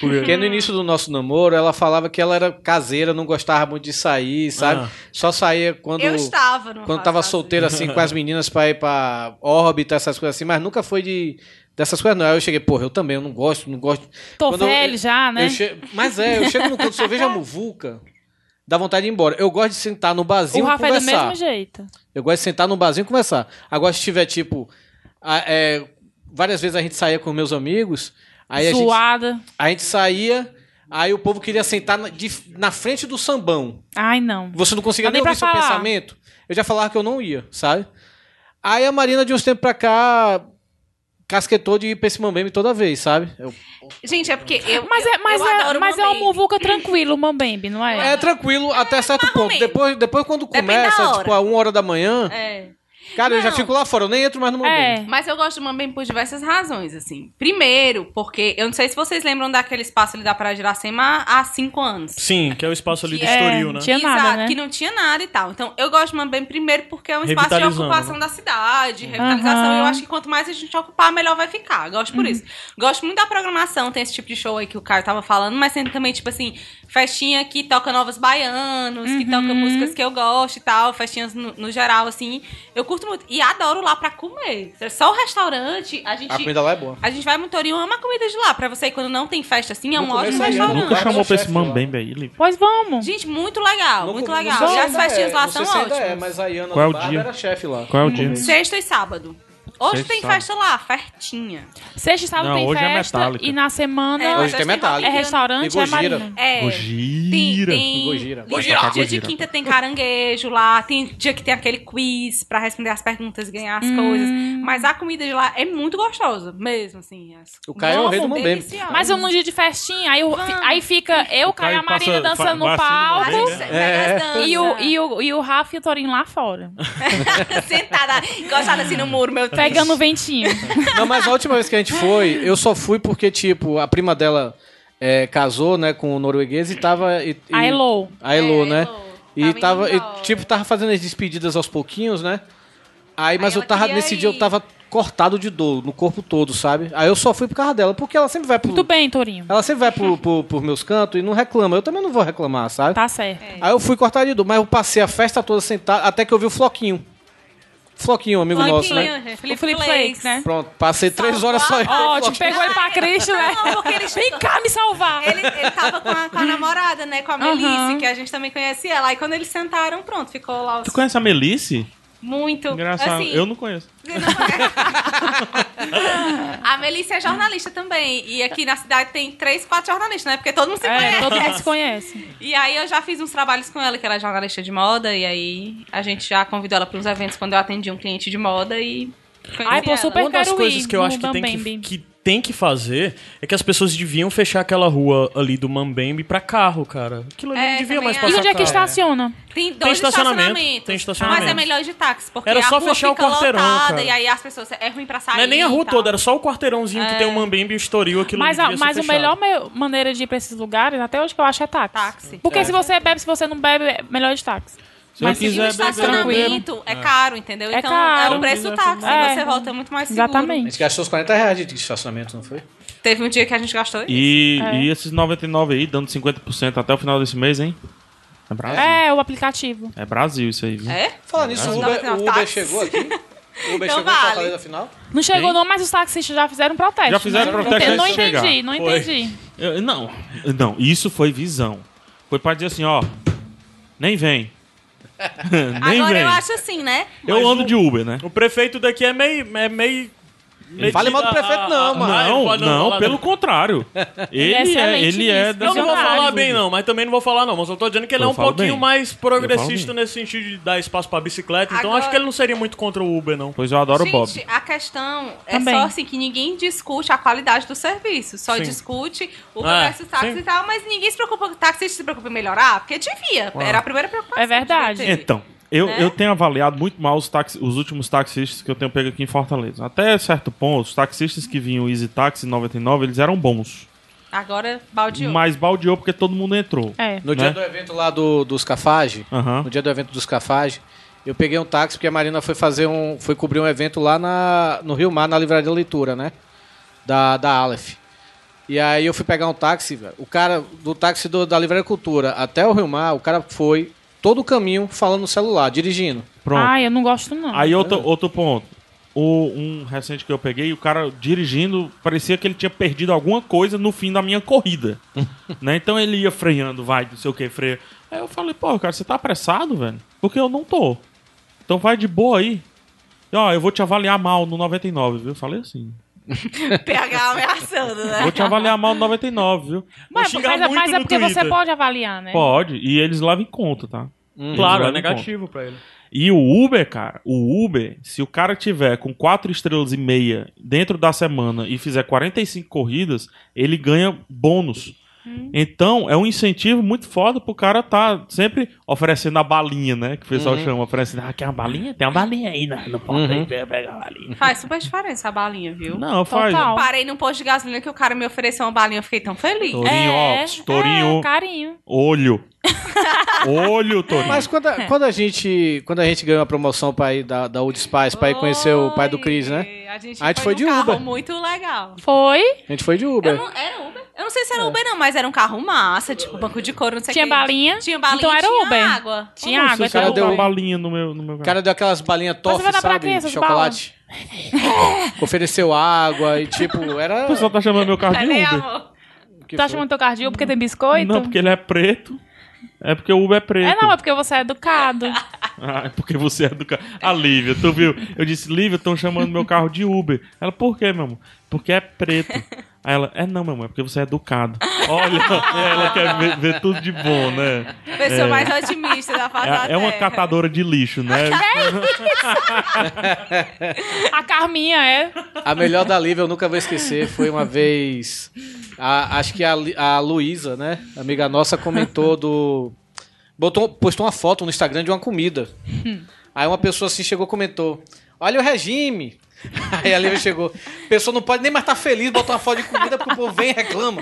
[SPEAKER 1] Porque no início do nosso namoro, ela falava que ela era caseira, não gostava muito de sair, sabe?
[SPEAKER 3] Ah.
[SPEAKER 1] Só saía quando...
[SPEAKER 4] Eu estava no
[SPEAKER 1] Quando tava solteiro, assim, com as meninas pra ir pra órbita, essas coisas assim, mas nunca foi de... Dessas coisas não. Aí eu cheguei, porra, eu também, eu não gosto, não gosto.
[SPEAKER 2] Tô
[SPEAKER 1] Quando eu-
[SPEAKER 2] velho já, né?
[SPEAKER 1] Eu che- Mas é, eu chego no canto, se eu vejo a muvuca, dá vontade de ir embora. assim, Eu gosto de sentar no
[SPEAKER 2] O
[SPEAKER 1] barzinho e
[SPEAKER 2] Rafa é do
[SPEAKER 1] conversar.
[SPEAKER 2] mesmo jeito.
[SPEAKER 1] Eu gosto de sentar num barzinho e conversar. Agora, se tiver, tipo, a- é, várias vezes a gente saía com meus amigos, aí a gente,
[SPEAKER 2] Zoada.
[SPEAKER 1] a gente saía, aí o povo queria sentar na, de- na frente do sambão.
[SPEAKER 2] Ai, não.
[SPEAKER 1] Você não conseguia
[SPEAKER 2] Não dá
[SPEAKER 1] nem
[SPEAKER 2] nem
[SPEAKER 1] ouvir
[SPEAKER 2] pra
[SPEAKER 1] seu
[SPEAKER 2] falar.
[SPEAKER 1] pensamento. Eu já falava que eu não ia, sabe? Aí a Marina, de uns tempos pra cá, casquetou de ir pra esse mambembe toda vez, sabe? Eu-
[SPEAKER 4] Gente, é porque eu.
[SPEAKER 2] Mas é, mas
[SPEAKER 4] eu
[SPEAKER 2] é,
[SPEAKER 4] adoro
[SPEAKER 2] mas é uma
[SPEAKER 4] Mambembe.
[SPEAKER 2] muvuca tranquila, o Mambembe, não é?
[SPEAKER 1] é tranquilo até certo ponto.
[SPEAKER 4] menos.
[SPEAKER 1] Depois, depois quando
[SPEAKER 4] Depende da
[SPEAKER 1] começa,
[SPEAKER 4] hora.
[SPEAKER 1] tipo, a uma hora da manhã,
[SPEAKER 4] É.
[SPEAKER 1] cara, eu já
[SPEAKER 4] Não.
[SPEAKER 1] fico lá fora, eu nem entro mais no mambembe.
[SPEAKER 2] É.
[SPEAKER 4] Mas eu gosto do Mambem por diversas razões, assim. Primeiro, porque eu não sei se vocês lembram daquele espaço ali da Praia de Iracema há cinco anos.
[SPEAKER 3] Sim, que é o espaço ali do
[SPEAKER 4] Que
[SPEAKER 2] é,
[SPEAKER 3] Estoril, né?
[SPEAKER 2] não tinha nada, né?
[SPEAKER 4] que não tinha nada e tal. Então, eu gosto de Mambem primeiro porque é um espaço de
[SPEAKER 3] Revitalizando,
[SPEAKER 4] ocupação
[SPEAKER 3] né?
[SPEAKER 4] da cidade, revitalização.
[SPEAKER 2] Aham.
[SPEAKER 4] Eu acho que quanto mais a gente ocupar, melhor vai ficar. Gosto
[SPEAKER 2] Uhum.
[SPEAKER 4] por isso. Gosto muito da programação, tem esse tipo de show aí que o Caio tava falando, mas tem também, tipo assim, festinha que toca novos baianos, que
[SPEAKER 2] Uhum.
[SPEAKER 4] toca músicas que eu gosto e tal, festinhas no, no geral, assim. Eu curto muito. E adoro lá pra comer. É Só o restaurante, a gente.
[SPEAKER 1] A comida lá é boa.
[SPEAKER 4] A gente vai muito Orion, ama a comida de lá. Pra você ir quando não tem festa assim, é
[SPEAKER 1] No
[SPEAKER 4] um ótimo
[SPEAKER 1] começo aí, né?
[SPEAKER 4] restaurante.
[SPEAKER 5] Nunca chamou pra esse
[SPEAKER 1] chefe lá.
[SPEAKER 5] mambembe aí, Liv.
[SPEAKER 2] Pois vamos.
[SPEAKER 4] Gente, muito legal, Ah, muito
[SPEAKER 1] com-
[SPEAKER 4] legal.
[SPEAKER 1] sei se
[SPEAKER 4] E as
[SPEAKER 1] ainda
[SPEAKER 4] festinhas
[SPEAKER 1] é,
[SPEAKER 4] lá
[SPEAKER 1] não
[SPEAKER 4] são
[SPEAKER 1] sei se ainda
[SPEAKER 4] ótimas.
[SPEAKER 1] é, mas a Iana
[SPEAKER 5] Qual é o
[SPEAKER 1] Lombardo
[SPEAKER 5] dia?
[SPEAKER 1] era chefe lá.
[SPEAKER 5] Qual é o dia?
[SPEAKER 4] Sexta e sábado. Hoje
[SPEAKER 5] Sexta e
[SPEAKER 4] tem
[SPEAKER 5] sábado.
[SPEAKER 4] festa lá, fertinha.
[SPEAKER 2] Sexta e sábado
[SPEAKER 5] Não,
[SPEAKER 2] tem
[SPEAKER 5] hoje é
[SPEAKER 2] festa
[SPEAKER 5] Metallica.
[SPEAKER 2] e na
[SPEAKER 4] É,
[SPEAKER 2] semana
[SPEAKER 1] hoje tem Metallica.
[SPEAKER 2] é, restaurante,
[SPEAKER 1] E
[SPEAKER 2] é
[SPEAKER 1] Gojira.
[SPEAKER 2] marina.
[SPEAKER 4] É. Tem,
[SPEAKER 5] Gojira.
[SPEAKER 4] tem...
[SPEAKER 1] Gojira.
[SPEAKER 4] Tem-
[SPEAKER 5] Gojira.
[SPEAKER 4] Dia de
[SPEAKER 5] Gojira.
[SPEAKER 4] quinta tem caranguejo lá, tem dia que tem aquele quiz pra responder as perguntas e ganhar
[SPEAKER 2] Hum.
[SPEAKER 4] as coisas. Mas a comida de lá é muito gostosa, mesmo, assim. as-
[SPEAKER 1] O Caio é o rei do
[SPEAKER 4] Nossa,
[SPEAKER 1] Mambembe.
[SPEAKER 4] deliciosa.
[SPEAKER 2] Mas vamos num dia de festinha, aí, o-
[SPEAKER 4] Vamos.
[SPEAKER 2] aí fica eu, Caio e a
[SPEAKER 5] Caio passa-
[SPEAKER 2] Marina dançando no
[SPEAKER 5] fa- vacina no
[SPEAKER 2] palco.
[SPEAKER 5] meio,
[SPEAKER 4] Nossa,
[SPEAKER 5] né?
[SPEAKER 1] É.
[SPEAKER 4] pega as danças.
[SPEAKER 2] E o, e, o, e o Rafa e o Torinho lá fora.
[SPEAKER 4] Sentada, encostada assim no muro, meu Deus.
[SPEAKER 2] Pegando o ventinho.
[SPEAKER 1] Não, mas a última vez que a gente foi, eu só fui porque, tipo, a prima dela é, casou, né, com o norueguês e tava. E, e-
[SPEAKER 2] A Elô.
[SPEAKER 1] A Elo,
[SPEAKER 4] É,
[SPEAKER 1] né?
[SPEAKER 4] Elo.
[SPEAKER 1] E
[SPEAKER 4] Tava
[SPEAKER 1] tava.
[SPEAKER 4] indo
[SPEAKER 1] e,
[SPEAKER 4] embora.
[SPEAKER 1] tipo, tava fazendo as despedidas aos pouquinhos, né? Aí, mas
[SPEAKER 4] Aí
[SPEAKER 1] eu
[SPEAKER 4] ela
[SPEAKER 1] tava.
[SPEAKER 4] queria
[SPEAKER 1] Nesse dia eu
[SPEAKER 4] ir.
[SPEAKER 1] tava cortado de dor no corpo todo, sabe? Aí eu só fui por causa dela, porque ela sempre vai pro.
[SPEAKER 2] Muito bem, Torinho.
[SPEAKER 1] Ela sempre vai pro, pro- por meus cantos e não reclama. Eu também não vou reclamar, sabe?
[SPEAKER 2] Tá certo.
[SPEAKER 1] Aí eu fui cortado de dor, mas eu passei a festa toda sentado, até que eu vi o Floquinho. Floquinho, amigo nosso, né?
[SPEAKER 4] Flampinho,
[SPEAKER 2] O Flip Flakes, né?
[SPEAKER 1] Pronto, passei três
[SPEAKER 4] Salvar
[SPEAKER 1] horas só.
[SPEAKER 2] Ótimo, pegou ele pra Cristo, né?
[SPEAKER 4] Tá Não, porque ele-
[SPEAKER 2] Vem cá me salvar.
[SPEAKER 4] Ele, ele tava com a, com
[SPEAKER 3] Uhum.
[SPEAKER 4] a namorada, né? Com a Melisse,
[SPEAKER 2] Aham.
[SPEAKER 4] que a gente também conhece ela. Aí quando eles sentaram, pronto, ficou lá os...
[SPEAKER 5] Tu conhece a Melice?
[SPEAKER 4] muito.
[SPEAKER 5] Engraçado.
[SPEAKER 4] assim,
[SPEAKER 5] Eu não conheço.
[SPEAKER 4] A Melisse é jornalista também. E aqui na cidade tem três, quatro jornalistas, né? Porque todo mundo se
[SPEAKER 2] É,
[SPEAKER 4] conhece.
[SPEAKER 2] todo mundo se conhece.
[SPEAKER 4] E aí eu já fiz uns trabalhos com ela, que ela é jornalista de moda. E aí a gente já convidou ela para uns eventos quando eu atendi um cliente de moda e. conheci
[SPEAKER 2] Ai, pô,
[SPEAKER 4] ela.
[SPEAKER 2] super-
[SPEAKER 3] Uma das
[SPEAKER 2] quero
[SPEAKER 3] coisas
[SPEAKER 2] ir
[SPEAKER 3] que eu
[SPEAKER 2] no
[SPEAKER 3] acho que tem que,
[SPEAKER 2] Mambembe.
[SPEAKER 3] que tem que fazer é que as pessoas deviam fechar aquela rua ali do Mambembe pra carro, cara. Aquilo ali
[SPEAKER 4] É,
[SPEAKER 3] não devia
[SPEAKER 4] também
[SPEAKER 3] mais
[SPEAKER 4] acho.
[SPEAKER 2] E
[SPEAKER 3] passar
[SPEAKER 2] onde é que
[SPEAKER 3] carro.
[SPEAKER 2] estaciona?
[SPEAKER 4] Tem dois
[SPEAKER 3] estacionamento,
[SPEAKER 4] estacionamentos.
[SPEAKER 3] tem estacionamento.
[SPEAKER 4] Mas é melhor ir de táxi, porque
[SPEAKER 3] Era
[SPEAKER 4] a
[SPEAKER 3] só
[SPEAKER 4] rua
[SPEAKER 3] fechar o
[SPEAKER 4] fica
[SPEAKER 3] quarteirão,
[SPEAKER 4] lotada,
[SPEAKER 3] cara.
[SPEAKER 4] E aí as pessoas... É ruim pra sair
[SPEAKER 3] Não é nem a
[SPEAKER 4] e
[SPEAKER 3] rua
[SPEAKER 4] tal.
[SPEAKER 3] toda, era só o quarteirãozinho que tem o Mambembe e o Estoril, aquilo
[SPEAKER 2] Mas,
[SPEAKER 3] ali
[SPEAKER 2] a,
[SPEAKER 3] devia ser
[SPEAKER 2] mas a melhor
[SPEAKER 3] fechado.
[SPEAKER 2] me- maneira de ir pra esses lugares, até hoje que eu acho, é táxi.
[SPEAKER 4] Táxi.
[SPEAKER 2] Porque se você bebe, se você não bebe, é melhor de táxi.
[SPEAKER 5] Se eu
[SPEAKER 2] Mas se
[SPEAKER 4] E o
[SPEAKER 5] quiser beber,
[SPEAKER 4] estacionamento é caro, entendeu?
[SPEAKER 2] É
[SPEAKER 4] então
[SPEAKER 2] caro.
[SPEAKER 4] é o preço do táxi.
[SPEAKER 2] É.
[SPEAKER 4] Você volta muito mais seguro.
[SPEAKER 1] A gente
[SPEAKER 2] Exatamente.
[SPEAKER 1] gastou os 40 reais de estacionamento, não foi?
[SPEAKER 4] Teve um dia que a gente gastou isso.
[SPEAKER 5] E, e esses 99 aí, dando 50% até o final desse mês, hein? É Brasil. É,
[SPEAKER 2] É, o aplicativo.
[SPEAKER 5] Brasil isso aí, viu?
[SPEAKER 4] É?
[SPEAKER 1] Falando nisso, o Uber, o Uber chegou aqui. O Uber
[SPEAKER 4] Então
[SPEAKER 1] chegou em Fortaleza
[SPEAKER 4] vale.
[SPEAKER 1] final.
[SPEAKER 2] Não chegou
[SPEAKER 5] Quem?
[SPEAKER 2] não, mas os taxistas já fizeram protesto.
[SPEAKER 5] Já
[SPEAKER 2] né?
[SPEAKER 5] fizeram protesto
[SPEAKER 2] Eu não
[SPEAKER 5] antes de chegar.
[SPEAKER 2] entendi, não
[SPEAKER 3] Foi.
[SPEAKER 2] entendi.
[SPEAKER 5] Eu- não, não, isso foi visão. Foi pra dizer assim, ó, nem vem. nem
[SPEAKER 4] Agora
[SPEAKER 5] vem.
[SPEAKER 4] eu acho assim, né?
[SPEAKER 5] Eu
[SPEAKER 3] Mas
[SPEAKER 5] ando
[SPEAKER 3] o-
[SPEAKER 5] de Uber, né?
[SPEAKER 3] O prefeito daqui é meio, é meio
[SPEAKER 1] Não fala mal do prefeito, não, mano.
[SPEAKER 3] ah, ele
[SPEAKER 5] Não,
[SPEAKER 3] pode
[SPEAKER 5] não,
[SPEAKER 3] falar
[SPEAKER 5] pelo contrário. Ele,
[SPEAKER 2] Ele é
[SPEAKER 5] é,
[SPEAKER 2] excelente
[SPEAKER 5] ele é
[SPEAKER 2] nisso.
[SPEAKER 5] da
[SPEAKER 3] Eu não vou
[SPEAKER 2] Verdade.
[SPEAKER 3] falar bem, não, mas também não vou falar, não. Mas eu tô dizendo que ele
[SPEAKER 5] Eu
[SPEAKER 3] é um
[SPEAKER 5] falo
[SPEAKER 3] pouquinho
[SPEAKER 5] bem.
[SPEAKER 3] mais
[SPEAKER 5] Eu falo
[SPEAKER 3] progressista
[SPEAKER 5] bem.
[SPEAKER 3] nesse sentido de dar espaço pra bicicleta. Então
[SPEAKER 4] Agora-
[SPEAKER 3] acho que ele não seria muito contra o Uber, não.
[SPEAKER 5] Pois eu adoro o Bob.
[SPEAKER 4] Gente, a questão é
[SPEAKER 2] Também.
[SPEAKER 4] só assim que ninguém discute a qualidade do serviço. Só
[SPEAKER 3] Sim.
[SPEAKER 4] discute o
[SPEAKER 3] Ah,
[SPEAKER 4] versus táxi
[SPEAKER 3] sim.
[SPEAKER 4] e tal, mas ninguém se preocupa. O taxista se preocupa em melhorar, porque devia. Era a primeira preocupação.
[SPEAKER 2] É verdade.
[SPEAKER 4] que devia ter.
[SPEAKER 5] Então, eu,
[SPEAKER 4] Né?
[SPEAKER 5] eu tenho avaliado muito mal os, táxi, os últimos taxistas que eu tenho pego aqui em Fortaleza. Até certo ponto, os taxistas que vinham Easy Taxi 99, eles eram bons.
[SPEAKER 4] Agora baldeou.
[SPEAKER 5] Mas baldeou porque todo mundo entrou.
[SPEAKER 2] É.
[SPEAKER 1] No dia
[SPEAKER 5] Né?
[SPEAKER 1] do evento lá do, dos Cafage,
[SPEAKER 5] Aham.
[SPEAKER 1] no dia do evento dos Cafage, eu peguei um táxi porque a Marina foi fazer um. foi cobrir um evento lá na, no Rio Mar, na Livraria Leitura, né? Da, da Aleph. E aí eu fui pegar um táxi, velho. O cara, do táxi do- da Livraria Cultura até o Rio Mar, o cara foi todo o caminho falando no celular, dirigindo.
[SPEAKER 5] Pronto.
[SPEAKER 2] Ai, eu não gosto, não.
[SPEAKER 5] Aí outro, outro ponto. O, um recente que eu peguei, o cara dirigindo, parecia que ele tinha perdido alguma coisa no fim da minha corrida. né? Então ele ia freando, vai, não sei o que, freia. Aí eu falei, pô, cara, você tá apressado, velho? Porque eu não tô. Então vai de boa aí. E, Ó, eu vou te avaliar mal no 99, viu? Falei assim.
[SPEAKER 4] PH ameaçando, né?
[SPEAKER 5] Vou te avaliar mal no 99, viu?
[SPEAKER 2] mas,
[SPEAKER 3] xingar
[SPEAKER 2] mas é-
[SPEAKER 3] muito
[SPEAKER 2] mas é
[SPEAKER 3] no
[SPEAKER 2] porque você
[SPEAKER 3] Twitter.
[SPEAKER 2] pode avaliar, né?
[SPEAKER 5] Pode. E eles levam em conta, tá? Eles
[SPEAKER 3] Claro, é
[SPEAKER 5] levam em conta.
[SPEAKER 3] negativo pra ele.
[SPEAKER 5] E o Uber, cara, o Uber, se o cara tiver com 4 estrelas e meia dentro da semana e fizer 45 corridas, ele ganha bônus. Então, é um incentivo muito foda pro cara tá sempre oferecendo a balinha, né? Que o pessoal chama, oferecendo, ah, quer uma balinha? Tem uma balinha aí, né? Não pode
[SPEAKER 1] Uhum.
[SPEAKER 5] aí, pega a balinha.
[SPEAKER 4] Faz super diferença a balinha, viu?
[SPEAKER 5] Não, faz.
[SPEAKER 2] Total.
[SPEAKER 4] Parei num posto de gasolina que o cara me ofereceu uma balinha, eu fiquei tão feliz.
[SPEAKER 5] Tô. Tourinho,
[SPEAKER 2] é,
[SPEAKER 5] óculos, tourinho.
[SPEAKER 2] É, carinho.
[SPEAKER 5] Olho. Olho, Torinho.
[SPEAKER 1] Mas quando a, quando a gente quando a gente ganhou a promoção pra ir da, da Old Spice pra ir conhecer o pai do Cris, né?
[SPEAKER 4] Oi, A gente,
[SPEAKER 1] A gente foi
[SPEAKER 4] foi,
[SPEAKER 1] de
[SPEAKER 4] num carro
[SPEAKER 1] Uber.
[SPEAKER 4] muito legal.
[SPEAKER 2] Foi.
[SPEAKER 1] A gente foi de
[SPEAKER 4] Eu
[SPEAKER 1] Uber.
[SPEAKER 4] não, era Uber? Eu não sei se
[SPEAKER 1] É.
[SPEAKER 4] era Uber, não, mas era um carro massa, tipo banco de couro, não sei o
[SPEAKER 2] Tinha
[SPEAKER 4] que.
[SPEAKER 2] balinha?
[SPEAKER 4] Tinha balinha,
[SPEAKER 2] Então era
[SPEAKER 4] tinha
[SPEAKER 2] Uber.
[SPEAKER 4] água.
[SPEAKER 2] Tinha
[SPEAKER 5] Nossa,
[SPEAKER 2] água,
[SPEAKER 5] o cara
[SPEAKER 1] então
[SPEAKER 5] deu
[SPEAKER 1] foi.
[SPEAKER 5] uma balinha no meu, no meu
[SPEAKER 1] O cara deu aquelas balinhas toffee,
[SPEAKER 2] vai dar pra
[SPEAKER 1] sabe?
[SPEAKER 2] criança
[SPEAKER 1] de
[SPEAKER 2] as
[SPEAKER 1] chocolate. Ofereceu água e tipo, era.
[SPEAKER 5] O pessoal tá chamando meu carro de
[SPEAKER 4] Cadê,
[SPEAKER 5] Uber.
[SPEAKER 4] amor?
[SPEAKER 1] que
[SPEAKER 2] tu tá
[SPEAKER 1] foi?
[SPEAKER 2] chamando teu cardil porque tem biscoito?
[SPEAKER 5] Não, porque ele é preto. É porque o Uber é preto.
[SPEAKER 2] É não, é porque você é educado.
[SPEAKER 5] Ah, é porque você é do carro. A Lívia, tu viu? Eu disse, Lívia, estão chamando meu carro de Uber. Ela, por quê, meu amor? Porque é preto. Aí ela, é não, meu amor, é porque você é educado. Olha, ela quer ver, ver tudo de bom, né?
[SPEAKER 4] Pessoa mais
[SPEAKER 1] É.
[SPEAKER 4] otimista da face da
[SPEAKER 5] É, é uma
[SPEAKER 4] Terra.
[SPEAKER 5] catadora de lixo, né?
[SPEAKER 2] A Carminha é.
[SPEAKER 1] A melhor da Lívia, eu nunca vou esquecer, foi uma vez. a- acho que a, Li- a Luísa, né? Amiga nossa, comentou do. Botou, postou uma foto no Instagram de uma comida. Aí uma pessoa assim chegou e comentou: Olha o regime! Aí a Lívia chegou. Pessoa não pode nem mais estar feliz, botar uma foto de comida porque o povo vem e reclama.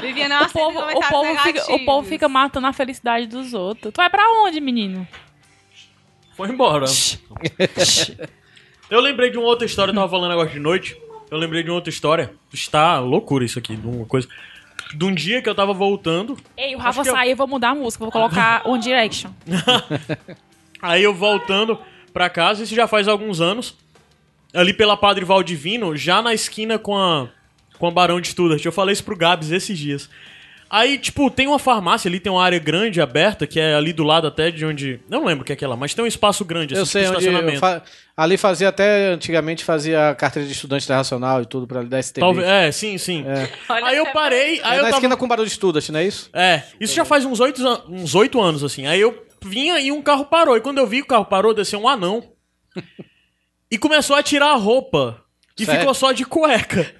[SPEAKER 4] Viviana,
[SPEAKER 2] O povo, o, povo fica, o povo fica matando a felicidade dos outros. Tu vai pra onde, menino?
[SPEAKER 3] Foi embora. eu lembrei de uma outra história, eu tava falando agora de noite. Eu lembrei de uma outra história. Está loucura isso aqui, de uma coisa. De um dia que eu tava voltando.
[SPEAKER 2] Ei, o
[SPEAKER 3] Acho
[SPEAKER 2] Rafa
[SPEAKER 3] que eu-
[SPEAKER 2] saiu, eu vou mudar a música, vou colocar One Direction.
[SPEAKER 3] Aí eu voltando pra casa, isso já faz alguns anos. Ali pela Padre Valdivino, já na esquina com a, com a Barão de Studart. Eu falei isso pro Gabs esses dias. Aí, tipo, tem uma farmácia ali, tem uma área grande aberta, que é ali do lado até de onde. eu Não lembro o que é aquela, mas tem um espaço grande,
[SPEAKER 1] Eu
[SPEAKER 3] assim,
[SPEAKER 1] sei
[SPEAKER 3] pro
[SPEAKER 1] onde. eu
[SPEAKER 3] estacionamento.
[SPEAKER 1] fa- ali fazia até, antigamente, fazia carteira de estudante da Racional e tudo pra ali da STB.
[SPEAKER 3] Talvez, é, sim, sim.
[SPEAKER 4] Olha
[SPEAKER 3] Aí eu
[SPEAKER 4] essa-
[SPEAKER 3] parei,
[SPEAKER 1] É
[SPEAKER 3] aí
[SPEAKER 1] na
[SPEAKER 3] eu tava
[SPEAKER 1] esquina com barulho de estudante, não é isso?
[SPEAKER 3] É, isso já faz uns oito, an- uns oito anos, assim. Aí eu vinha e um carro parou. E quando eu vi que o carro parou, desceu um anão. e começou a tirar a roupa. E
[SPEAKER 1] Sério?
[SPEAKER 3] ficou só de cueca.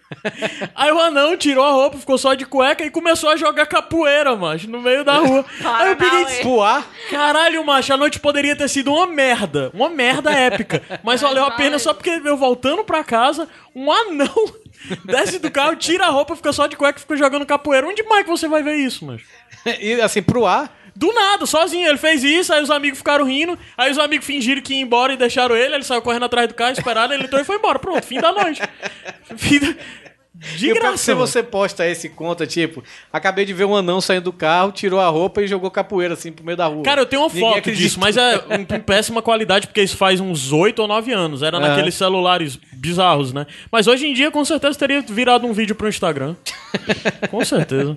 [SPEAKER 3] Aí o anão tirou a roupa, ficou só de cueca e começou a jogar capoeira, macho, no meio da rua.
[SPEAKER 4] Para,
[SPEAKER 3] Aí eu peguei e
[SPEAKER 4] Nauê.
[SPEAKER 3] disse,
[SPEAKER 1] Puar.
[SPEAKER 3] Caralho, macho, a noite poderia ter sido uma merda. Uma merda épica. Mas valeu a pena só porque eu voltando pra casa, um anão desce do carro, tira a roupa, fica só de cueca e fica jogando capoeira. Onde mais que você vai ver isso, macho?
[SPEAKER 1] E assim, pro ar.
[SPEAKER 3] Do nada, sozinho, ele fez isso, aí os amigos ficaram rindo, aí os amigos fingiram que ia embora e deixaram ele, ele saiu correndo atrás do carro, esperaram, ele entrou e foi embora. Pronto, fim da noite. Fim da...
[SPEAKER 1] E o pior
[SPEAKER 3] De
[SPEAKER 1] é que
[SPEAKER 3] graça.
[SPEAKER 1] se
[SPEAKER 3] mano.
[SPEAKER 1] você posta esse conta, tipo, acabei de ver um anão saindo do carro, tirou a roupa e jogou capoeira assim pro meio da rua.
[SPEAKER 3] Cara, eu tenho uma
[SPEAKER 1] Ninguém
[SPEAKER 3] foto
[SPEAKER 1] acredita.
[SPEAKER 3] disso, mas é em em péssima qualidade, porque isso faz uns 8 ou 9 anos. Era
[SPEAKER 1] Aham.
[SPEAKER 3] naqueles celulares bizarros, né? Mas hoje em dia, com certeza, teria virado um vídeo pro Instagram. com certeza.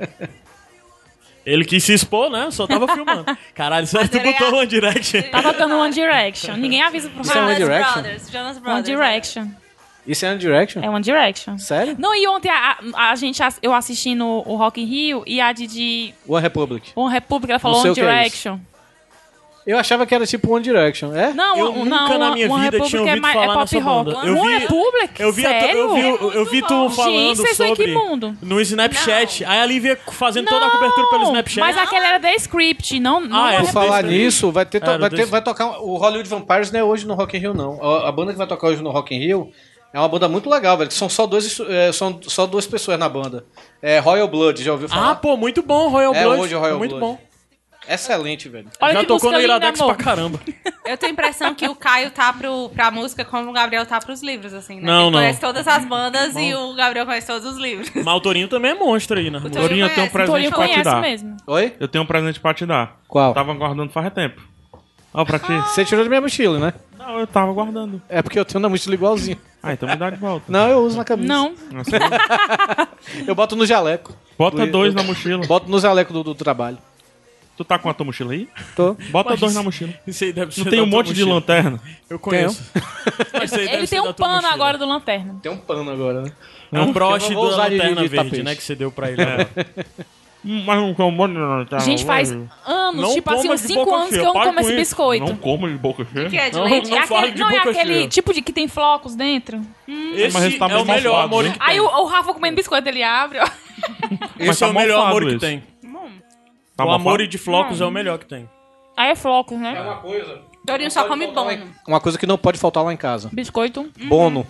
[SPEAKER 3] Ele quis se expor, né? Só tava filmando. Caralho, sério, tu
[SPEAKER 4] ele é-
[SPEAKER 3] botou One Direct.
[SPEAKER 2] Tá tocando One Direction. Ninguém avisa pro
[SPEAKER 1] Isso é One
[SPEAKER 4] Jonas
[SPEAKER 1] Direction?
[SPEAKER 4] Brothers. Jonas Brothers.
[SPEAKER 2] One Direction.
[SPEAKER 1] Isso é One Direction?
[SPEAKER 2] É One Direction.
[SPEAKER 1] Sério?
[SPEAKER 2] Não, e ontem a, a- a gente, ass- eu assistindo o Rock in Rio e a Didi
[SPEAKER 1] One Republic.
[SPEAKER 2] One Republic, ela falou
[SPEAKER 1] sei o
[SPEAKER 2] One
[SPEAKER 1] que é
[SPEAKER 2] Direction.
[SPEAKER 1] Eu achava que era tipo One Direction, é?
[SPEAKER 2] Não,
[SPEAKER 3] Eu
[SPEAKER 2] um-
[SPEAKER 3] nunca
[SPEAKER 2] não,
[SPEAKER 3] na
[SPEAKER 2] One-
[SPEAKER 3] minha
[SPEAKER 2] One
[SPEAKER 3] vida
[SPEAKER 2] Republic
[SPEAKER 3] tinha
[SPEAKER 2] é
[SPEAKER 3] ouvido
[SPEAKER 2] mais- é
[SPEAKER 3] falar
[SPEAKER 2] pop
[SPEAKER 3] nessa
[SPEAKER 2] rock.
[SPEAKER 3] banda. Eu
[SPEAKER 2] One
[SPEAKER 3] vi-
[SPEAKER 2] Republic?
[SPEAKER 3] Eu vi, a tu-
[SPEAKER 2] Sério?
[SPEAKER 3] eu vi,
[SPEAKER 4] É
[SPEAKER 3] eu, eu vi
[SPEAKER 4] muito
[SPEAKER 3] tu
[SPEAKER 4] bom.
[SPEAKER 3] falando
[SPEAKER 2] Gente, é vocês são
[SPEAKER 3] sobre
[SPEAKER 2] imundo.
[SPEAKER 3] no Snapchat. Aí a Lívia fazendo toda a
[SPEAKER 2] Não,
[SPEAKER 3] cobertura pelo Snapchat.
[SPEAKER 2] Mas aquela era da script, não. não
[SPEAKER 3] Ah,
[SPEAKER 2] era-
[SPEAKER 1] Por
[SPEAKER 3] é
[SPEAKER 1] falar
[SPEAKER 3] desse daí.
[SPEAKER 1] nisso, vai, ter, to-
[SPEAKER 3] Era
[SPEAKER 1] vai, ter-
[SPEAKER 3] desse.
[SPEAKER 1] vai tocar. um- O Hollywood Vampires não é hoje no Rock in Rio, não. A, a banda que vai tocar hoje no Rock in Rio é uma banda muito legal, velho. Que são só dois, estu- é, são só duas pessoas na banda. É Royal Blood, já ouviu falar?
[SPEAKER 3] Ah, pô, muito bom, Royal
[SPEAKER 1] É,
[SPEAKER 3] Blood.
[SPEAKER 1] hoje o Royal
[SPEAKER 3] muito
[SPEAKER 1] Blood.
[SPEAKER 3] bom.
[SPEAKER 1] Excelente, velho.
[SPEAKER 2] Olha
[SPEAKER 3] Já
[SPEAKER 2] que
[SPEAKER 3] tocou
[SPEAKER 2] música
[SPEAKER 3] no
[SPEAKER 2] linda,
[SPEAKER 3] Iradex
[SPEAKER 2] amor.
[SPEAKER 3] pra caramba.
[SPEAKER 4] Eu tenho a impressão que o Caio tá pro, pra música como o Gabriel tá pros livros, assim, né?
[SPEAKER 3] Não,
[SPEAKER 4] Ele
[SPEAKER 3] não.
[SPEAKER 4] conhece todas as bandas e o Gabriel conhece todos os livros.
[SPEAKER 3] Mas o Torinho também é monstro aí, né?
[SPEAKER 4] O Torinho
[SPEAKER 5] Torinho, eu tenho
[SPEAKER 4] conhece,
[SPEAKER 5] um
[SPEAKER 4] o
[SPEAKER 5] presente
[SPEAKER 2] Torinho
[SPEAKER 5] pra te
[SPEAKER 2] conhece
[SPEAKER 5] dar.
[SPEAKER 2] mesmo.
[SPEAKER 1] Oi?
[SPEAKER 5] Eu tenho um presente pra te dar.
[SPEAKER 1] Qual?
[SPEAKER 5] Tava guardando faz tempo. Ó, pra ti.
[SPEAKER 1] Você tirou da minha mochila, né?
[SPEAKER 5] Não, eu tava guardando.
[SPEAKER 1] É porque eu tenho na mochila igualzinho.
[SPEAKER 5] Ah, então me dá de volta.
[SPEAKER 1] Não, eu uso na camisa.
[SPEAKER 2] Não.
[SPEAKER 5] Nossa,
[SPEAKER 1] Eu boto no jaleco.
[SPEAKER 5] Bota
[SPEAKER 1] Eu-
[SPEAKER 5] dois
[SPEAKER 1] eu-
[SPEAKER 5] na mochila.
[SPEAKER 1] Boto no jaleco do, do trabalho.
[SPEAKER 5] Tu tá com a tua mochila aí?
[SPEAKER 1] Tô.
[SPEAKER 5] Bota
[SPEAKER 3] Mas-
[SPEAKER 5] dois na mochila.
[SPEAKER 3] Isso aí deve ser
[SPEAKER 5] Não tem
[SPEAKER 3] da
[SPEAKER 5] um
[SPEAKER 3] tua
[SPEAKER 5] monte de
[SPEAKER 3] mochila.
[SPEAKER 5] lanterna.
[SPEAKER 3] Eu conheço. Isso aí deve
[SPEAKER 2] Ele
[SPEAKER 3] ser
[SPEAKER 2] tem
[SPEAKER 3] da
[SPEAKER 2] um
[SPEAKER 3] tua
[SPEAKER 2] pano
[SPEAKER 3] mochila.
[SPEAKER 2] agora do Lanterna.
[SPEAKER 1] Tem um pano agora, né?
[SPEAKER 3] É um broche
[SPEAKER 1] Eu
[SPEAKER 3] da
[SPEAKER 1] vou usar de-
[SPEAKER 3] lanterna
[SPEAKER 1] de
[SPEAKER 3] verde,
[SPEAKER 1] tapete.
[SPEAKER 3] né? Que você deu pra
[SPEAKER 2] É.
[SPEAKER 3] ele. né?
[SPEAKER 5] Hum, Mas não com um monte de lanterna.
[SPEAKER 2] A
[SPEAKER 1] Tá,
[SPEAKER 2] gente faz
[SPEAKER 5] Não
[SPEAKER 2] anos, tipo assim,
[SPEAKER 5] coma
[SPEAKER 2] uns
[SPEAKER 5] de
[SPEAKER 2] 5
[SPEAKER 5] boca
[SPEAKER 2] anos que
[SPEAKER 5] cheia.
[SPEAKER 2] eu não
[SPEAKER 5] Para
[SPEAKER 2] como
[SPEAKER 5] com
[SPEAKER 2] esse
[SPEAKER 5] isso.
[SPEAKER 2] biscoito.
[SPEAKER 5] Não coma de boca cheia.
[SPEAKER 4] Que é de
[SPEAKER 3] Não,
[SPEAKER 4] leite.
[SPEAKER 3] não
[SPEAKER 2] É
[SPEAKER 3] fala
[SPEAKER 2] aquele,
[SPEAKER 3] de
[SPEAKER 2] não, é
[SPEAKER 3] boca
[SPEAKER 2] aquele
[SPEAKER 3] cheia.
[SPEAKER 2] tipo de que tem flocos dentro.
[SPEAKER 5] Mas
[SPEAKER 3] Esse
[SPEAKER 5] esse tá
[SPEAKER 3] é o
[SPEAKER 5] muito
[SPEAKER 3] melhor
[SPEAKER 5] malvado,
[SPEAKER 3] amor
[SPEAKER 5] né?
[SPEAKER 3] que tem.
[SPEAKER 2] Aí o, o Rafa comendo biscoito, ele abre. ó.
[SPEAKER 5] Mas
[SPEAKER 3] Esse é
[SPEAKER 5] tá
[SPEAKER 3] o melhor
[SPEAKER 5] mofado
[SPEAKER 3] amor que
[SPEAKER 5] esse.
[SPEAKER 3] tem.
[SPEAKER 5] Tá
[SPEAKER 3] o
[SPEAKER 5] mofado?
[SPEAKER 3] amor de flocos
[SPEAKER 2] Hum.
[SPEAKER 3] é o melhor que tem.
[SPEAKER 2] Aí é flocos, né?
[SPEAKER 1] Uma coisa.
[SPEAKER 4] Torinho só come bono.
[SPEAKER 1] Uma coisa que não é. pode faltar lá em casa.
[SPEAKER 2] Biscoito.
[SPEAKER 1] Bono.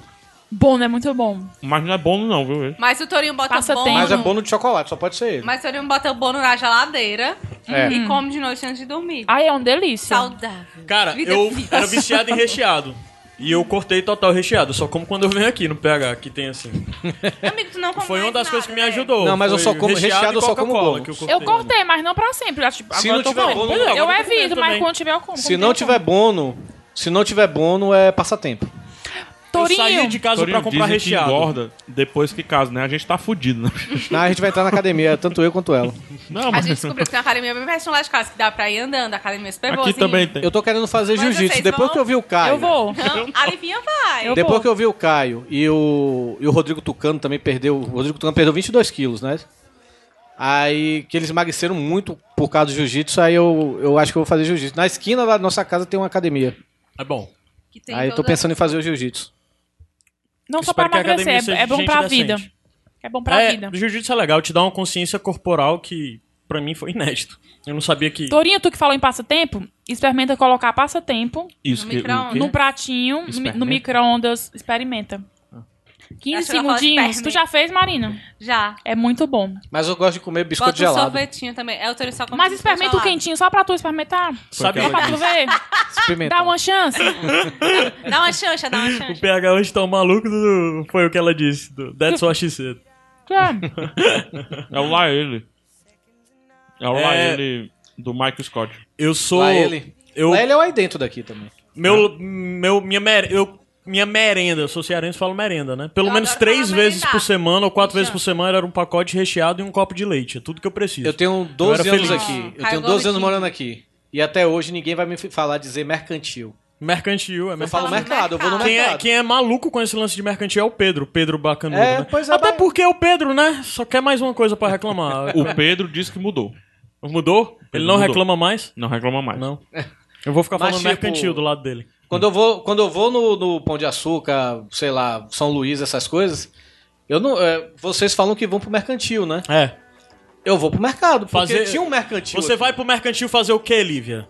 [SPEAKER 2] Bom, né? Muito bom.
[SPEAKER 5] Mas não é bom não, viu? ele?
[SPEAKER 4] Mas o Torinho bota
[SPEAKER 2] Passa
[SPEAKER 4] bono.
[SPEAKER 2] tempo.
[SPEAKER 1] Mas é
[SPEAKER 2] Bono.
[SPEAKER 1] bono de chocolate, só pode ser ele.
[SPEAKER 4] Mas o Torinho bota o bono na geladeira
[SPEAKER 1] É.
[SPEAKER 4] e come de noite antes de dormir.
[SPEAKER 2] Aí é uma delícia.
[SPEAKER 4] Saudável.
[SPEAKER 3] Cara,
[SPEAKER 4] Vida
[SPEAKER 3] eu
[SPEAKER 4] fit.
[SPEAKER 3] era viciado em recheado. E eu cortei total o recheado. Só como quando eu venho aqui no PH, que tem assim.
[SPEAKER 4] Amigo, tu não come
[SPEAKER 3] Foi uma
[SPEAKER 4] mais
[SPEAKER 3] das
[SPEAKER 4] nada,
[SPEAKER 3] coisas é que me
[SPEAKER 4] né?
[SPEAKER 3] ajudou.
[SPEAKER 1] Não, mas eu
[SPEAKER 3] Foi
[SPEAKER 1] só como- recheado,
[SPEAKER 3] e
[SPEAKER 1] eu só como
[SPEAKER 3] Coca-Cola
[SPEAKER 1] bolo.
[SPEAKER 3] que
[SPEAKER 2] Eu cortei, mas não pra sempre. Acho- Agora
[SPEAKER 1] Se
[SPEAKER 2] eu
[SPEAKER 1] não
[SPEAKER 2] tô
[SPEAKER 1] tiver
[SPEAKER 2] comendo.
[SPEAKER 1] bolo,
[SPEAKER 3] agora eu
[SPEAKER 2] eu
[SPEAKER 3] tô comendo
[SPEAKER 2] evito, mas
[SPEAKER 3] também.
[SPEAKER 2] quando tiver, eu como.
[SPEAKER 1] Se
[SPEAKER 2] Quando
[SPEAKER 1] não
[SPEAKER 2] eu
[SPEAKER 1] tiver
[SPEAKER 2] como.
[SPEAKER 1] bono, se não tiver bono, é passatempo.
[SPEAKER 3] Eu
[SPEAKER 2] Torinho,
[SPEAKER 3] saí de casa
[SPEAKER 5] Torinho
[SPEAKER 3] pra comprar
[SPEAKER 5] dizem que
[SPEAKER 3] recheado.
[SPEAKER 5] engorda depois que casa, né? A gente tá fudido, né?
[SPEAKER 1] Não, Ah, a gente vai entrar na academia, tanto eu quanto ela.
[SPEAKER 5] Não,
[SPEAKER 4] A
[SPEAKER 5] mas...
[SPEAKER 4] gente descobriu que tem uma academia bem pertinho lá de casa, que dá pra ir andando, a academia é super boa.
[SPEAKER 5] Aqui
[SPEAKER 4] assim.
[SPEAKER 5] também tem.
[SPEAKER 1] Eu tô querendo fazer
[SPEAKER 4] Mas
[SPEAKER 1] jiu-jitsu.
[SPEAKER 4] vocês
[SPEAKER 1] Depois
[SPEAKER 4] vão?
[SPEAKER 1] que eu vi o Caio.
[SPEAKER 2] eu vou.
[SPEAKER 4] Não, a Livinha vai.
[SPEAKER 2] Eu-
[SPEAKER 1] Depois
[SPEAKER 2] vou.
[SPEAKER 1] que eu vi o Caio e o, e o Rodrigo Tucano também perdeu. O Rodrigo Tucano perdeu 22 quilos, né? Aí que eles emagreceram muito por causa do jiu-jitsu. Aí eu, eu acho que eu vou fazer jiu-jitsu. Na esquina da nossa casa tem uma academia.
[SPEAKER 3] É bom.
[SPEAKER 4] Que tem
[SPEAKER 1] aí eu tô
[SPEAKER 4] toda-
[SPEAKER 1] pensando em fazer o jiu-jitsu.
[SPEAKER 2] Não só pra
[SPEAKER 3] Espero que a academia
[SPEAKER 2] emagrecer,
[SPEAKER 3] seja
[SPEAKER 2] é, é
[SPEAKER 3] de
[SPEAKER 2] bom
[SPEAKER 3] gente
[SPEAKER 2] pra vida.
[SPEAKER 3] decente.
[SPEAKER 2] É bom pra
[SPEAKER 3] é,
[SPEAKER 2] vida.
[SPEAKER 3] Jiu-jitsu é legal, te dá uma consciência corporal que pra mim foi inédito. Eu não sabia que.
[SPEAKER 2] Torinho, tu que falou em passatempo, experimenta colocar passatempo
[SPEAKER 5] Isso
[SPEAKER 4] No
[SPEAKER 5] que... o
[SPEAKER 4] micro-ondas.
[SPEAKER 5] quê?
[SPEAKER 2] num Um pratinho, no mi-
[SPEAKER 5] né? Experimenta? Ah.
[SPEAKER 2] no micro-ondas. Experimenta. 15
[SPEAKER 4] Acho que ela fala
[SPEAKER 2] segundinhos.
[SPEAKER 4] experimenta.
[SPEAKER 2] Tu já fez, Marina?
[SPEAKER 4] Já.
[SPEAKER 2] É muito bom.
[SPEAKER 1] Mas eu gosto de comer biscoito
[SPEAKER 4] Bota um
[SPEAKER 1] gelado.
[SPEAKER 4] sorvetinho também. É, o Torinho só come
[SPEAKER 2] Mas
[SPEAKER 4] biscoito
[SPEAKER 2] experimenta o
[SPEAKER 4] gelado.
[SPEAKER 2] quentinho só pra tu experimentar.
[SPEAKER 3] Sabe
[SPEAKER 5] Foi
[SPEAKER 2] Só
[SPEAKER 5] aquela
[SPEAKER 2] pra tu ver.
[SPEAKER 1] Experimentar.
[SPEAKER 2] Dá uma chance.
[SPEAKER 4] Dá uma chancha, dá uma
[SPEAKER 3] O
[SPEAKER 4] chancha.
[SPEAKER 3] PH hoje tá um maluco do... Foi o que ela disse. Do... That's what she said.
[SPEAKER 2] É.
[SPEAKER 5] É o lá ele. É o lá
[SPEAKER 3] É.
[SPEAKER 5] ele do Michael Scott.
[SPEAKER 3] Eu sou.
[SPEAKER 1] Lá ele.
[SPEAKER 3] Eu...
[SPEAKER 1] Lá ele é o aí dentro daqui também.
[SPEAKER 4] Né?
[SPEAKER 3] Meu, meu, minha, mer... eu, minha merenda, eu sou cearense, falo merenda, né? Pelo
[SPEAKER 4] Eu
[SPEAKER 3] menos
[SPEAKER 4] adoro
[SPEAKER 3] três
[SPEAKER 4] falar
[SPEAKER 3] vezes
[SPEAKER 4] merendar.
[SPEAKER 3] por semana ou quatro vezes
[SPEAKER 4] Jean.
[SPEAKER 3] por semana era um pacote recheado e um copo de leite. É tudo que eu preciso.
[SPEAKER 1] Eu tenho
[SPEAKER 3] Eu era
[SPEAKER 1] 12 anos
[SPEAKER 3] feliz.
[SPEAKER 1] aqui. Eu
[SPEAKER 4] Ah,
[SPEAKER 1] tenho
[SPEAKER 4] eu
[SPEAKER 1] 12
[SPEAKER 4] gosto
[SPEAKER 1] anos
[SPEAKER 4] de-
[SPEAKER 1] morando aqui. E até hoje ninguém vai me f- falar dizer mercantil.
[SPEAKER 3] Mercantil, é
[SPEAKER 1] Eu
[SPEAKER 3] mercantil.
[SPEAKER 1] falo
[SPEAKER 4] fala no
[SPEAKER 1] mercado, eu vou no
[SPEAKER 4] mercado.
[SPEAKER 1] mercado.
[SPEAKER 3] Quem é, quem é maluco com esse lance de mercantil é o Pedro, Pedro Bacanudo,
[SPEAKER 1] É,
[SPEAKER 3] né?
[SPEAKER 1] pois é,
[SPEAKER 3] Até
[SPEAKER 1] mas-
[SPEAKER 3] porque o Pedro, né? Só quer mais uma coisa pra reclamar.
[SPEAKER 4] É.
[SPEAKER 5] O Pedro disse que mudou.
[SPEAKER 3] Mudou? Ele não
[SPEAKER 5] Mudou.
[SPEAKER 3] reclama mais?
[SPEAKER 5] Não reclama mais.
[SPEAKER 3] Não. Eu vou ficar
[SPEAKER 1] Mas,
[SPEAKER 3] falando
[SPEAKER 1] tipo,
[SPEAKER 3] mercantil do lado dele.
[SPEAKER 1] Quando eu vou, quando eu vou no, no Pão de Açúcar, sei lá, São Luís, essas coisas, eu não. é, vocês falam que vão pro mercantil, né?
[SPEAKER 3] É.
[SPEAKER 1] Eu vou pro mercado, porque
[SPEAKER 3] Fazer-
[SPEAKER 1] tinha um mercantil.
[SPEAKER 3] Você
[SPEAKER 1] aqui.
[SPEAKER 3] vai pro mercantil fazer o quê, Lívia?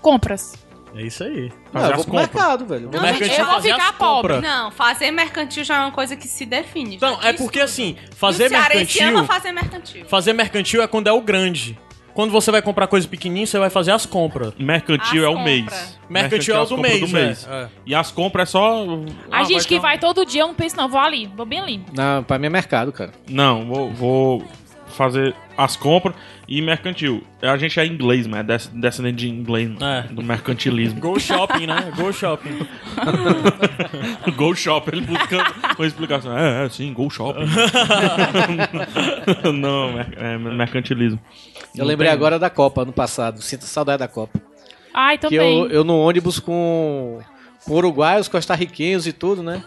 [SPEAKER 2] Compras.
[SPEAKER 3] É isso aí.
[SPEAKER 1] Não,
[SPEAKER 5] fazer
[SPEAKER 1] eu vou
[SPEAKER 5] as
[SPEAKER 1] pro
[SPEAKER 5] compras.
[SPEAKER 1] mercado, velho.
[SPEAKER 4] Não,
[SPEAKER 3] o mercantil
[SPEAKER 4] gente, eu vou né?
[SPEAKER 3] fazer as
[SPEAKER 2] ficar pobre.
[SPEAKER 3] compras.
[SPEAKER 4] Não, fazer mercantil já é uma coisa que se define. já
[SPEAKER 3] Então, é
[SPEAKER 4] diz
[SPEAKER 3] porque
[SPEAKER 4] tudo.
[SPEAKER 3] assim, fazer
[SPEAKER 4] E o cearense
[SPEAKER 3] mercantil.
[SPEAKER 4] ama fazer mercantil.
[SPEAKER 3] Fazer mercantil é quando é o grande. Quando você vai comprar coisa pequenininha, você vai fazer as compras.
[SPEAKER 5] Mercantil
[SPEAKER 4] As
[SPEAKER 5] é o
[SPEAKER 4] compra.
[SPEAKER 5] mês.
[SPEAKER 3] Mercantil
[SPEAKER 5] é
[SPEAKER 3] é o
[SPEAKER 5] as
[SPEAKER 3] do
[SPEAKER 5] compras
[SPEAKER 3] mês, é. É.
[SPEAKER 5] E as compras é só.
[SPEAKER 2] A
[SPEAKER 5] Ah,
[SPEAKER 2] gente que
[SPEAKER 5] ter
[SPEAKER 2] vai todo dia, eu não penso, não, vou ali, vou bem ali.
[SPEAKER 1] Não, pra mim é mercado, cara.
[SPEAKER 5] um- Não, vou, vou fazer as compras e mercantil. A gente é inglês, né? Des- Descendente de inglês, né?
[SPEAKER 3] É.
[SPEAKER 5] do mercantilismo.
[SPEAKER 3] Go shopping, né? Go shopping.
[SPEAKER 5] Go Shop, ele buscando uma explicação. É, é, sim, Go Shop. não, mer- é mercantilismo.
[SPEAKER 1] Eu lembrei agora da Copa, ano passado. Sinto saudade da Copa.
[SPEAKER 2] Ai,
[SPEAKER 1] Que
[SPEAKER 2] também.
[SPEAKER 1] eu, eu no ônibus com, com uruguaios, costarriquenhos e tudo, né?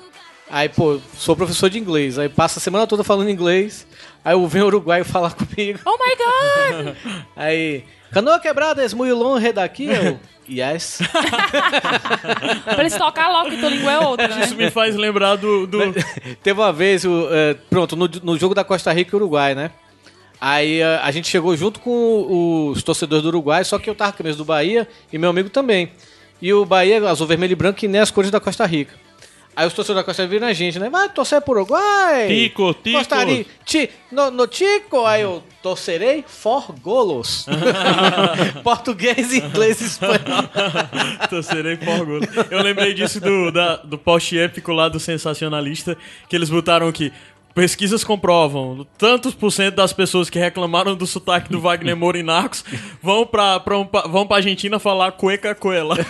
[SPEAKER 1] Aí, pô, sou professor de inglês. Aí passa a semana toda falando inglês. Aí eu venho uruguaio falar comigo.
[SPEAKER 2] Oh my god!
[SPEAKER 1] Aí, canoa quebrada, es muy longe daqui, eu. Yes.
[SPEAKER 2] pra eles tocar logo que tua língua é outra, né?
[SPEAKER 3] Isso me faz lembrar do. do...
[SPEAKER 1] Teve uma vez, o, é, pronto, no, no jogo da Costa Rica e Uruguai, né? Aí eh, a, a gente chegou junto com os torcedores do Uruguai, só que eu tava com a camisa do Bahia e meu amigo também. E o Bahia, azul, vermelho e branco, que nem as cores da Costa Rica. Aí os torcedores da Costa Rica viram a gente, né? Vai torcer pro Uruguai!
[SPEAKER 5] Tico, tico.
[SPEAKER 1] Costa Rica, ti, no, no tico, aí eu torcerei for golos. Português, inglês e espanhol.
[SPEAKER 3] Torcerei por orgulho. Eu lembrei disso do, da, do post épico lá do sensacionalista, que eles botaram aqui. Pesquisas comprovam, tantos por cento das pessoas que reclamaram do sotaque do Wagner Moura em Narcos vão pra, pra um pa- vão pra Argentina falar cueca coela.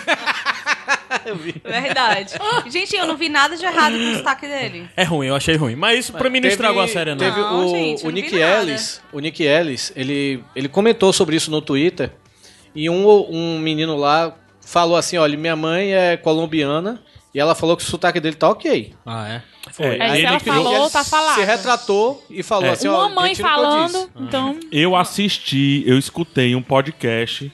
[SPEAKER 4] Verdade.
[SPEAKER 3] Ah!
[SPEAKER 4] Gente, eu não vi nada de errado com o sotaque dele.
[SPEAKER 3] É ruim, eu achei ruim. Mas isso pra mim não estragou a série, não.
[SPEAKER 1] É. Teve
[SPEAKER 4] Não,
[SPEAKER 1] o,
[SPEAKER 4] gente,
[SPEAKER 1] o
[SPEAKER 4] eu não vi
[SPEAKER 1] Nick
[SPEAKER 4] nada.
[SPEAKER 1] Ellis, o Nick Ellis, ele, ele comentou sobre isso no Twitter. E um, um menino lá falou assim: olha, minha mãe é colombiana e ela falou que o sotaque dele tá ok.
[SPEAKER 3] Ah, é?
[SPEAKER 5] É,
[SPEAKER 2] É, se
[SPEAKER 5] ele
[SPEAKER 2] ela
[SPEAKER 5] que-
[SPEAKER 2] falou,
[SPEAKER 1] Ele
[SPEAKER 2] tá falado.
[SPEAKER 1] Se retratou e falou
[SPEAKER 3] É.
[SPEAKER 1] assim: ó,
[SPEAKER 2] Uma mãe
[SPEAKER 1] retiro o que eu
[SPEAKER 2] falando,
[SPEAKER 1] disse.
[SPEAKER 2] então.
[SPEAKER 5] Eu assisti, eu escutei um podcast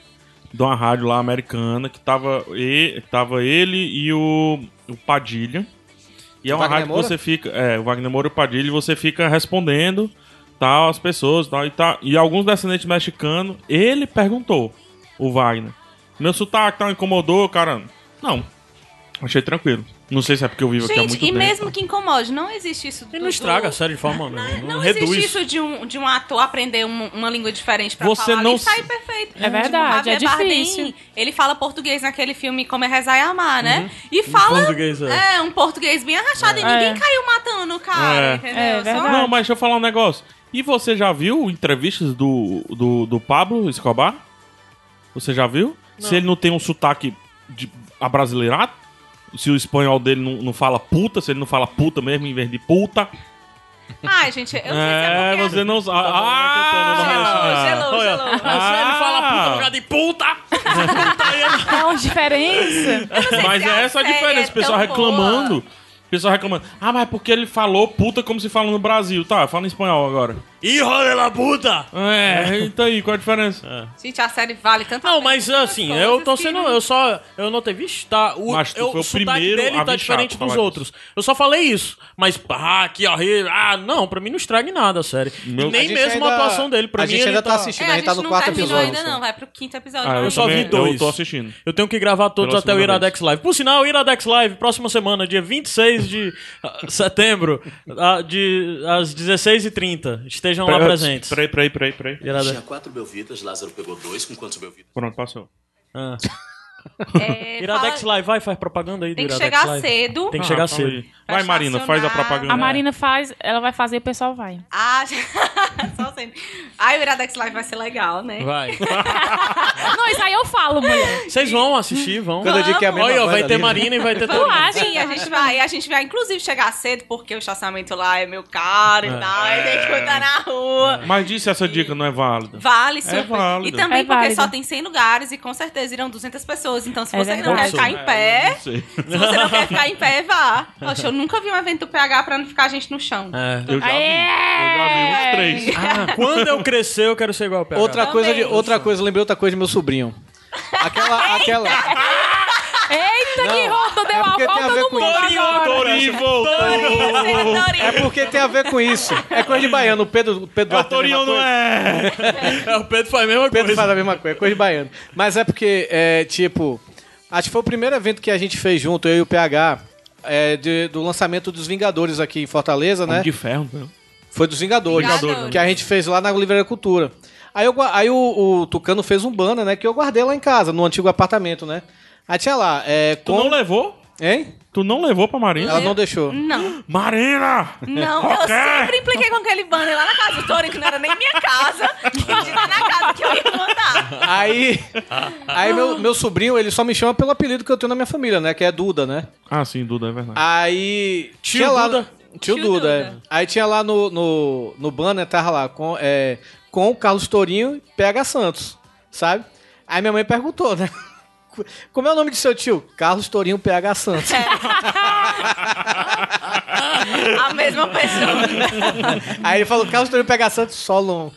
[SPEAKER 5] de uma rádio lá americana que tava, e, tava ele e o, o Padilha. E é
[SPEAKER 1] O
[SPEAKER 5] uma
[SPEAKER 1] Wagner
[SPEAKER 5] rádio
[SPEAKER 1] Moura?
[SPEAKER 5] que você fica. É, o Wagner Moura e o Padilha, e você fica respondendo tal, as pessoas tal, e tal. E alguns descendentes mexicanos, ele perguntou, o Wagner. Meu sotaque tal, incomodou, cara. Não. Achei tranquilo. Não sei se é porque eu vivo aqui há muito
[SPEAKER 4] Gente, e
[SPEAKER 5] tempo.
[SPEAKER 4] mesmo que incomode, não existe isso.
[SPEAKER 3] Ele
[SPEAKER 4] do-
[SPEAKER 3] não estraga a
[SPEAKER 4] do-
[SPEAKER 3] série de forma nenhuma. Não,
[SPEAKER 4] Não
[SPEAKER 3] reduz.
[SPEAKER 4] existe isso de um, de um ator aprender um- uma, língua diferente pra
[SPEAKER 5] Você
[SPEAKER 4] falar
[SPEAKER 5] não
[SPEAKER 4] e sair
[SPEAKER 5] se-
[SPEAKER 4] perfeito. Tipo,
[SPEAKER 2] É verdade, é
[SPEAKER 4] Javier Bardem,
[SPEAKER 2] difícil.
[SPEAKER 4] ele fala português naquele filme Como é Rezar e Amar, né? E fala...
[SPEAKER 3] português, é.
[SPEAKER 4] é. um português bem arrachado e ninguém
[SPEAKER 2] É.
[SPEAKER 4] caiu matando o cara,
[SPEAKER 5] É.
[SPEAKER 4] entendeu?
[SPEAKER 2] É
[SPEAKER 4] Só-
[SPEAKER 2] verdade.
[SPEAKER 5] Não, mas deixa eu falar um negócio. E você já viu entrevistas do, do, do Pablo Escobar? Você já viu? Se ele não tem um sotaque de abrasileirado? Se o espanhol dele não, não fala puta, se ele não fala puta mesmo em vez de puta.
[SPEAKER 4] Ai, gente, eu não
[SPEAKER 5] é,
[SPEAKER 4] sei se é porque...
[SPEAKER 5] você não sabe.
[SPEAKER 4] Gelou,
[SPEAKER 5] Ah!
[SPEAKER 4] gelou,
[SPEAKER 3] Olha,
[SPEAKER 4] gelou.
[SPEAKER 3] Ah, se ele fala puta no lugar de puta!
[SPEAKER 2] É uma diferença.
[SPEAKER 5] Mas
[SPEAKER 4] se
[SPEAKER 5] é
[SPEAKER 4] a
[SPEAKER 5] essa a
[SPEAKER 4] série
[SPEAKER 5] diferença,
[SPEAKER 4] é
[SPEAKER 5] o pessoal
[SPEAKER 4] tão
[SPEAKER 5] reclamando. O pessoal reclamando. Ah, mas porque ele falou puta como se fala no Brasil. Tá, fala em espanhol agora.
[SPEAKER 3] Hijo de la puta!
[SPEAKER 5] É, então aí, qual a diferença?
[SPEAKER 4] Gente, a série vale tanto a
[SPEAKER 3] Não,
[SPEAKER 4] pena
[SPEAKER 3] mas
[SPEAKER 4] tantas
[SPEAKER 3] assim,
[SPEAKER 4] coisas
[SPEAKER 3] eu tô
[SPEAKER 4] que-
[SPEAKER 3] sendo. Eu só. Eu notei, vixe, tá. O,
[SPEAKER 5] Mas tu
[SPEAKER 3] eu,
[SPEAKER 5] foi o
[SPEAKER 3] sotaque
[SPEAKER 5] primeiro
[SPEAKER 3] dele tá
[SPEAKER 5] avisado
[SPEAKER 3] diferente
[SPEAKER 5] pra
[SPEAKER 3] dos
[SPEAKER 5] falar
[SPEAKER 3] outros. Eu só falei isso. Mas, ah, que horrível. Ah, não, pra mim não estraga em nada a série.
[SPEAKER 5] Meu-
[SPEAKER 1] A
[SPEAKER 3] Nem
[SPEAKER 1] gente
[SPEAKER 3] mesmo a
[SPEAKER 1] ainda-
[SPEAKER 3] atuação dele. Pra
[SPEAKER 1] a
[SPEAKER 3] mim,
[SPEAKER 1] gente
[SPEAKER 3] ele
[SPEAKER 1] ainda tá
[SPEAKER 4] É,
[SPEAKER 1] assistindo, a
[SPEAKER 4] a gente
[SPEAKER 1] gente tá no
[SPEAKER 4] não
[SPEAKER 1] quarto
[SPEAKER 4] terminou
[SPEAKER 1] episódio.
[SPEAKER 4] ainda não, vai pro quinto episódio.
[SPEAKER 5] Ah, eu
[SPEAKER 4] ainda. É,
[SPEAKER 5] só vi
[SPEAKER 3] vi
[SPEAKER 5] dois.
[SPEAKER 3] dois.
[SPEAKER 5] Eu tô assistindo.
[SPEAKER 3] Eu tenho que gravar todos
[SPEAKER 5] Pela
[SPEAKER 3] até o
[SPEAKER 5] segunda
[SPEAKER 3] Iradex Live. Por sinal, o Iradex Live, próxima semana, dia 26 de ah, setembro, ah, de, às 16h30. Estejam lá presentes.
[SPEAKER 5] Peraí, peraí, peraí, peraí.
[SPEAKER 3] Iradex-
[SPEAKER 8] Tinha quatro belvitas, Lázaro pegou dois. Com quantos belvitas?
[SPEAKER 5] Pronto, passou.
[SPEAKER 3] ah.
[SPEAKER 4] É,
[SPEAKER 3] Iradex
[SPEAKER 4] fala-
[SPEAKER 3] Live, vai, faz propaganda aí do
[SPEAKER 4] Tem que
[SPEAKER 3] Iradex
[SPEAKER 4] chegar
[SPEAKER 3] Live.
[SPEAKER 4] cedo.
[SPEAKER 3] Tem que chegar
[SPEAKER 5] Ah, fala
[SPEAKER 3] cedo.
[SPEAKER 5] aí.
[SPEAKER 4] É
[SPEAKER 5] Vai, Marina, faz a propaganda.
[SPEAKER 2] A Marina faz, ela vai fazer e o pessoal vai.
[SPEAKER 4] Ah, só sendo. Ai, o Iradex Live vai ser legal, né?
[SPEAKER 3] Vai.
[SPEAKER 2] Não, isso aí eu falo, mulher.
[SPEAKER 3] Vocês vão assistir, vão.
[SPEAKER 1] Quando eu digo que é a mesma
[SPEAKER 3] Olha, ó,
[SPEAKER 1] coisa
[SPEAKER 3] vai ter
[SPEAKER 1] ali, né?
[SPEAKER 3] Marina e vai ter todo
[SPEAKER 2] Vamos lá,
[SPEAKER 3] mundo.
[SPEAKER 2] gente.
[SPEAKER 4] Sim, a gente vai. A gente vai, inclusive, chegar cedo, porque o estacionamento lá é meu caro e tal. E tem que andar na rua.
[SPEAKER 5] Mas disse essa dica não é válida.
[SPEAKER 4] Vale, super.
[SPEAKER 5] válido.
[SPEAKER 4] e também
[SPEAKER 2] É
[SPEAKER 4] porque
[SPEAKER 2] válido.
[SPEAKER 4] só tem 100 lugares e com certeza irão 200 pessoas. Então, se
[SPEAKER 2] É
[SPEAKER 4] você não
[SPEAKER 2] verdade.
[SPEAKER 4] quer ficar em pé,
[SPEAKER 5] Não sei.
[SPEAKER 4] se você não quer ficar em pé, vá. Poxa, eu nunca vi um evento do PH pra não ficar a gente no chão.
[SPEAKER 3] É.
[SPEAKER 5] Eu já vi.
[SPEAKER 2] É.
[SPEAKER 4] É.
[SPEAKER 5] Eu já vi uns três.
[SPEAKER 3] Ah, quando eu crescer, eu quero ser igual ao PH.
[SPEAKER 1] Outra
[SPEAKER 4] Também.
[SPEAKER 1] coisa, de, outra coisa, lembrei outra coisa de meu sobrinho. Aquela, aquela.
[SPEAKER 2] Eita, que
[SPEAKER 1] Não,
[SPEAKER 2] roupa deu
[SPEAKER 1] é
[SPEAKER 2] a
[SPEAKER 1] porque tem a
[SPEAKER 2] volta
[SPEAKER 1] ver
[SPEAKER 2] no
[SPEAKER 1] com
[SPEAKER 2] mundo
[SPEAKER 3] Torinho,
[SPEAKER 2] agora.
[SPEAKER 5] Tori voltou.
[SPEAKER 1] É porque tem a ver com isso. É coisa de baiano. O Pedro, o Pedro
[SPEAKER 5] É
[SPEAKER 1] Duarte
[SPEAKER 5] o
[SPEAKER 1] tem a mesma
[SPEAKER 5] Torinho, não
[SPEAKER 1] coisa.
[SPEAKER 5] é?
[SPEAKER 3] É, o Pedro faz a mesma
[SPEAKER 1] Pedro
[SPEAKER 3] coisa.
[SPEAKER 1] faz a mesma coisa, é coisa de baiano. Mas é porque, é, tipo, acho que foi o primeiro evento que a gente fez junto, eu e o PH, é, de- do lançamento dos Vingadores aqui em Fortaleza, né?
[SPEAKER 5] Homem de ferro, não.
[SPEAKER 1] Foi dos Vingadores,
[SPEAKER 4] Vingadores, né?
[SPEAKER 1] que a gente fez lá na Livraria Cultura. Aí, eu gua- aí o, o Tucano fez um banner, né, que eu guardei lá em casa, no antigo apartamento, né? Aí tinha lá, é,
[SPEAKER 5] Tu não
[SPEAKER 1] como-
[SPEAKER 5] levou?
[SPEAKER 1] Hein?
[SPEAKER 5] Tu não levou pra Marina?
[SPEAKER 1] Ela não deixou.
[SPEAKER 4] Não,
[SPEAKER 5] Marina!
[SPEAKER 4] não. Eu
[SPEAKER 5] Ok.
[SPEAKER 4] sempre impliquei com aquele banner lá na casa do Tony, que não era nem minha casa. De lá na casa que eu ia mandar.
[SPEAKER 1] Aí, aí meu, meu sobrinho, ele só me chama pelo apelido que eu tenho na minha família, né? Que é Duda, né?
[SPEAKER 5] Ah, sim, Duda, é verdade.
[SPEAKER 1] Aí. Tio tinha lá,
[SPEAKER 3] Duda.
[SPEAKER 1] Tio,
[SPEAKER 4] Tio
[SPEAKER 1] Duda, é.
[SPEAKER 4] Duda.
[SPEAKER 1] Aí tinha lá no, no, no banner, tava lá, com, é, com o Carlos Tourinho e PH Santos, sabe? Aí minha mãe perguntou, né? Como é o nome de seu tio? Carlos Tourinho PH Santos.
[SPEAKER 4] É. A mesma pessoa.
[SPEAKER 1] Aí ele falou, Carlos Tourinho PH Santos, Solon.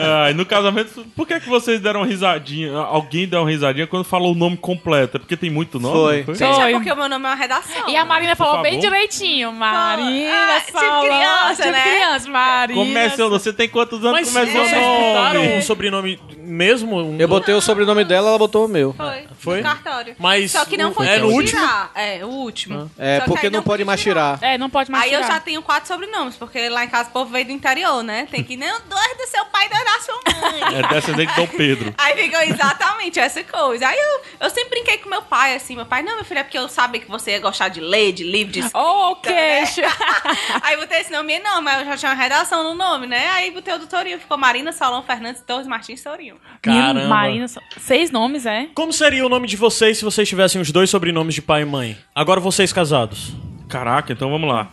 [SPEAKER 5] Ah, e no casamento, por que, que vocês deram uma risadinha? Alguém deu uma risadinha quando falou o nome completo? É porque tem muito nome?
[SPEAKER 1] Foi.
[SPEAKER 5] não
[SPEAKER 4] Gente,
[SPEAKER 2] Foi.
[SPEAKER 4] é porque o meu nome é uma redação.
[SPEAKER 2] E a Marina falou
[SPEAKER 5] favor.
[SPEAKER 2] bem direitinho. Marina,
[SPEAKER 4] Ah,
[SPEAKER 2] Solange,
[SPEAKER 4] tipo criança,
[SPEAKER 2] tipo
[SPEAKER 4] né?
[SPEAKER 2] criança, Marina.
[SPEAKER 5] Começou, você tem quantos anos?
[SPEAKER 3] Mas vocês
[SPEAKER 5] começou
[SPEAKER 4] é.
[SPEAKER 5] o nome?
[SPEAKER 3] botaram um sobrenome mesmo? Um
[SPEAKER 1] Eu botei o sobrenome dela, ela botou o meu.
[SPEAKER 4] Foi.
[SPEAKER 3] Ah, Foi?
[SPEAKER 4] No cartório.
[SPEAKER 3] Mas
[SPEAKER 4] Só que não
[SPEAKER 3] o-
[SPEAKER 4] foi
[SPEAKER 3] é no
[SPEAKER 4] possível
[SPEAKER 3] último? Ah.
[SPEAKER 4] tirar. É, o último.
[SPEAKER 1] É,
[SPEAKER 4] Só que
[SPEAKER 1] porque
[SPEAKER 4] aí
[SPEAKER 1] não pode
[SPEAKER 4] podia
[SPEAKER 1] mais tirar.
[SPEAKER 2] É, não pode mais
[SPEAKER 4] Aí eu
[SPEAKER 2] tirar.
[SPEAKER 4] já tenho quatro sobrenomes, porque lá em casa o povo veio do interior, né? Tem que nem dois do seu pai e dois da sua mãe.
[SPEAKER 5] É descendente de Dom Pedro.
[SPEAKER 4] Aí ficou exatamente essa coisa. Aí eu, eu sempre brinquei com meu pai, assim. Meu pai, não, meu filho, é porque eu sabia que você ia gostar de ler, de livro, de escrita,
[SPEAKER 2] Ô, o
[SPEAKER 4] né?"
[SPEAKER 2] queixo.
[SPEAKER 4] Aí botei esse nome, e não, mas eu já tinha uma redação no nome, né? Aí botei o do Torinho, ficou Marina Solon Fernandes Torres Martins Torinho.
[SPEAKER 2] Hum.
[SPEAKER 3] Caramba.
[SPEAKER 2] Marina, Sol- seis nomes, é?
[SPEAKER 3] Como seria o nome de vocês se vocês tivessem os dois sobrenomes de pai e mãe? Agora vocês casados.
[SPEAKER 5] Caraca, então vamos lá.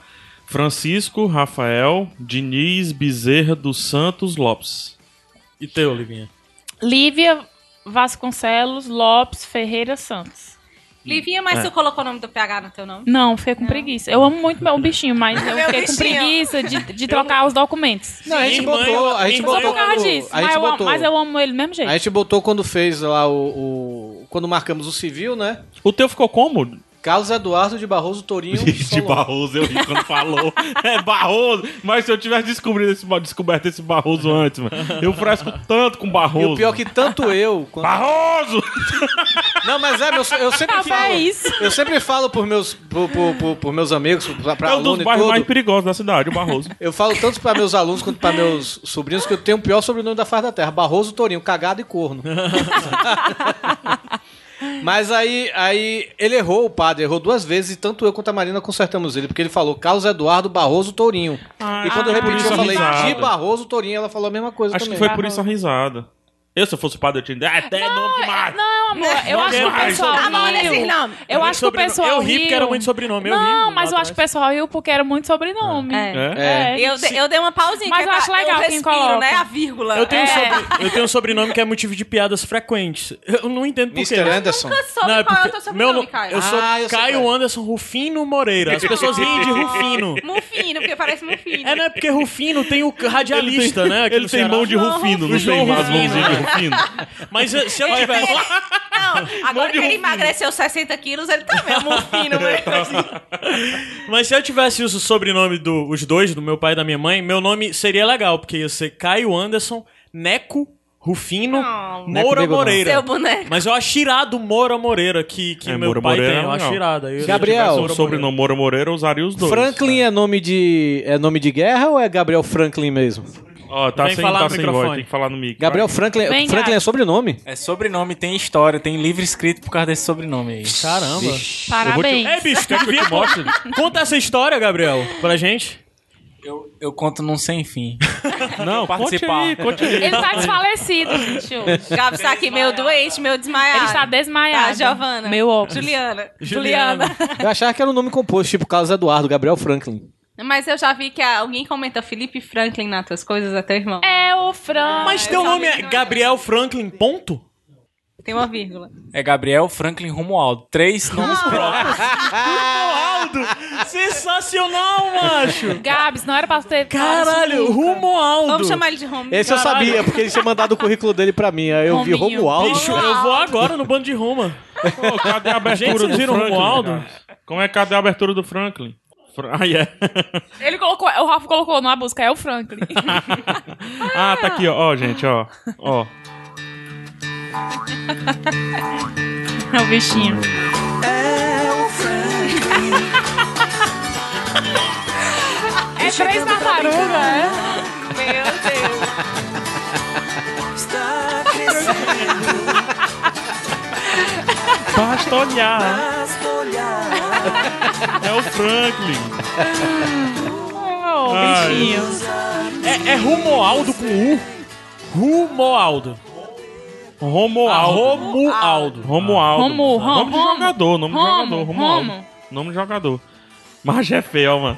[SPEAKER 5] Francisco, Rafael, Diniz, Bezerra dos Santos Lopes.
[SPEAKER 3] E teu, Livinha?
[SPEAKER 2] Lívia Vasconcelos Lopes Ferreira Santos.
[SPEAKER 4] Livinha, mas tu colocou o nome do PH no teu nome?
[SPEAKER 2] Não, fiquei com preguiça. Eu amo muito meu bichinho, mas eu
[SPEAKER 4] Meu
[SPEAKER 2] fiquei com
[SPEAKER 4] bichinho.
[SPEAKER 2] preguiça de, de trocar os documentos.
[SPEAKER 1] Não, a gente
[SPEAKER 3] Minha irmã,
[SPEAKER 1] botou, a gente
[SPEAKER 3] minha irmã-
[SPEAKER 2] Só
[SPEAKER 1] botou.
[SPEAKER 2] por causa
[SPEAKER 1] quando-
[SPEAKER 2] disso.
[SPEAKER 1] A
[SPEAKER 2] mas,
[SPEAKER 1] gente
[SPEAKER 2] eu, amo-
[SPEAKER 1] botou.
[SPEAKER 2] mas eu amo ele do mesmo jeito.
[SPEAKER 1] A gente botou quando fez lá o, o- Quando marcamos o civil, né?
[SPEAKER 5] O teu ficou como?
[SPEAKER 1] Carlos Eduardo de Barroso Tourinho.
[SPEAKER 5] De
[SPEAKER 1] Solon.
[SPEAKER 5] Barroso, eu ri quando falou. É Barroso. Mas se eu tivesse descobrido esse, descoberto esse Barroso antes, mano. Eu fresco tanto com
[SPEAKER 1] E
[SPEAKER 5] Barroso.
[SPEAKER 1] o pior é que tanto eu. quanto-
[SPEAKER 5] Barroso!
[SPEAKER 1] Não, mas é, meu- eu
[SPEAKER 2] Tá,
[SPEAKER 1] sempre falo.
[SPEAKER 2] Talvez.
[SPEAKER 1] Eu sempre falo por meus, por, por- por- por meus amigos, pra, pra
[SPEAKER 5] é um
[SPEAKER 1] aluno
[SPEAKER 5] dos
[SPEAKER 1] e
[SPEAKER 5] bairros
[SPEAKER 1] tudo.
[SPEAKER 5] mais perigosos da cidade, o Barroso.
[SPEAKER 1] Eu falo tanto pra meus alunos quanto pra meus sobrinhos que eu tenho o pior sobrenome da face da terra. Barroso Tourinho, cagado e corno. Mas aí, aí ele errou, o padre errou duas vezes e tanto eu quanto a Marina consertamos ele, porque ele falou Carlos Eduardo Barroso Tourinho. e quando eu
[SPEAKER 5] por
[SPEAKER 1] repeti,
[SPEAKER 5] isso
[SPEAKER 1] eu
[SPEAKER 5] a
[SPEAKER 1] falei
[SPEAKER 5] risada.
[SPEAKER 1] de Barroso Tourinho, ela falou a mesma coisa
[SPEAKER 5] Acho que
[SPEAKER 1] também.
[SPEAKER 5] foi por isso a risada. Eu, se eu fosse o padre, eu tinha. Ah, até nome demais!
[SPEAKER 2] Não, amor, eu
[SPEAKER 3] Não
[SPEAKER 2] acho que o
[SPEAKER 3] quero
[SPEAKER 2] pessoal
[SPEAKER 3] mais
[SPEAKER 4] sobrenome. Tá bom,
[SPEAKER 2] riu.
[SPEAKER 4] nesses nomes.
[SPEAKER 2] Eu acho
[SPEAKER 3] Muito
[SPEAKER 2] que o
[SPEAKER 3] sobrenome.
[SPEAKER 2] pessoal
[SPEAKER 3] Eu ri porque era
[SPEAKER 2] riu.
[SPEAKER 3] muito sobrenome, eu
[SPEAKER 2] Não,
[SPEAKER 3] ri
[SPEAKER 2] mas eu
[SPEAKER 3] lá
[SPEAKER 2] acho que o pessoal riu porque era muito sobrenome.
[SPEAKER 5] É?
[SPEAKER 2] É.
[SPEAKER 4] Eu, de- eu dei uma pausinha.
[SPEAKER 2] Mas
[SPEAKER 4] que é
[SPEAKER 2] eu
[SPEAKER 4] pra-
[SPEAKER 2] acho legal
[SPEAKER 4] eu
[SPEAKER 2] quem
[SPEAKER 4] respiro,
[SPEAKER 2] coloca.
[SPEAKER 4] né? A vírgula.
[SPEAKER 3] Eu tenho, um
[SPEAKER 4] É.
[SPEAKER 3] sobre- eu tenho um sobrenome que é motivo de piadas frequentes. Eu não entendo por quê.
[SPEAKER 1] Mr. Anderson.
[SPEAKER 4] Nunca soube
[SPEAKER 3] Não, é
[SPEAKER 4] qual é o
[SPEAKER 3] porque
[SPEAKER 4] teu
[SPEAKER 3] meu
[SPEAKER 4] sobrenome,
[SPEAKER 3] no-
[SPEAKER 4] Caio.
[SPEAKER 3] Eu sou
[SPEAKER 1] Ah, eu sei
[SPEAKER 3] Caio
[SPEAKER 1] qual
[SPEAKER 3] Anderson Rufino Moreira. As pessoas riem de Rufino.
[SPEAKER 4] Mufino, porque parece Mufino.
[SPEAKER 3] É, não é porque Rufino tem o radialista, né? aqui
[SPEAKER 5] Ele
[SPEAKER 3] no
[SPEAKER 5] tem
[SPEAKER 3] Ceará.
[SPEAKER 5] mão de Rufino, não
[SPEAKER 3] João
[SPEAKER 5] tem mais
[SPEAKER 3] Rufino,
[SPEAKER 5] mãozinha de
[SPEAKER 3] né?
[SPEAKER 5] Rufino.
[SPEAKER 3] Mas eh, se eu tivesse...
[SPEAKER 4] Não, agora que ele emagreceu 60 quilos, ele também é Mufino, né?
[SPEAKER 3] Mas se eu tivesse o sobrenome dos dois, do meu pai e da minha mãe, meu nome seria legal, porque ia ser Caio Anderson, Neco, Rufino, Moura
[SPEAKER 4] Não.
[SPEAKER 1] Neco Bigo, não.
[SPEAKER 3] Moreira.
[SPEAKER 4] Seu boneco.
[SPEAKER 3] Mas eu acho irado Moura Moreira, que, que
[SPEAKER 5] É,
[SPEAKER 3] meu
[SPEAKER 5] Moura
[SPEAKER 3] pai
[SPEAKER 5] Moreira
[SPEAKER 3] tem,
[SPEAKER 5] é
[SPEAKER 3] eu acho
[SPEAKER 5] legal.
[SPEAKER 3] irado. Aí eu- se
[SPEAKER 1] Gabriel,
[SPEAKER 3] tivesse
[SPEAKER 5] O um sobrenome Moura Moreira, eu usaria os dois.
[SPEAKER 1] Franklin é nome de é nome de guerra ou é Gabriel Franklin mesmo?
[SPEAKER 5] Ó, tá
[SPEAKER 3] Vem
[SPEAKER 5] sem,
[SPEAKER 3] falar
[SPEAKER 5] tá
[SPEAKER 3] no
[SPEAKER 5] sem
[SPEAKER 3] microfone.
[SPEAKER 5] voz, tem que falar no mic.
[SPEAKER 1] Gabriel Franklin,
[SPEAKER 2] Vem,
[SPEAKER 1] Franklin
[SPEAKER 2] cara.
[SPEAKER 1] é sobrenome?
[SPEAKER 9] É sobrenome, tem história, tem livro escrito por causa desse sobrenome aí.
[SPEAKER 3] Caramba.
[SPEAKER 4] Tá
[SPEAKER 2] Parabéns.
[SPEAKER 3] É, bicho, tu devia contar- Conta essa história, Gabriel, pra gente.
[SPEAKER 9] Eu, eu conto num sem fim.
[SPEAKER 5] Vai. Não, conte
[SPEAKER 9] participar.
[SPEAKER 5] aí, conte aí.
[SPEAKER 2] Ele tá desfalecido, gente. hoje.
[SPEAKER 4] Gabs tá aqui meio doente, meio desmaiado.
[SPEAKER 2] Ele está desmaiado.
[SPEAKER 4] Tá, Giovana.
[SPEAKER 2] Meu óculos.
[SPEAKER 4] Juliana.
[SPEAKER 3] Juliana.
[SPEAKER 1] Eu achava que era um nome composto, tipo Carlos Eduardo, Gabriel Franklin.
[SPEAKER 4] Mas eu já vi que alguém comenta Felipe Franklin nas tuas coisas, é teu irmão.
[SPEAKER 2] É o Fran.
[SPEAKER 3] Mas
[SPEAKER 4] eu
[SPEAKER 3] teu
[SPEAKER 4] sabia
[SPEAKER 3] nome
[SPEAKER 4] que
[SPEAKER 3] é
[SPEAKER 4] não era.
[SPEAKER 3] Gabriel Franklin, ponto?
[SPEAKER 4] Tem uma vírgula.
[SPEAKER 9] É Gabriel Franklin Romualdo. Três nomes próprios.
[SPEAKER 3] Romualdo! Sensacional, macho!
[SPEAKER 2] Gabs, não era pra ter.
[SPEAKER 3] Caralho,
[SPEAKER 4] é Vamos
[SPEAKER 3] Romualdo!
[SPEAKER 4] chamar ele de Romulo.
[SPEAKER 1] Esse eu sabia, porque ele tinha mandado o currículo dele pra mim. Aí eu vi
[SPEAKER 2] Rominho.
[SPEAKER 1] Romualdo.
[SPEAKER 3] Bicho, eu vou agora no bando de Roma.
[SPEAKER 5] Pô, cadê a
[SPEAKER 3] Gente,
[SPEAKER 5] abertura
[SPEAKER 3] vocês
[SPEAKER 5] do
[SPEAKER 3] viram o
[SPEAKER 5] Franklin?
[SPEAKER 3] Romualdo?
[SPEAKER 5] cara? Como é que cadê a abertura do Franklin? Fra- Ah, yeah.
[SPEAKER 2] Ele colocou, o Rafa colocou numa busca, é o Franklin.
[SPEAKER 5] ah, tá aqui, ó, ó, gente, ó. ó.
[SPEAKER 2] é o bichinho. É três tartarugas, é?
[SPEAKER 4] Meu Deus.
[SPEAKER 5] Basta
[SPEAKER 3] né?
[SPEAKER 5] olhar. É o Franklin.
[SPEAKER 2] Oh,
[SPEAKER 5] Ai.
[SPEAKER 2] bichinhos.
[SPEAKER 3] É, é Rumoaldo com U? Rumoaldo. Ah,
[SPEAKER 5] Romualdo.
[SPEAKER 3] Romualdo.
[SPEAKER 5] Romualdo.
[SPEAKER 2] Romu, Rom-
[SPEAKER 5] nome de
[SPEAKER 2] Romo.
[SPEAKER 5] jogador, nome de
[SPEAKER 2] Romo,
[SPEAKER 5] jogador. Romualdo.
[SPEAKER 2] Romo.
[SPEAKER 5] Nome de jogador. Mas é feio, ó, mano.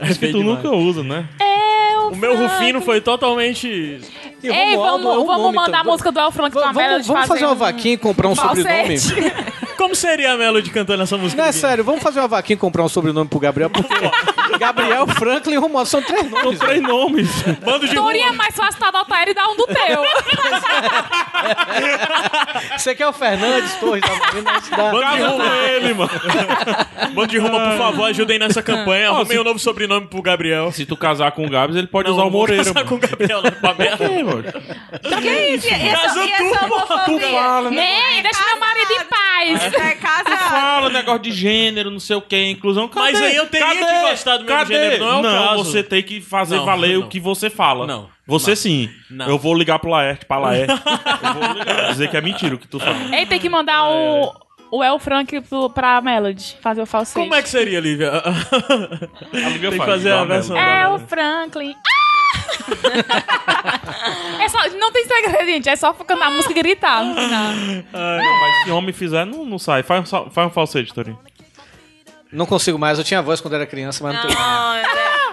[SPEAKER 5] Acho que
[SPEAKER 3] É feio
[SPEAKER 5] tu
[SPEAKER 3] demais.
[SPEAKER 5] nunca usa, né?
[SPEAKER 2] É
[SPEAKER 3] O meu Rufino foi totalmente.
[SPEAKER 1] E
[SPEAKER 2] Ei,
[SPEAKER 1] Romualdo é um
[SPEAKER 2] vamos, vamos
[SPEAKER 1] nome,
[SPEAKER 2] mandar
[SPEAKER 1] então.
[SPEAKER 2] a música do El Frank pra
[SPEAKER 1] Vamos,
[SPEAKER 2] Bela
[SPEAKER 1] vamos,
[SPEAKER 2] de
[SPEAKER 1] vamos fazer uma
[SPEAKER 2] um-
[SPEAKER 1] vaquinha e comprar um sobrenome?
[SPEAKER 2] falsete.
[SPEAKER 3] Como seria a Melody cantando essa música?
[SPEAKER 1] Não, é
[SPEAKER 3] aqui?
[SPEAKER 1] sério, vamos fazer uma vaquinha e comprar um sobrenome pro Gabriel, porque Gabriel, Franklin e Romualdo são três nomes. velho.
[SPEAKER 5] Três nomes.
[SPEAKER 3] Bando de
[SPEAKER 2] Torinha é mais fácil tu adotar ele e dar um do teu.
[SPEAKER 1] Você quer o Fernandes Torres? Tá vendo? Isso dá-
[SPEAKER 3] Bando de
[SPEAKER 5] Arruma
[SPEAKER 3] Roma,
[SPEAKER 5] ele, mano.
[SPEAKER 3] Bando de Roma, por favor, ajudem nessa campanha. Arrumem um novo sobrenome pro Gabriel.
[SPEAKER 5] Se tu casar com o Gabs, ele pode usar o
[SPEAKER 3] não vou
[SPEAKER 5] Moreira,
[SPEAKER 3] casar
[SPEAKER 5] mano.
[SPEAKER 3] com o Gabriel, não, pra merda.
[SPEAKER 5] É, mano.
[SPEAKER 4] Que isso? E essa,
[SPEAKER 3] Casou
[SPEAKER 4] e
[SPEAKER 3] tu,
[SPEAKER 4] essa
[SPEAKER 3] porra, tu
[SPEAKER 4] homofobia?
[SPEAKER 5] Fala, né?
[SPEAKER 2] Ei, deixa meu marido em paz.
[SPEAKER 4] É casado.
[SPEAKER 5] Fala negócio de gênero, não sei o que, inclusão. Cadê?
[SPEAKER 3] Mas aí eu teria
[SPEAKER 5] Cadê?
[SPEAKER 3] que gostar do mesmo
[SPEAKER 5] Cadê?
[SPEAKER 3] gênero, não é o caso.
[SPEAKER 5] você tem que fazer
[SPEAKER 3] Não,
[SPEAKER 5] valer
[SPEAKER 3] não.
[SPEAKER 5] o que você fala.
[SPEAKER 3] Não.
[SPEAKER 5] Você sim.
[SPEAKER 3] Não.
[SPEAKER 5] Eu vou ligar pro Laerte, pra Laerte. eu vou ligar, dizer que é mentira o que tu fala.
[SPEAKER 2] Ei, tem que mandar o, o El Frank pro, pra Melody fazer o falsete.
[SPEAKER 3] Como é que seria, Lívia?
[SPEAKER 5] Tem
[SPEAKER 3] que fazer a versão
[SPEAKER 2] É o Franklin. Ah! É só, não tem segredo, gente. É só cantar a música e gritar no final.
[SPEAKER 5] Não, mas se homem fizer, não, não sai. Faz um, sal- faz um falsete, Torinho.
[SPEAKER 1] Não consigo mais, eu tinha voz quando era criança, mas não, tenho.
[SPEAKER 4] Não, é-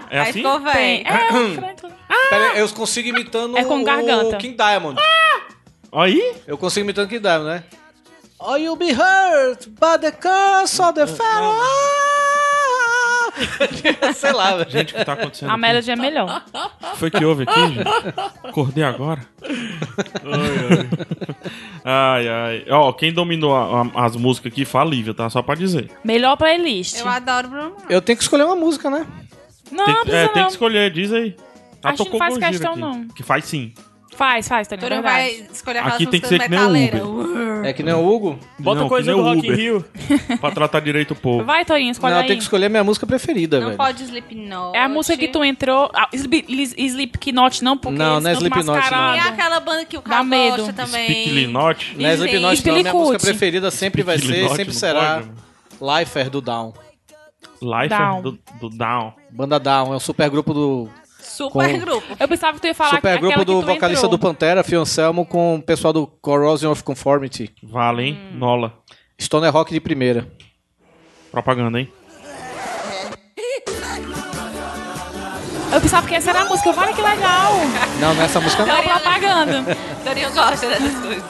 [SPEAKER 5] É
[SPEAKER 4] Aí
[SPEAKER 5] assim?
[SPEAKER 4] ficou
[SPEAKER 2] Tem.
[SPEAKER 4] velho.
[SPEAKER 2] É o Franklin.
[SPEAKER 1] Pera aí, eu consigo imitando
[SPEAKER 2] É com garganta.
[SPEAKER 1] o King Diamond.
[SPEAKER 5] Aí?
[SPEAKER 1] Eu consigo imitando o King Diamond, né? Oh, you'll be hurt by the curse of the fellow. Sei lá, velho.
[SPEAKER 5] Gente, o que tá acontecendo?
[SPEAKER 2] A
[SPEAKER 5] aqui?
[SPEAKER 2] Melody é melhor.
[SPEAKER 5] Foi que houve aqui, gente? Acordei agora? Ai, ai. ai, Ó, quem dominou a- a- as músicas aqui foi a Lívia, tá? Só pra dizer.
[SPEAKER 2] Melhor playlist.
[SPEAKER 4] Eu adoro Bruno Mars.
[SPEAKER 1] Eu tenho que escolher uma música, né?
[SPEAKER 2] Não,
[SPEAKER 5] Tem,
[SPEAKER 2] não
[SPEAKER 5] que- é,
[SPEAKER 2] precisa
[SPEAKER 5] tem
[SPEAKER 2] não.
[SPEAKER 5] que escolher, diz aí. Ela
[SPEAKER 2] Acho que
[SPEAKER 5] tocou
[SPEAKER 2] não faz
[SPEAKER 5] Gojira
[SPEAKER 2] questão,
[SPEAKER 5] aqui.
[SPEAKER 2] não.
[SPEAKER 5] Que faz sim.
[SPEAKER 2] Faz, faz, Tony. é
[SPEAKER 4] Turan vai
[SPEAKER 2] verdade.
[SPEAKER 4] escolher aquelas
[SPEAKER 5] Aqui tem que ser que nem o
[SPEAKER 4] metaleiras.
[SPEAKER 1] É que nem o Hugo.
[SPEAKER 3] Bota
[SPEAKER 5] Não,
[SPEAKER 3] coisa
[SPEAKER 5] que nem
[SPEAKER 3] do
[SPEAKER 5] o
[SPEAKER 3] Rock in
[SPEAKER 5] Uber.
[SPEAKER 3] Rio.
[SPEAKER 5] pra tratar direito o povo.
[SPEAKER 2] Vai, Torinho, escolhe
[SPEAKER 1] Não, eu
[SPEAKER 2] aí.
[SPEAKER 1] tenho que escolher minha música preferida,
[SPEAKER 4] Não
[SPEAKER 1] velho.
[SPEAKER 4] pode Slipknot.
[SPEAKER 2] É a música que tu entrou. Ah, Sleep- Lis- Slipknot não, porque
[SPEAKER 1] Não, não é
[SPEAKER 2] eles cantam
[SPEAKER 1] Slipknot,
[SPEAKER 4] E
[SPEAKER 2] mascarado.
[SPEAKER 4] aquela banda que o
[SPEAKER 2] Dá
[SPEAKER 4] cara
[SPEAKER 2] medo.
[SPEAKER 4] gosta também.
[SPEAKER 5] Speak Not.
[SPEAKER 1] Não é Slipknot, não. Minha
[SPEAKER 2] Speak
[SPEAKER 1] música
[SPEAKER 2] It.
[SPEAKER 1] preferida sempre vai
[SPEAKER 5] Speak
[SPEAKER 1] ser,
[SPEAKER 5] Not,
[SPEAKER 1] sempre
[SPEAKER 5] não
[SPEAKER 1] será
[SPEAKER 5] pode, mano.
[SPEAKER 1] Lifer do Down.
[SPEAKER 5] Life
[SPEAKER 2] Down.
[SPEAKER 5] é do, do Down.
[SPEAKER 1] Banda Down, é um super grupo do.
[SPEAKER 4] Super
[SPEAKER 1] Com-
[SPEAKER 4] grupo.
[SPEAKER 2] Eu pensava que tu ia falar
[SPEAKER 1] super
[SPEAKER 2] aquela
[SPEAKER 1] grupo
[SPEAKER 2] que
[SPEAKER 1] do
[SPEAKER 2] tu
[SPEAKER 1] vocalista do
[SPEAKER 2] entrou.
[SPEAKER 1] Pantera, Phil Anselmo, com o pessoal do Corrosion of Conformity.
[SPEAKER 5] Vale, hein?
[SPEAKER 2] Hum.
[SPEAKER 5] Nola.
[SPEAKER 1] Stoner Rock de primeira.
[SPEAKER 5] Propaganda, hein?
[SPEAKER 2] Eu pensava que essa era a música. Olha que legal.
[SPEAKER 1] Não, não é essa música,
[SPEAKER 2] É
[SPEAKER 1] não.
[SPEAKER 2] uma propaganda.
[SPEAKER 4] Daniel gosta dessas coisas.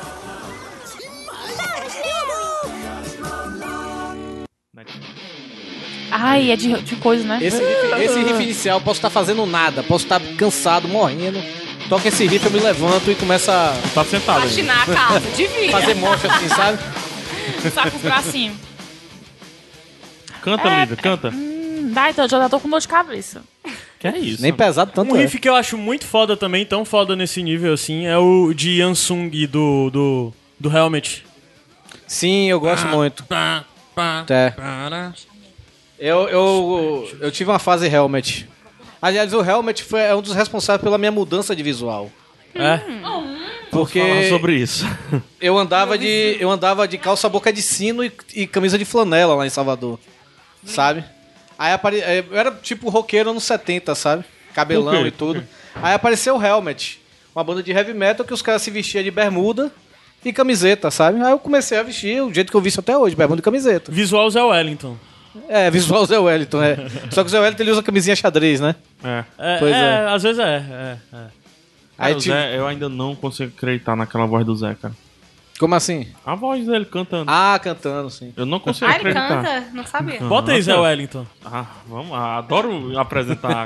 [SPEAKER 2] Ai, é de, de coisa, né?
[SPEAKER 1] Esse riff, esse riff inicial, eu posso estar fazendo nada, posso estar cansado, morrendo. Toca esse riff, eu me levanto e começa a
[SPEAKER 5] Tá sentado aí.
[SPEAKER 4] Patinar a casa, devia.
[SPEAKER 1] fazer morte assim, sabe?
[SPEAKER 2] Saca os bracinhos.
[SPEAKER 5] Canta,
[SPEAKER 2] É-
[SPEAKER 5] Lívia, canta.
[SPEAKER 2] Hum, Dá, então, eu já tô com dor de cabeça.
[SPEAKER 5] Que é isso?
[SPEAKER 1] Nem
[SPEAKER 5] mano?
[SPEAKER 1] pesado tanto
[SPEAKER 3] Um
[SPEAKER 1] é.
[SPEAKER 3] riff que eu acho muito foda também, tão foda nesse nível assim, é o de Yansung do, do, do Helmet.
[SPEAKER 1] Sim, eu
[SPEAKER 9] Ah.
[SPEAKER 1] gosto muito. É. Eu, eu, eu tive uma fase Helmet. Aliás, o Helmet foi é um dos responsáveis pela minha mudança de visual.
[SPEAKER 3] É.
[SPEAKER 1] Porque
[SPEAKER 5] Falar sobre isso.
[SPEAKER 1] eu andava de eu andava de calça boca de sino e, e camisa de flanela lá em Salvador. Sabe? Aí apare... eh, eu era tipo roqueiro anos 70, sabe?
[SPEAKER 5] Por
[SPEAKER 1] Cabelão
[SPEAKER 5] quê?
[SPEAKER 1] e tudo. Aí apareceu o Helmet, uma banda de heavy metal que os caras se vestiam de bermuda e camiseta, sabe? Aí eu comecei a vestir o jeito que eu visto até hoje, bermuda e camiseta.
[SPEAKER 3] Visual Zé Wellington.
[SPEAKER 1] É, visual Zé Wellington, é. Só que o Zé Wellington ele usa camisinha xadrez, né?
[SPEAKER 5] É.
[SPEAKER 3] É,
[SPEAKER 1] Pois
[SPEAKER 3] é,
[SPEAKER 1] é.
[SPEAKER 3] às vezes é. é, é.
[SPEAKER 1] Aí,
[SPEAKER 5] Cara, o
[SPEAKER 1] tipo,
[SPEAKER 5] Zé, eu ainda não consigo acreditar naquela voz do Zé, cara.
[SPEAKER 1] Como assim?
[SPEAKER 5] A voz dele cantando.
[SPEAKER 1] Ah, cantando, sim.
[SPEAKER 5] Eu não consigo
[SPEAKER 4] Ah, ele
[SPEAKER 5] acreditar.
[SPEAKER 4] canta? Não sabia.
[SPEAKER 3] Bota aí, Zé Wellington.
[SPEAKER 5] Ah, vamos lá. Adoro apresentar,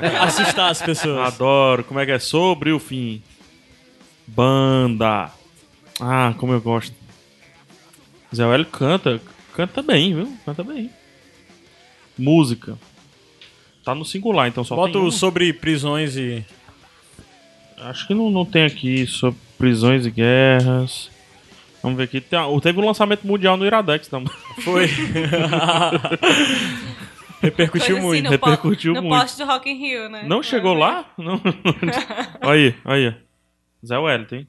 [SPEAKER 5] cara.
[SPEAKER 3] Assustar as pessoas.
[SPEAKER 5] Adoro. Como é que é? Sobre o fim. Banda. Ah, como eu gosto. Zé Wellio canta. Canta bem, viu? Canta bem. Música. Tá no singular, então só
[SPEAKER 3] Bota
[SPEAKER 5] tem
[SPEAKER 3] o
[SPEAKER 5] um.
[SPEAKER 3] sobre prisões e.
[SPEAKER 5] Acho que não, não tem aqui sobre prisões e guerras. Vamos ver aqui. Tem, a- teve um lançamento mundial no Iradex também.
[SPEAKER 3] Foi. Repercutiu
[SPEAKER 4] Coisa
[SPEAKER 3] muito.
[SPEAKER 4] no assim, po-
[SPEAKER 5] repercutiu
[SPEAKER 4] no
[SPEAKER 5] muito.
[SPEAKER 4] poste do Rock in Rio, né?
[SPEAKER 5] Não chegou lá? Não. aí, aí. Zé Wellington, hein?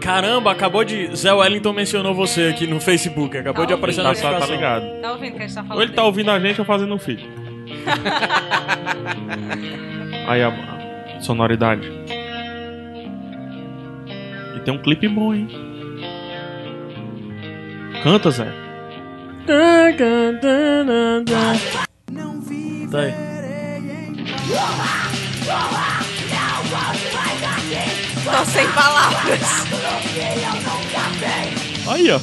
[SPEAKER 3] Caramba, acabou de. Zé Wellington mencionou você aqui no Facebook. Acabou de
[SPEAKER 4] Tá
[SPEAKER 3] aparecer na
[SPEAKER 5] Tá,
[SPEAKER 4] ouvindo,
[SPEAKER 5] tá, tá
[SPEAKER 3] notificação.
[SPEAKER 5] ligado.
[SPEAKER 4] Tá ouvindo o que a gente tá falando?
[SPEAKER 5] Ou ele tá
[SPEAKER 4] dele?
[SPEAKER 5] ouvindo a gente ou fazendo um feed. Aí a a sonoridade. E tem um clipe bom, hein? Canta, Zé.
[SPEAKER 3] Tá aí.
[SPEAKER 4] Tô sem palavras.
[SPEAKER 5] Aí, ó.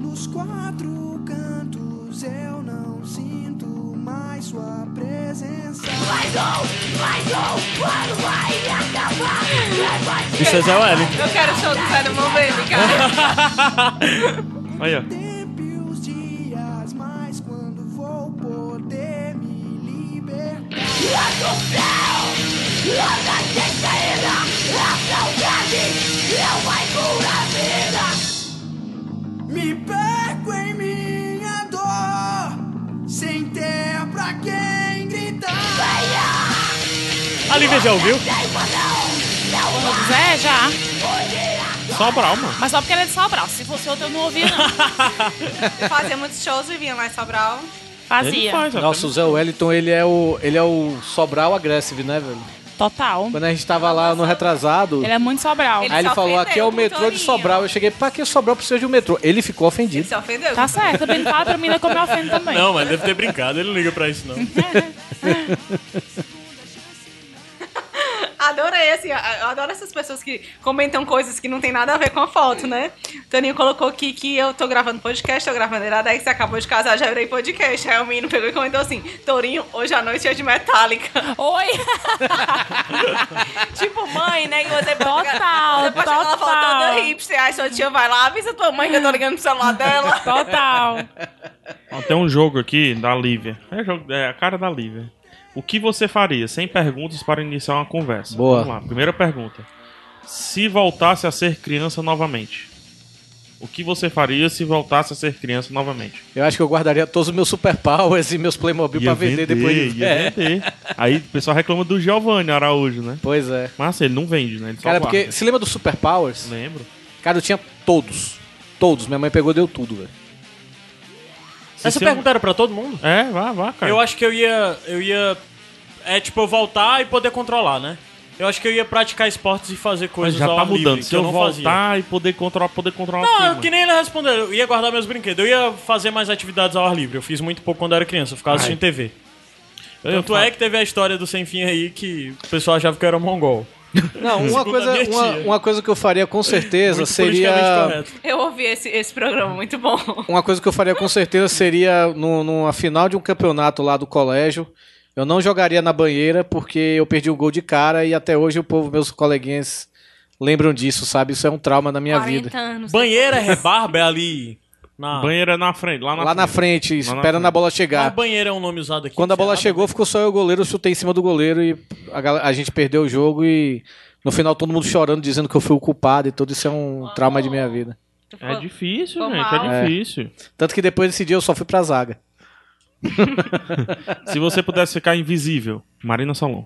[SPEAKER 7] Nos quatro cantos eu não sinto mais sua presença.
[SPEAKER 3] Isso é Zé Wellington.
[SPEAKER 4] Eu quero o show do Zé do Mão Baby, cara.
[SPEAKER 5] Aí, ó.
[SPEAKER 7] Tempo e os dias, mas quando vou poder me libertar? Me perco em minha dor, sem ter pra quem gritar.
[SPEAKER 3] A Lívia já ouviu?
[SPEAKER 2] Porra do Zé, já.
[SPEAKER 5] Sobral, mano.
[SPEAKER 2] Mas só porque ele é de Sobral. Se fosse outro, eu não ouvia, não.
[SPEAKER 4] Eu fazia muitos shows e vinha lá em Sobral.
[SPEAKER 5] Ele
[SPEAKER 2] Fazia.
[SPEAKER 5] faz, ó.
[SPEAKER 1] Nossa, o Zé Wellington, ele é o, ele é o Sobral Aggressive, né, velho?
[SPEAKER 2] Total.
[SPEAKER 1] Quando a gente tava lá no retrasado,
[SPEAKER 2] Ele é muito Sobral.
[SPEAKER 4] Ele-
[SPEAKER 1] aí ele
[SPEAKER 4] se
[SPEAKER 1] falou, aqui é o
[SPEAKER 4] ofendeu com o
[SPEAKER 1] metrô de
[SPEAKER 4] Torinho.
[SPEAKER 1] Sobral. Eu cheguei, pra que Sobral precisa de um metrô? Ele ficou
[SPEAKER 4] Ele
[SPEAKER 1] ofendido.
[SPEAKER 4] se ofendeu.
[SPEAKER 2] Tá certo. Também não fala pra mim, né, como eu ofendo também.
[SPEAKER 3] Não, mas deve ter brincado. Ele não liga pra isso, não.
[SPEAKER 4] Adorei, assim, eu adoro essas pessoas que comentam coisas que não tem nada a ver com a foto, né? O Toninho colocou aqui que eu tô gravando podcast, tô gravando irada, aí que você acabou de casar, já virei podcast. Aí o menino pegou e comentou assim, Torinho, hoje à noite é de Metallica.
[SPEAKER 2] Oi!
[SPEAKER 4] tipo mãe, né? Que você
[SPEAKER 2] Total,
[SPEAKER 4] Depois chega lá e fala,
[SPEAKER 2] total.
[SPEAKER 4] toda hipster, aí sua tia vai lá, avisa tua mãe que eu tô ligando pro celular dela.
[SPEAKER 2] Total.
[SPEAKER 5] Ó, Tem um jogo aqui da Lívia. É, jogo, é a cara da Lívia. O que você faria? 100 perguntas para iniciar uma conversa.
[SPEAKER 1] Boa.
[SPEAKER 5] Vamos lá. Primeira pergunta. Se voltasse a ser criança novamente. O que você faria se voltasse a ser criança novamente?
[SPEAKER 1] Eu acho que eu guardaria todos os meus superpowers e meus Playmobil pra vender, depois. de-
[SPEAKER 5] ia
[SPEAKER 1] É,
[SPEAKER 5] vender. Aí o pessoal reclama do Giovanni Araújo, né?
[SPEAKER 1] pois é.
[SPEAKER 5] Mas assim, ele não vende, né? Ele só
[SPEAKER 1] Cara,
[SPEAKER 5] guarda.
[SPEAKER 1] porque se lembra dos superpowers?
[SPEAKER 5] Lembro.
[SPEAKER 1] Cara, eu tinha todos. Todos. Minha mãe pegou e deu tudo, velho.
[SPEAKER 5] Se
[SPEAKER 3] Essa
[SPEAKER 5] você-
[SPEAKER 3] pergunta era pra todo mundo?
[SPEAKER 5] É, vá, vá, cara.
[SPEAKER 3] Eu acho que eu ia. Eu ia. É tipo, eu voltar e poder controlar, né? Eu acho que eu ia praticar esportes e fazer
[SPEAKER 5] Mas
[SPEAKER 3] coisas
[SPEAKER 5] já
[SPEAKER 3] ao
[SPEAKER 5] tá
[SPEAKER 3] ar livre,
[SPEAKER 5] mudando.
[SPEAKER 3] que
[SPEAKER 5] Se eu,
[SPEAKER 3] não fazia.
[SPEAKER 5] voltar e poder controlar, poder controlar
[SPEAKER 3] Não,
[SPEAKER 5] tudo,
[SPEAKER 3] que
[SPEAKER 5] mano.
[SPEAKER 3] nem ele respondeu. Eu ia guardar meus brinquedos. Eu ia fazer mais atividades ao ar livre. Eu fiz muito pouco quando era criança. Eu ficava assistindo TV.
[SPEAKER 5] Eu
[SPEAKER 3] Tanto
[SPEAKER 5] fa-
[SPEAKER 3] é que teve a história do Sem Fim aí que o pessoal achava que eu era mongol.
[SPEAKER 1] Não, uma
[SPEAKER 3] Segundo a
[SPEAKER 1] coisa,
[SPEAKER 3] minha
[SPEAKER 1] uma,
[SPEAKER 3] tia.
[SPEAKER 1] uma coisa que eu faria com certeza
[SPEAKER 3] Muito politicamente
[SPEAKER 1] seria.
[SPEAKER 3] correto.
[SPEAKER 4] Eu ouvi esse, esse programa, muito bom.
[SPEAKER 1] Uma coisa que eu faria com certeza seria no- numa final de um campeonato lá do colégio. Eu não jogaria na banheira porque eu perdi o gol de cara e até hoje o povo, meus coleguinhas, lembram disso, sabe? Isso é um trauma na minha vida.
[SPEAKER 4] anos.
[SPEAKER 3] Banheira, rebarba é ali. Na...
[SPEAKER 5] Banheira é na frente, lá na
[SPEAKER 1] Lá na
[SPEAKER 5] frente.
[SPEAKER 1] frente,
[SPEAKER 5] Lá na
[SPEAKER 1] espera na
[SPEAKER 5] frente.
[SPEAKER 1] bola
[SPEAKER 3] Ah,
[SPEAKER 1] chegar.
[SPEAKER 3] banheira é um nome usado aqui.
[SPEAKER 1] Quando a bola
[SPEAKER 3] sei lá.
[SPEAKER 1] chegou, ficou só eu e o goleiro, eu chutei em cima do goleiro e a, gal- a gente perdeu o jogo e no final todo mundo chorando, dizendo que eu fui o culpado e tudo isso é um trauma de minha vida.
[SPEAKER 5] É difícil,
[SPEAKER 4] Ficou
[SPEAKER 5] gente.
[SPEAKER 4] mal.
[SPEAKER 5] É difícil.
[SPEAKER 1] Tanto que depois desse dia eu só fui pra zaga.
[SPEAKER 5] Se você pudesse ficar invisível, Marina Salom.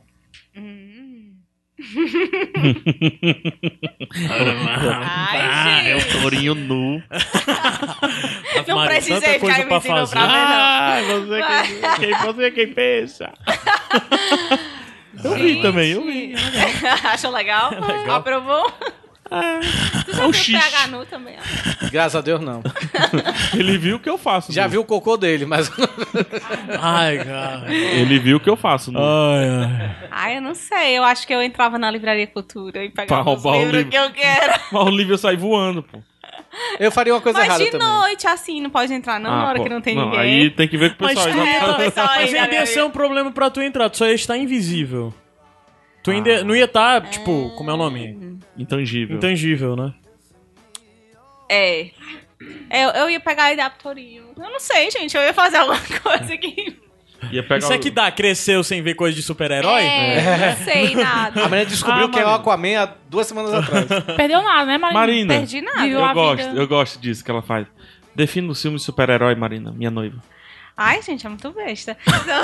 [SPEAKER 5] Ah,
[SPEAKER 4] Ai, gente.
[SPEAKER 5] Torinho nu.
[SPEAKER 4] Não
[SPEAKER 3] Mari,
[SPEAKER 4] precisei
[SPEAKER 3] tanta coisa
[SPEAKER 4] ficar
[SPEAKER 3] pra
[SPEAKER 4] invisível
[SPEAKER 3] fazer.
[SPEAKER 4] pra ver, não.
[SPEAKER 5] Ah, você quem, quem, você quem pensa. Eu vi também, eu vi.
[SPEAKER 4] Achou legal?
[SPEAKER 3] legal.
[SPEAKER 4] Aprovou? Tu já
[SPEAKER 5] é o
[SPEAKER 4] viu o PH
[SPEAKER 5] xixi.
[SPEAKER 4] nu também? ó?
[SPEAKER 1] Graças a Deus, não.
[SPEAKER 5] Ele viu o que eu faço. né?
[SPEAKER 1] Já
[SPEAKER 5] nu.
[SPEAKER 1] viu o cocô dele, mas.
[SPEAKER 3] Ai, cara.
[SPEAKER 5] Ele viu o que eu faço. né? nu.
[SPEAKER 3] Ai, ai.
[SPEAKER 4] Ai, eu não sei. Eu acho que eu entrava na Livraria Cultura e
[SPEAKER 5] Pra
[SPEAKER 4] pegava os
[SPEAKER 5] roubar o
[SPEAKER 4] livros
[SPEAKER 5] livro.
[SPEAKER 4] que eu quero.
[SPEAKER 5] Mas o Lívia sai voando, pô.
[SPEAKER 1] Eu faria uma coisa
[SPEAKER 4] Mas
[SPEAKER 1] errada
[SPEAKER 4] de
[SPEAKER 1] também.
[SPEAKER 4] noite, assim, não pode entrar não,
[SPEAKER 5] Ah,
[SPEAKER 4] na hora
[SPEAKER 5] pô.
[SPEAKER 4] que não tem ninguém.
[SPEAKER 5] Aí tem que ver com o
[SPEAKER 3] Mas
[SPEAKER 5] pessoal. então,
[SPEAKER 3] tu
[SPEAKER 5] Não,
[SPEAKER 4] É, o pessoal aí,
[SPEAKER 3] Mas ainda ia
[SPEAKER 4] galera.
[SPEAKER 3] ser um problema pra tu entrar, tu só ia estar invisível. Tu
[SPEAKER 5] Ah.
[SPEAKER 3] ainda não ia estar, tipo, como é o
[SPEAKER 5] Uhum.
[SPEAKER 3] nome?
[SPEAKER 5] Intangível.
[SPEAKER 3] Intangível, né?
[SPEAKER 4] É. É, Eu, eu ia pegar e dar pro Torinho. Eu não sei, gente. Eu ia fazer alguma coisa que...
[SPEAKER 5] Ia pegar
[SPEAKER 3] Isso é
[SPEAKER 5] o-
[SPEAKER 3] que dá, cresceu sem ver coisa de super-herói?
[SPEAKER 4] É, não sei nada.
[SPEAKER 1] A menina descobriu
[SPEAKER 5] Ah,
[SPEAKER 1] que é o
[SPEAKER 5] Marina.
[SPEAKER 1] Aquaman há duas semanas atrás.
[SPEAKER 2] Perdeu nada, né, Marina?
[SPEAKER 5] Marina.
[SPEAKER 4] Perdi nada.
[SPEAKER 2] Viveu a
[SPEAKER 5] Eu gosto,
[SPEAKER 2] vida.
[SPEAKER 5] eu gosto disso que ela faz. Defina o filme de super-herói, Marina, minha noiva.
[SPEAKER 4] Ai, gente, é muito besta.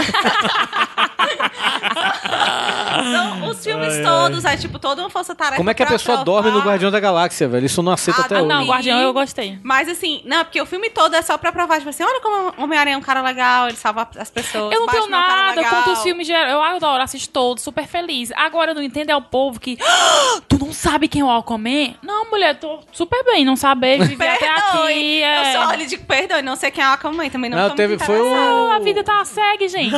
[SPEAKER 4] São, são os filmes Eles todos, é tipo toda uma força-tarefa.
[SPEAKER 1] Como é que
[SPEAKER 2] um
[SPEAKER 1] a
[SPEAKER 4] pra
[SPEAKER 1] pessoa dorme no
[SPEAKER 4] provar.
[SPEAKER 1] Guardião da Galáxia, velho? Isso eu não aceita
[SPEAKER 4] Ah,
[SPEAKER 1] até
[SPEAKER 4] não,
[SPEAKER 1] hoje.
[SPEAKER 2] Ah. Não,
[SPEAKER 4] Sim.
[SPEAKER 2] Guardião eu gostei.
[SPEAKER 4] Mas assim, não, porque o filme todo é só pra provar, tipo assim, olha como o Homem-Aranha é um cara legal, ele salva as pessoas.
[SPEAKER 2] Eu não tenho
[SPEAKER 4] Batman é um cara
[SPEAKER 2] nada
[SPEAKER 4] legal.
[SPEAKER 2] contra os filmes geral. Eu adoro, assisto todos, super feliz. Agora eu não entendo é o povo que. "Ah, tu não sabe quem é o Aquaman? Não, mulher, tô super bem. Não saber viver até aqui.
[SPEAKER 4] Perdoe,
[SPEAKER 2] é.
[SPEAKER 4] eu só olho e digo perdoe, não sei quem é a Aquaman, também não,
[SPEAKER 1] Não,
[SPEAKER 4] tô
[SPEAKER 1] teve-
[SPEAKER 4] muito
[SPEAKER 1] foi o-
[SPEAKER 4] interessada.
[SPEAKER 2] Ah, a vida tá segue, gente.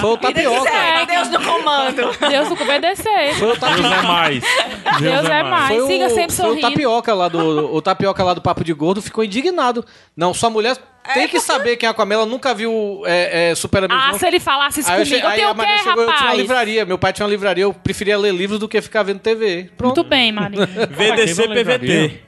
[SPEAKER 1] Foi o
[SPEAKER 4] Vida que
[SPEAKER 1] tapioca.
[SPEAKER 2] É.
[SPEAKER 4] segue, Deus no comando.
[SPEAKER 2] Deus não obedecer.
[SPEAKER 1] Foi o
[SPEAKER 5] Deus
[SPEAKER 1] tapioca.
[SPEAKER 5] é mais. Deus,
[SPEAKER 2] Deus é mais.
[SPEAKER 1] Foi,
[SPEAKER 2] siga
[SPEAKER 1] o,
[SPEAKER 2] sempre
[SPEAKER 1] foi o
[SPEAKER 2] sorrindo.
[SPEAKER 1] tapioca lá do o tapioca lá do papo de gordo ficou indignado. Não, sua mulher tem que saber quem é a Aquamela, nunca viu é, é, Super Amigos.
[SPEAKER 2] Ah,
[SPEAKER 1] não.
[SPEAKER 2] se ele falasse isso
[SPEAKER 1] Aí eu,
[SPEAKER 2] comigo,
[SPEAKER 1] che-
[SPEAKER 2] eu
[SPEAKER 1] aí
[SPEAKER 2] tenho
[SPEAKER 1] a
[SPEAKER 2] o quê,
[SPEAKER 1] Marina chegou, eu "Ah, tinha uma
[SPEAKER 2] rapaz?
[SPEAKER 1] livraria, meu pai tinha uma livraria, eu preferia ler livros do que ficar vendo TV. Pronto.
[SPEAKER 2] Muito bem, Marina.
[SPEAKER 5] Ah,
[SPEAKER 3] VDC PVT.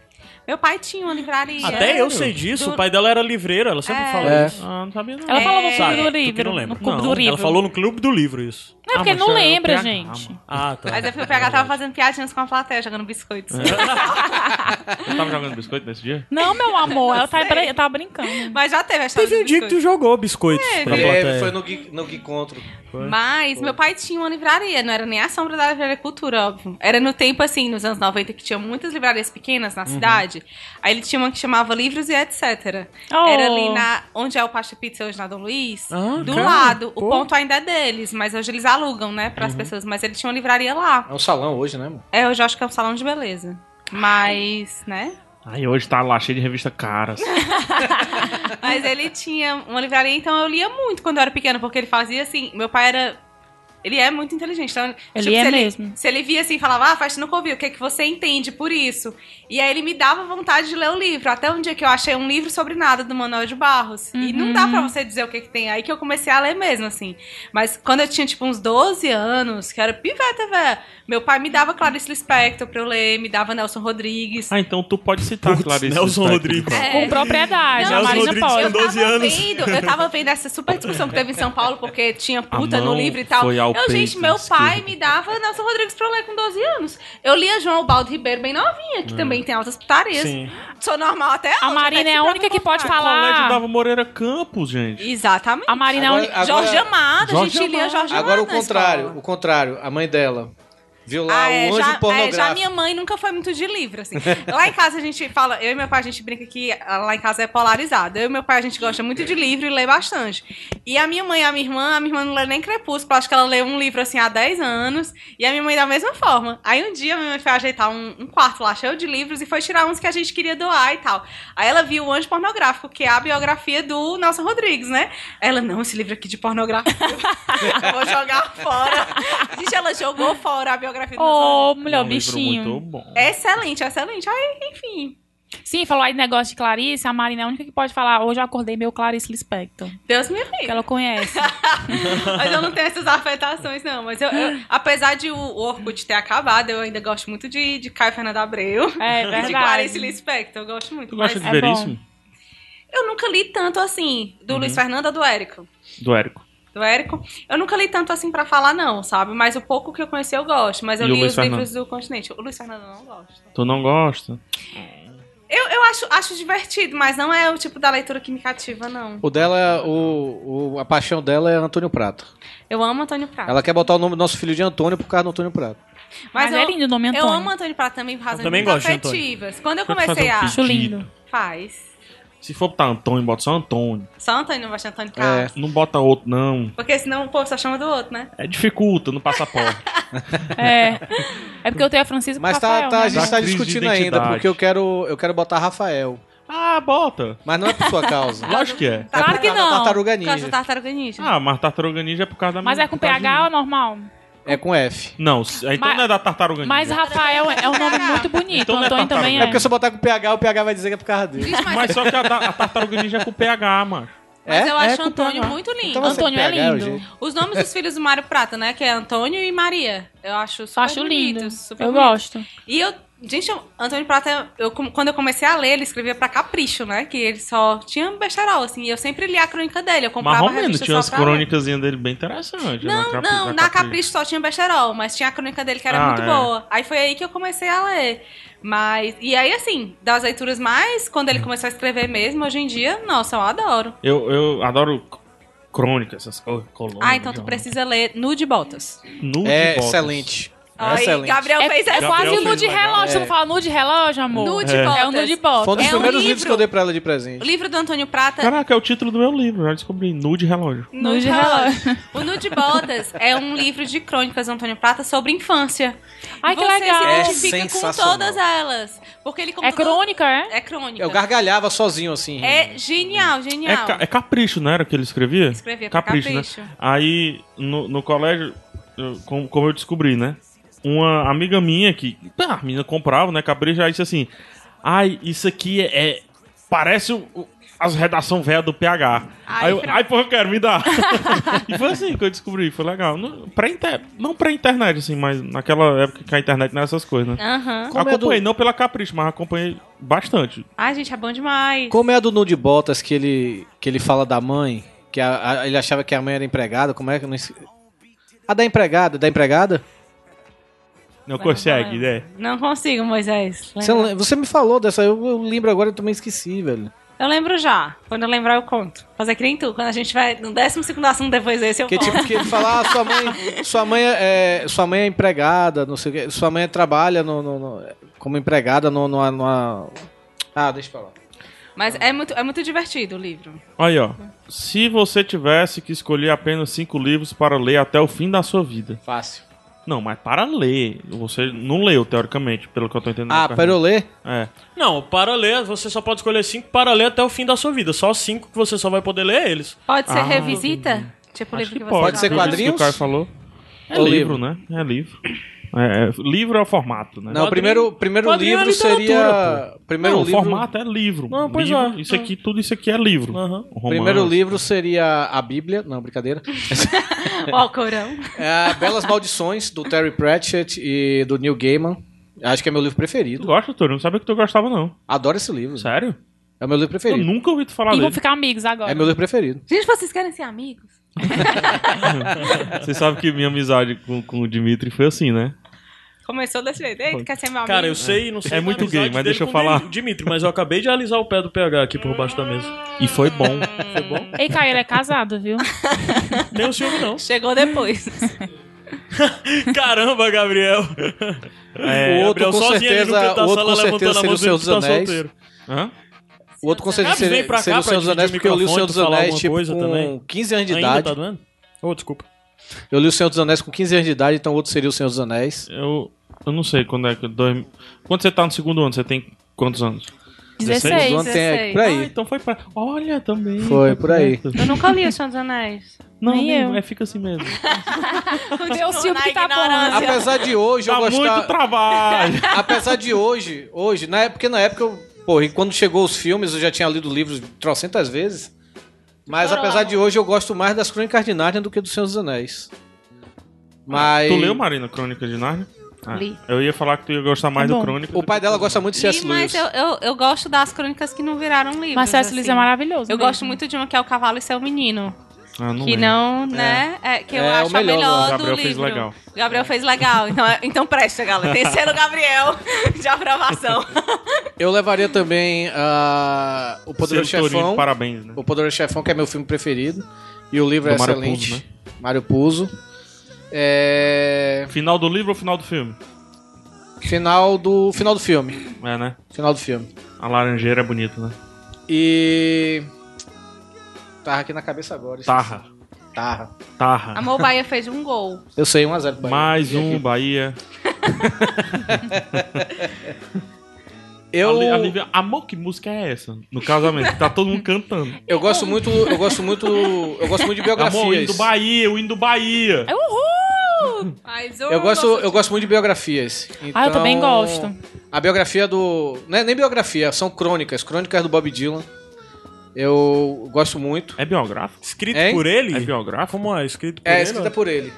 [SPEAKER 4] Meu pai tinha uma livraria.
[SPEAKER 3] Até eu sei disso. O pai dela era livreiro, ela sempre
[SPEAKER 4] É.
[SPEAKER 3] fala
[SPEAKER 1] É.
[SPEAKER 3] isso. Ah, não sabia não.
[SPEAKER 2] Ela falou no
[SPEAKER 4] É,
[SPEAKER 2] clube do
[SPEAKER 3] Tu que
[SPEAKER 2] livro.
[SPEAKER 3] não lembra.
[SPEAKER 2] No clube
[SPEAKER 3] Não,
[SPEAKER 2] do livro.
[SPEAKER 3] Ela falou no clube do livro isso.
[SPEAKER 2] Não, é porque
[SPEAKER 5] Ah,
[SPEAKER 2] ele
[SPEAKER 5] mas
[SPEAKER 2] não
[SPEAKER 5] eu- eu
[SPEAKER 2] lembra,
[SPEAKER 5] pego-
[SPEAKER 2] gente.
[SPEAKER 3] Ah, tá.
[SPEAKER 4] Mas eu fui o PH tava fazendo piadinhas com a plateia, jogando biscoitos.
[SPEAKER 3] É.
[SPEAKER 5] Eu tava jogando biscoito nesse dia?
[SPEAKER 2] Não, meu amor, ela tá,
[SPEAKER 4] é.
[SPEAKER 2] brin- tá brincando.
[SPEAKER 4] Mas já teve a história
[SPEAKER 3] Teve um
[SPEAKER 4] dos
[SPEAKER 3] dia que tu
[SPEAKER 4] biscoitos.
[SPEAKER 3] jogou biscoitos
[SPEAKER 2] É,
[SPEAKER 3] pra
[SPEAKER 1] Teve,
[SPEAKER 3] plateia.
[SPEAKER 1] É, foi no Gui, no Gui Contro.
[SPEAKER 4] Mas meu pai tinha uma livraria, não era nem a sombra da livraria Cultura, óbvio. Era no tempo, assim, nos anos 90, que tinha muitas livrarias pequenas
[SPEAKER 3] Uhum.
[SPEAKER 4] na cidade. Aí ele tinha uma que chamava Livros e Etc.
[SPEAKER 2] Oh.
[SPEAKER 4] Era ali na, onde é o Pasta Pizza hoje na Dom Luiz.
[SPEAKER 3] Ah,
[SPEAKER 4] do
[SPEAKER 3] cara,
[SPEAKER 4] lado.
[SPEAKER 3] pô. Uhum.
[SPEAKER 4] O ponto ainda é deles, mas hoje eles alugam, né, pras pessoas. Mas ele tinha uma livraria lá.
[SPEAKER 1] É um salão hoje, né, mano?
[SPEAKER 4] É, hoje eu acho que é um salão de beleza. Mas, né?
[SPEAKER 5] Aí hoje tá lá cheio de revista assim. caras.
[SPEAKER 4] Mas ele tinha uma livraria, então eu lia muito quando eu era pequena, porque ele fazia assim. Meu pai era. Ele é muito inteligente. Então,
[SPEAKER 2] Ele é
[SPEAKER 4] se
[SPEAKER 2] mesmo.
[SPEAKER 4] Se ele via assim e falava, ah, faz, nunca ouviu, o que, é que você entende por isso? E aí ele me dava vontade de ler o livro. Até um dia que eu achei um livro sobre nada do Manuel de Barros. E
[SPEAKER 2] Uhum.
[SPEAKER 4] não dá pra você dizer o que, que tem. Aí que eu comecei a ler mesmo, assim. Mas quando eu tinha, tipo, uns 12 anos, que eu era piveta, velho. Meu pai me dava Clarice Lispector pra eu ler, me dava Nelson Rodrigues.
[SPEAKER 5] Ah, então tu pode citar,
[SPEAKER 3] Putz,
[SPEAKER 5] Clarice.
[SPEAKER 3] Nelson
[SPEAKER 5] Lispector.
[SPEAKER 3] Rodrigues.
[SPEAKER 4] É.
[SPEAKER 2] Com propriedade,
[SPEAKER 4] Não,
[SPEAKER 2] a Marina
[SPEAKER 3] Rodrigues
[SPEAKER 2] pode.
[SPEAKER 3] com
[SPEAKER 4] Eu tava
[SPEAKER 3] 12 anos.
[SPEAKER 4] Vendo, eu tava vendo essa super discussão que teve em São Paulo, porque tinha puta
[SPEAKER 5] A mão
[SPEAKER 4] no livro e tal.
[SPEAKER 5] foi ao
[SPEAKER 4] eu, gente,
[SPEAKER 5] peito
[SPEAKER 4] meu pai
[SPEAKER 5] esquerdo.
[SPEAKER 4] me dava Nelson Rodrigues pra eu ler com 12 anos. Eu lia João Baldo Ribeiro bem novinha,
[SPEAKER 5] É.
[SPEAKER 4] que também tem altas putarias.
[SPEAKER 3] Sim.
[SPEAKER 4] Sou normal até hoje.
[SPEAKER 2] A
[SPEAKER 4] até
[SPEAKER 2] Marina é a
[SPEAKER 4] pra
[SPEAKER 2] única
[SPEAKER 4] me
[SPEAKER 2] que pode
[SPEAKER 4] contar.
[SPEAKER 5] Colégio
[SPEAKER 2] falar.
[SPEAKER 5] Dava Moreira Campos, gente.
[SPEAKER 4] Exatamente.
[SPEAKER 2] A Marina é a única.
[SPEAKER 1] Agora-
[SPEAKER 4] Jorge Amado, a gente
[SPEAKER 5] Jorge
[SPEAKER 4] lia
[SPEAKER 5] Amado.
[SPEAKER 4] Jorge Amado.
[SPEAKER 1] Agora o
[SPEAKER 4] Tá na
[SPEAKER 1] contrário,
[SPEAKER 4] escola.
[SPEAKER 1] o contrário, a mãe dela viu lá
[SPEAKER 4] Ah, é,
[SPEAKER 1] o anjo
[SPEAKER 4] já, é,
[SPEAKER 1] pornográfico.
[SPEAKER 4] já minha mãe nunca foi muito de livro, assim. Lá em casa a gente fala, eu e meu pai a gente brinca que ah, lá em casa é polarizado. Eu e meu pai a gente gosta muito de livro e lê bastante. E a minha mãe e a minha irmã, a minha irmã não lê nem Crepúsculo, acho que ela lê um livro assim há 10 anos. E a minha mãe da mesma forma. Aí um dia a minha mãe foi ajeitar um, um quarto lá cheio de livros e foi tirar uns que a gente queria doar e tal. Aí ela viu o Anjo Pornográfico, que é a biografia do Nelson Rodrigues, né? Ela, não, esse livro aqui de pornografia. Vou jogar fora. Gente, ela jogou fora a biografia do Nelson Rodrigues.
[SPEAKER 2] Ô, mulher,
[SPEAKER 5] É
[SPEAKER 2] o
[SPEAKER 5] um livro
[SPEAKER 2] bichinho.
[SPEAKER 5] Muito bom.
[SPEAKER 4] É, Excelente, excelente. Aí, enfim.
[SPEAKER 2] Sim, falou aí de negócio de Clarice. A Marina é a única que pode falar. Hoje eu acordei meu Clarice Lispector.
[SPEAKER 4] Deus me
[SPEAKER 2] Que
[SPEAKER 4] livre.
[SPEAKER 2] ela conhece.
[SPEAKER 4] Mas eu não tenho essas afetações, não. Mas eu, eu- apesar de o Orkut ter acabado, eu ainda gosto muito de, de Caio Fernando Abreu.
[SPEAKER 2] É
[SPEAKER 4] e de Clarice
[SPEAKER 2] verdade.
[SPEAKER 4] Lispector, eu gosto muito.
[SPEAKER 5] Tu gosta
[SPEAKER 4] Mas
[SPEAKER 5] de
[SPEAKER 2] é
[SPEAKER 5] Veríssimo?
[SPEAKER 4] eu nunca li tanto assim,
[SPEAKER 5] Uhum.
[SPEAKER 4] do Luiz Fernando ou do Érico.
[SPEAKER 5] Do Érico.
[SPEAKER 4] Do Érico, eu nunca li tanto assim pra falar, não, sabe? Mas o pouco que eu conheci eu gosto. Mas eu
[SPEAKER 5] E o
[SPEAKER 4] li
[SPEAKER 5] Luiz
[SPEAKER 4] os
[SPEAKER 5] Fernando?
[SPEAKER 4] livros do continente. O Luiz Fernando eu não gosto.
[SPEAKER 5] Tu não gosta?
[SPEAKER 4] Eu, eu acho, acho divertido, mas não é o tipo da leitura que me cativa, não.
[SPEAKER 1] O dela, o, o- a paixão dela é Antônio Prata.
[SPEAKER 4] Eu amo Antônio Prata.
[SPEAKER 1] Ela quer botar o nome do nosso filho de Antônio por causa do Antônio Prata.
[SPEAKER 2] Mas, é
[SPEAKER 4] eu-
[SPEAKER 2] lindo o nome Antônio.
[SPEAKER 4] Eu amo Antônio Prata também por razões
[SPEAKER 3] também
[SPEAKER 4] muito
[SPEAKER 3] gosto de Antônio.
[SPEAKER 4] afetivas. Quando eu
[SPEAKER 5] Pode fazer
[SPEAKER 4] comecei
[SPEAKER 5] um
[SPEAKER 4] a...
[SPEAKER 5] pedido?
[SPEAKER 2] Acho lindo.
[SPEAKER 4] Faz.
[SPEAKER 5] Se for botar Antônio, bota só Antônio.
[SPEAKER 4] Só Antônio, não gosta de Antônio Carlos.
[SPEAKER 5] Não bota outro,
[SPEAKER 1] É.
[SPEAKER 5] não.
[SPEAKER 4] Porque senão o povo só chama do outro, né?
[SPEAKER 5] É dificulta no passaporte.
[SPEAKER 2] É. É porque eu tenho a Francisca
[SPEAKER 1] Mas
[SPEAKER 2] com o
[SPEAKER 1] tá,
[SPEAKER 2] Rafael,
[SPEAKER 1] tá, a
[SPEAKER 2] né?
[SPEAKER 1] gente
[SPEAKER 5] Dá
[SPEAKER 1] tá
[SPEAKER 5] crise de
[SPEAKER 1] discutindo ainda,
[SPEAKER 5] identidade.
[SPEAKER 1] porque eu quero, eu quero botar Rafael.
[SPEAKER 5] ah, bota.
[SPEAKER 1] Mas não é por sua
[SPEAKER 4] Tá,
[SPEAKER 1] causa.
[SPEAKER 5] Lógico que é.
[SPEAKER 1] É
[SPEAKER 2] Claro
[SPEAKER 1] por
[SPEAKER 2] que
[SPEAKER 1] causa
[SPEAKER 2] não.
[SPEAKER 1] da tartaruga
[SPEAKER 4] Por causa do
[SPEAKER 1] ninja.
[SPEAKER 4] Tartaruga Ninja.
[SPEAKER 5] Ah, mas tartaruga ninja é por causa da
[SPEAKER 2] Mas é com
[SPEAKER 1] tá
[SPEAKER 5] por causa
[SPEAKER 2] PH ou
[SPEAKER 5] de-
[SPEAKER 2] é normal?
[SPEAKER 1] É com F.
[SPEAKER 5] Não, se- então
[SPEAKER 2] Mas-
[SPEAKER 5] não é da tartaruga ninja.
[SPEAKER 1] Tá
[SPEAKER 2] Mas Rafael é um nome muito bonito.
[SPEAKER 5] Então não é
[SPEAKER 2] Antônio também
[SPEAKER 1] É
[SPEAKER 4] né?
[SPEAKER 5] tartaruga.
[SPEAKER 2] é.
[SPEAKER 1] porque se eu botar com PH, o PH vai dizer que é por causa dele.
[SPEAKER 4] Gente, mas,
[SPEAKER 5] Mas só que a, da- a tartaruga ninja é com PH, mano.
[SPEAKER 4] mas eu
[SPEAKER 1] É?
[SPEAKER 4] acho
[SPEAKER 1] É
[SPEAKER 4] o
[SPEAKER 1] com
[SPEAKER 4] Antônio
[SPEAKER 1] PH.
[SPEAKER 4] muito lindo.
[SPEAKER 1] Então vai ser
[SPEAKER 2] Antônio é
[SPEAKER 1] PH, é o
[SPEAKER 2] lindo.
[SPEAKER 1] jeito.
[SPEAKER 4] Os nomes dos filhos do Mário Prata, né? Que é Antônio e Maria. Eu acho super
[SPEAKER 2] Acho lindo.
[SPEAKER 4] bonitos, Super
[SPEAKER 2] Eu
[SPEAKER 4] bonitos.
[SPEAKER 2] gosto.
[SPEAKER 4] E eu... Gente, eu- Antônio Prata, eu, com- quando eu comecei a ler, ele escrevia pra capricho, né? Que ele só tinha besterol, assim. E eu sempre li a crônica dele. Eu comprava
[SPEAKER 5] Mas
[SPEAKER 4] a
[SPEAKER 5] Romeno
[SPEAKER 4] revista
[SPEAKER 5] tinha
[SPEAKER 4] só
[SPEAKER 5] umas
[SPEAKER 4] pra ler.
[SPEAKER 5] crônicas dele bem interessantes. né?
[SPEAKER 4] Não,
[SPEAKER 5] Capri-
[SPEAKER 4] não, na Capricho só tinha Becherol, mas tinha a crônica dele que era
[SPEAKER 5] Ah,
[SPEAKER 4] muito
[SPEAKER 5] é.
[SPEAKER 4] boa. Aí foi aí que eu comecei a ler. Mas, e aí assim, das leituras mais, quando
[SPEAKER 5] Hum.
[SPEAKER 4] ele começou a escrever mesmo, hoje em dia, nossa, eu adoro.
[SPEAKER 5] Eu, eu adoro c- crônicas, essas coisas.
[SPEAKER 4] então ah, então tu precisa ler Nude Botas.
[SPEAKER 5] Nude
[SPEAKER 1] É
[SPEAKER 5] Botas.
[SPEAKER 1] excelente. Excelente.
[SPEAKER 4] Gabriel fez
[SPEAKER 2] É, é
[SPEAKER 4] essa.
[SPEAKER 2] quase
[SPEAKER 5] Gabriel
[SPEAKER 2] nude
[SPEAKER 5] fez, né?
[SPEAKER 2] relógio. Você
[SPEAKER 1] É.
[SPEAKER 2] não fala nude relógio, amor?
[SPEAKER 4] Nude
[SPEAKER 2] É o
[SPEAKER 4] botas.
[SPEAKER 2] nude box.
[SPEAKER 1] Foi um dos
[SPEAKER 4] É um
[SPEAKER 1] primeiros livros
[SPEAKER 4] livro.
[SPEAKER 1] que eu dei pra ela de
[SPEAKER 4] O
[SPEAKER 1] presente.
[SPEAKER 4] livro do Antônio Prata.
[SPEAKER 5] Caraca, é o título do meu livro, já descobri. Nude relógio.
[SPEAKER 2] Nude Relógio.
[SPEAKER 4] O Nude Botas é um livro de crônicas do Antônio Prata sobre infância.
[SPEAKER 2] Ai, que
[SPEAKER 4] Você
[SPEAKER 2] legal.
[SPEAKER 1] É
[SPEAKER 4] se identifica com
[SPEAKER 1] sensacional.
[SPEAKER 4] todas elas. Porque ele conta
[SPEAKER 2] É crônica, é?
[SPEAKER 4] É crônica.
[SPEAKER 1] Eu gargalhava sozinho, assim. rindo.
[SPEAKER 4] É genial,
[SPEAKER 5] É,
[SPEAKER 4] genial.
[SPEAKER 5] ca- é capricho, não era que ele escrevia?
[SPEAKER 4] Escrevia pra Capricho.
[SPEAKER 5] né? Aí, no, no colégio, eu- como, como eu descobri, né? Uma amiga minha que. Ah, a menina comprava, né? Capricho, aí disse assim. Ai, isso aqui é. é- parece o- o- as redação velha do PH.
[SPEAKER 4] Ai,
[SPEAKER 5] aí eu,
[SPEAKER 4] pronto.
[SPEAKER 5] ai, porra, eu quero, me dá. e foi assim que eu descobri, foi legal. Não pra, inter, não pra internet, assim, mas naquela época que a internet não era essas coisas, né?
[SPEAKER 4] Aham.
[SPEAKER 1] Como é do-
[SPEAKER 5] acompanhei, não pela Capricho, mas acompanhei bastante.
[SPEAKER 4] Ai, gente, é bom demais.
[SPEAKER 1] Como é a do Nude Botas que ele, que ele fala da mãe? Que a- a- ele achava que a mãe era empregada? Como é que eu não. esque- A da empregada? Da empregada?
[SPEAKER 5] Não consegue, né?
[SPEAKER 4] Não consigo, Moisés.
[SPEAKER 1] Você, não lem- você me falou dessa, eu, eu lembro agora, eu também esqueci, velho.
[SPEAKER 4] Eu lembro já. Quando eu lembrar, eu conto. Fazer que nem tu. Quando a gente vai no décimo segundo assunto depois desse, eu
[SPEAKER 1] Que
[SPEAKER 4] conto.
[SPEAKER 1] tipo que ele fala, ah, sua mãe, sua mãe é, sua mãe é empregada, não sei o quê, sua mãe trabalha no, no- no- como empregada no, numa, numa- Ah, deixa pra lá.
[SPEAKER 4] Mas é muito, é muito divertido o livro.
[SPEAKER 5] Aí, ó. Se você tivesse que escolher apenas cinco livros para ler até o fim da sua vida.
[SPEAKER 1] Fácil.
[SPEAKER 5] Não, mas para ler. Você não leu, teoricamente, pelo que eu tô entendendo.
[SPEAKER 1] Ah,
[SPEAKER 5] Carmen.
[SPEAKER 1] pra eu ler?
[SPEAKER 5] É.
[SPEAKER 3] Não, para ler, você só pode escolher cinco para ler até o fim da sua vida. Só cinco que você só vai poder ler é eles.
[SPEAKER 4] Pode ser
[SPEAKER 5] Ah,
[SPEAKER 4] revisita? Tipo o livro que, você
[SPEAKER 1] pode
[SPEAKER 4] já
[SPEAKER 1] ser
[SPEAKER 4] leu.
[SPEAKER 5] Tudo isso
[SPEAKER 1] quadrinhos?
[SPEAKER 5] Que o cara falou. É
[SPEAKER 1] Ou
[SPEAKER 5] livro,
[SPEAKER 1] livro?
[SPEAKER 5] né? É livro. É, é, livro é o formato, né?
[SPEAKER 1] Não, o primeiro, primeiro
[SPEAKER 3] quadrinho é
[SPEAKER 1] livro
[SPEAKER 3] literatura,
[SPEAKER 1] seria. Primeiro
[SPEAKER 5] Não,
[SPEAKER 1] livro.
[SPEAKER 5] o formato é livro.
[SPEAKER 3] Não, pois
[SPEAKER 5] Livro,
[SPEAKER 3] é.
[SPEAKER 5] Isso aqui, tudo isso aqui é livro.
[SPEAKER 3] Aham.
[SPEAKER 5] Romance.
[SPEAKER 1] Primeiro livro seria a Bíblia, não, brincadeira.
[SPEAKER 4] Ó, o Corão.
[SPEAKER 1] É, Belas Maldições, do Terry Pratchett e do Neil Gaiman. Acho que é meu livro
[SPEAKER 5] Tu
[SPEAKER 1] preferido.
[SPEAKER 5] gosta, Toro? Não sabia que tu gostava, não.
[SPEAKER 1] Adoro esse livro.
[SPEAKER 5] Sério?
[SPEAKER 1] É o meu livro
[SPEAKER 5] Eu
[SPEAKER 1] preferido.
[SPEAKER 5] nunca ouvi tu falar
[SPEAKER 2] E vão
[SPEAKER 5] dele.
[SPEAKER 2] ficar amigos agora.
[SPEAKER 1] É meu livro preferido.
[SPEAKER 4] Gente, vocês querem ser amigos?
[SPEAKER 5] Você sabe que minha amizade com, com o Dimitri foi assim, né?
[SPEAKER 4] Começou desse jeito. Ei, tu quer ser meu amigo?
[SPEAKER 3] Cara, eu sei, não sei.
[SPEAKER 5] É
[SPEAKER 3] da
[SPEAKER 5] muito
[SPEAKER 3] amizade
[SPEAKER 5] gay, mas
[SPEAKER 3] dele
[SPEAKER 5] deixa eu
[SPEAKER 3] com o
[SPEAKER 5] falar.
[SPEAKER 3] Dimi- Dimitri, mas eu acabei de alisar o pé do PH aqui por baixo da mesa.
[SPEAKER 5] E foi bom. Foi bom?
[SPEAKER 2] Ei, Caio, ele é casado, viu?
[SPEAKER 3] Nem o ciúme, não.
[SPEAKER 4] Chegou depois.
[SPEAKER 3] Caramba, Gabriel.
[SPEAKER 5] É,
[SPEAKER 1] o outro,
[SPEAKER 3] Gabriel,
[SPEAKER 1] com
[SPEAKER 3] sozinho ali no
[SPEAKER 1] certeza,
[SPEAKER 3] canto da
[SPEAKER 1] o outro
[SPEAKER 3] sala,
[SPEAKER 1] com certeza
[SPEAKER 3] levantando a
[SPEAKER 1] seria
[SPEAKER 3] mão
[SPEAKER 1] o Senhor
[SPEAKER 3] dizendo
[SPEAKER 1] dos
[SPEAKER 3] que tá
[SPEAKER 1] Anéis.
[SPEAKER 3] solteiro.
[SPEAKER 5] Hã?
[SPEAKER 1] O outro com certeza
[SPEAKER 3] Gabs, vem pra
[SPEAKER 1] seria,
[SPEAKER 3] cá
[SPEAKER 1] seria o
[SPEAKER 3] pra
[SPEAKER 1] Senhor dos
[SPEAKER 3] dividir
[SPEAKER 1] Anéis, porque
[SPEAKER 3] o
[SPEAKER 1] eu li o Senhor
[SPEAKER 3] microfone,
[SPEAKER 1] dos
[SPEAKER 3] tu falar
[SPEAKER 1] Anéis
[SPEAKER 3] alguma
[SPEAKER 1] tipo
[SPEAKER 3] coisa
[SPEAKER 1] com
[SPEAKER 3] também.
[SPEAKER 1] 15 anos de
[SPEAKER 3] Ainda
[SPEAKER 1] idade.
[SPEAKER 3] tá doendo? Ô, desculpa.
[SPEAKER 1] Eu li o Senhor dos Anéis com 15 anos de idade, então o outro seria o Senhor dos Anéis.
[SPEAKER 5] Eu, eu não sei quando é que. Dois, quando você tá no segundo ano, você tem quantos anos?
[SPEAKER 2] 16.
[SPEAKER 1] O ano tem é
[SPEAKER 4] 16.
[SPEAKER 1] por
[SPEAKER 5] Ah,
[SPEAKER 1] aí.
[SPEAKER 5] então foi pra. Olha também.
[SPEAKER 1] Foi, por aí.
[SPEAKER 5] perto.
[SPEAKER 4] Eu nunca li O Senhor dos Anéis.
[SPEAKER 5] Não,
[SPEAKER 2] Nem
[SPEAKER 5] nem-
[SPEAKER 2] eu.
[SPEAKER 5] é, fica assim mesmo.
[SPEAKER 2] Meu ciúme que tá
[SPEAKER 4] na ignorância.
[SPEAKER 2] falando.
[SPEAKER 1] Apesar de hoje eu
[SPEAKER 5] Dá Tá muito
[SPEAKER 1] gostar.
[SPEAKER 5] trabalho.
[SPEAKER 1] Apesar de hoje, hoje, na época, porque na época eu. Pô, e quando chegou os filmes, eu já tinha lido livros trocentas vezes. Mas
[SPEAKER 4] Bora lá,
[SPEAKER 1] apesar
[SPEAKER 4] amor.
[SPEAKER 1] de hoje, eu gosto mais das Crônicas de Nárnia do que do Senhor dos Anéis. Mas.
[SPEAKER 5] Tu leu, Marina, Crônica de Nárnia? Ah,
[SPEAKER 4] Li.
[SPEAKER 5] Eu ia falar que tu ia gostar mais
[SPEAKER 2] Tá
[SPEAKER 5] do
[SPEAKER 2] bom.
[SPEAKER 5] Crônica.
[SPEAKER 1] O pai dela gosta muito de
[SPEAKER 4] Sim,
[SPEAKER 1] C.S.
[SPEAKER 4] mas
[SPEAKER 1] Lewis.
[SPEAKER 4] eu, eu, eu gosto das crônicas que não viraram livros.
[SPEAKER 2] Mas César Luiz é
[SPEAKER 4] assim.
[SPEAKER 2] maravilhoso.
[SPEAKER 4] Eu
[SPEAKER 2] mesmo.
[SPEAKER 4] gosto muito de uma que é O Cavalo e Seu Menino.
[SPEAKER 5] Ah, não
[SPEAKER 4] que
[SPEAKER 5] lembro.
[SPEAKER 4] não, né? é, que eu
[SPEAKER 1] É,
[SPEAKER 4] acho
[SPEAKER 1] o melhor,
[SPEAKER 4] a melhor
[SPEAKER 5] o
[SPEAKER 4] do
[SPEAKER 5] Gabriel
[SPEAKER 4] livro.
[SPEAKER 5] fez legal.
[SPEAKER 4] O Gabriel fez legal. Então, é- então presta, galera. Terceiro Gabriel de aprovação.
[SPEAKER 1] Eu levaria também ah, o Poderoso
[SPEAKER 5] Seu Turino,
[SPEAKER 1] Chefão.
[SPEAKER 5] Parabéns, né?
[SPEAKER 1] O Poderoso Chefão, que é meu filme preferido. E o livro
[SPEAKER 5] Do
[SPEAKER 1] é
[SPEAKER 5] Mário
[SPEAKER 1] excelente.
[SPEAKER 5] Puzo, né?
[SPEAKER 1] Mário Puzo. É...
[SPEAKER 5] Final do livro ou final do filme?
[SPEAKER 1] Final do. Final do filme.
[SPEAKER 5] É, né?
[SPEAKER 1] Final do filme.
[SPEAKER 5] A laranjeira é bonita, né?
[SPEAKER 1] E. Tava aqui na cabeça agora. esqueci.
[SPEAKER 5] Tarra.
[SPEAKER 1] Tarra.
[SPEAKER 5] Tarra.
[SPEAKER 4] Amor Bahia fez um gol.
[SPEAKER 1] Eu sei, 1x0 Bahia.
[SPEAKER 5] Mais um, Bahia.
[SPEAKER 1] Eu,
[SPEAKER 5] A, a, nível- amor, que música é essa? No casamento, tá todo mundo cantando.
[SPEAKER 1] eu gosto muito. Eu gosto muito. Eu gosto muito de
[SPEAKER 5] Amor, o hino
[SPEAKER 1] biografias.
[SPEAKER 5] do Bahia, o hino do Bahia.
[SPEAKER 2] É Uhul!
[SPEAKER 4] Mas
[SPEAKER 1] Eu gosto, eu gosto muito de biografias.
[SPEAKER 2] Ah, eu também
[SPEAKER 1] Então,
[SPEAKER 2] gosto.
[SPEAKER 1] A biografia do. Não é nem biografia, são crônicas. Crônicas do Bob Dylan. Eu gosto muito.
[SPEAKER 5] É biográfico?
[SPEAKER 3] Escrito
[SPEAKER 1] Hein?
[SPEAKER 3] por ele?
[SPEAKER 5] É biográfico?
[SPEAKER 3] Como é? Escrito por
[SPEAKER 1] É
[SPEAKER 3] ele?
[SPEAKER 1] escrita por ele.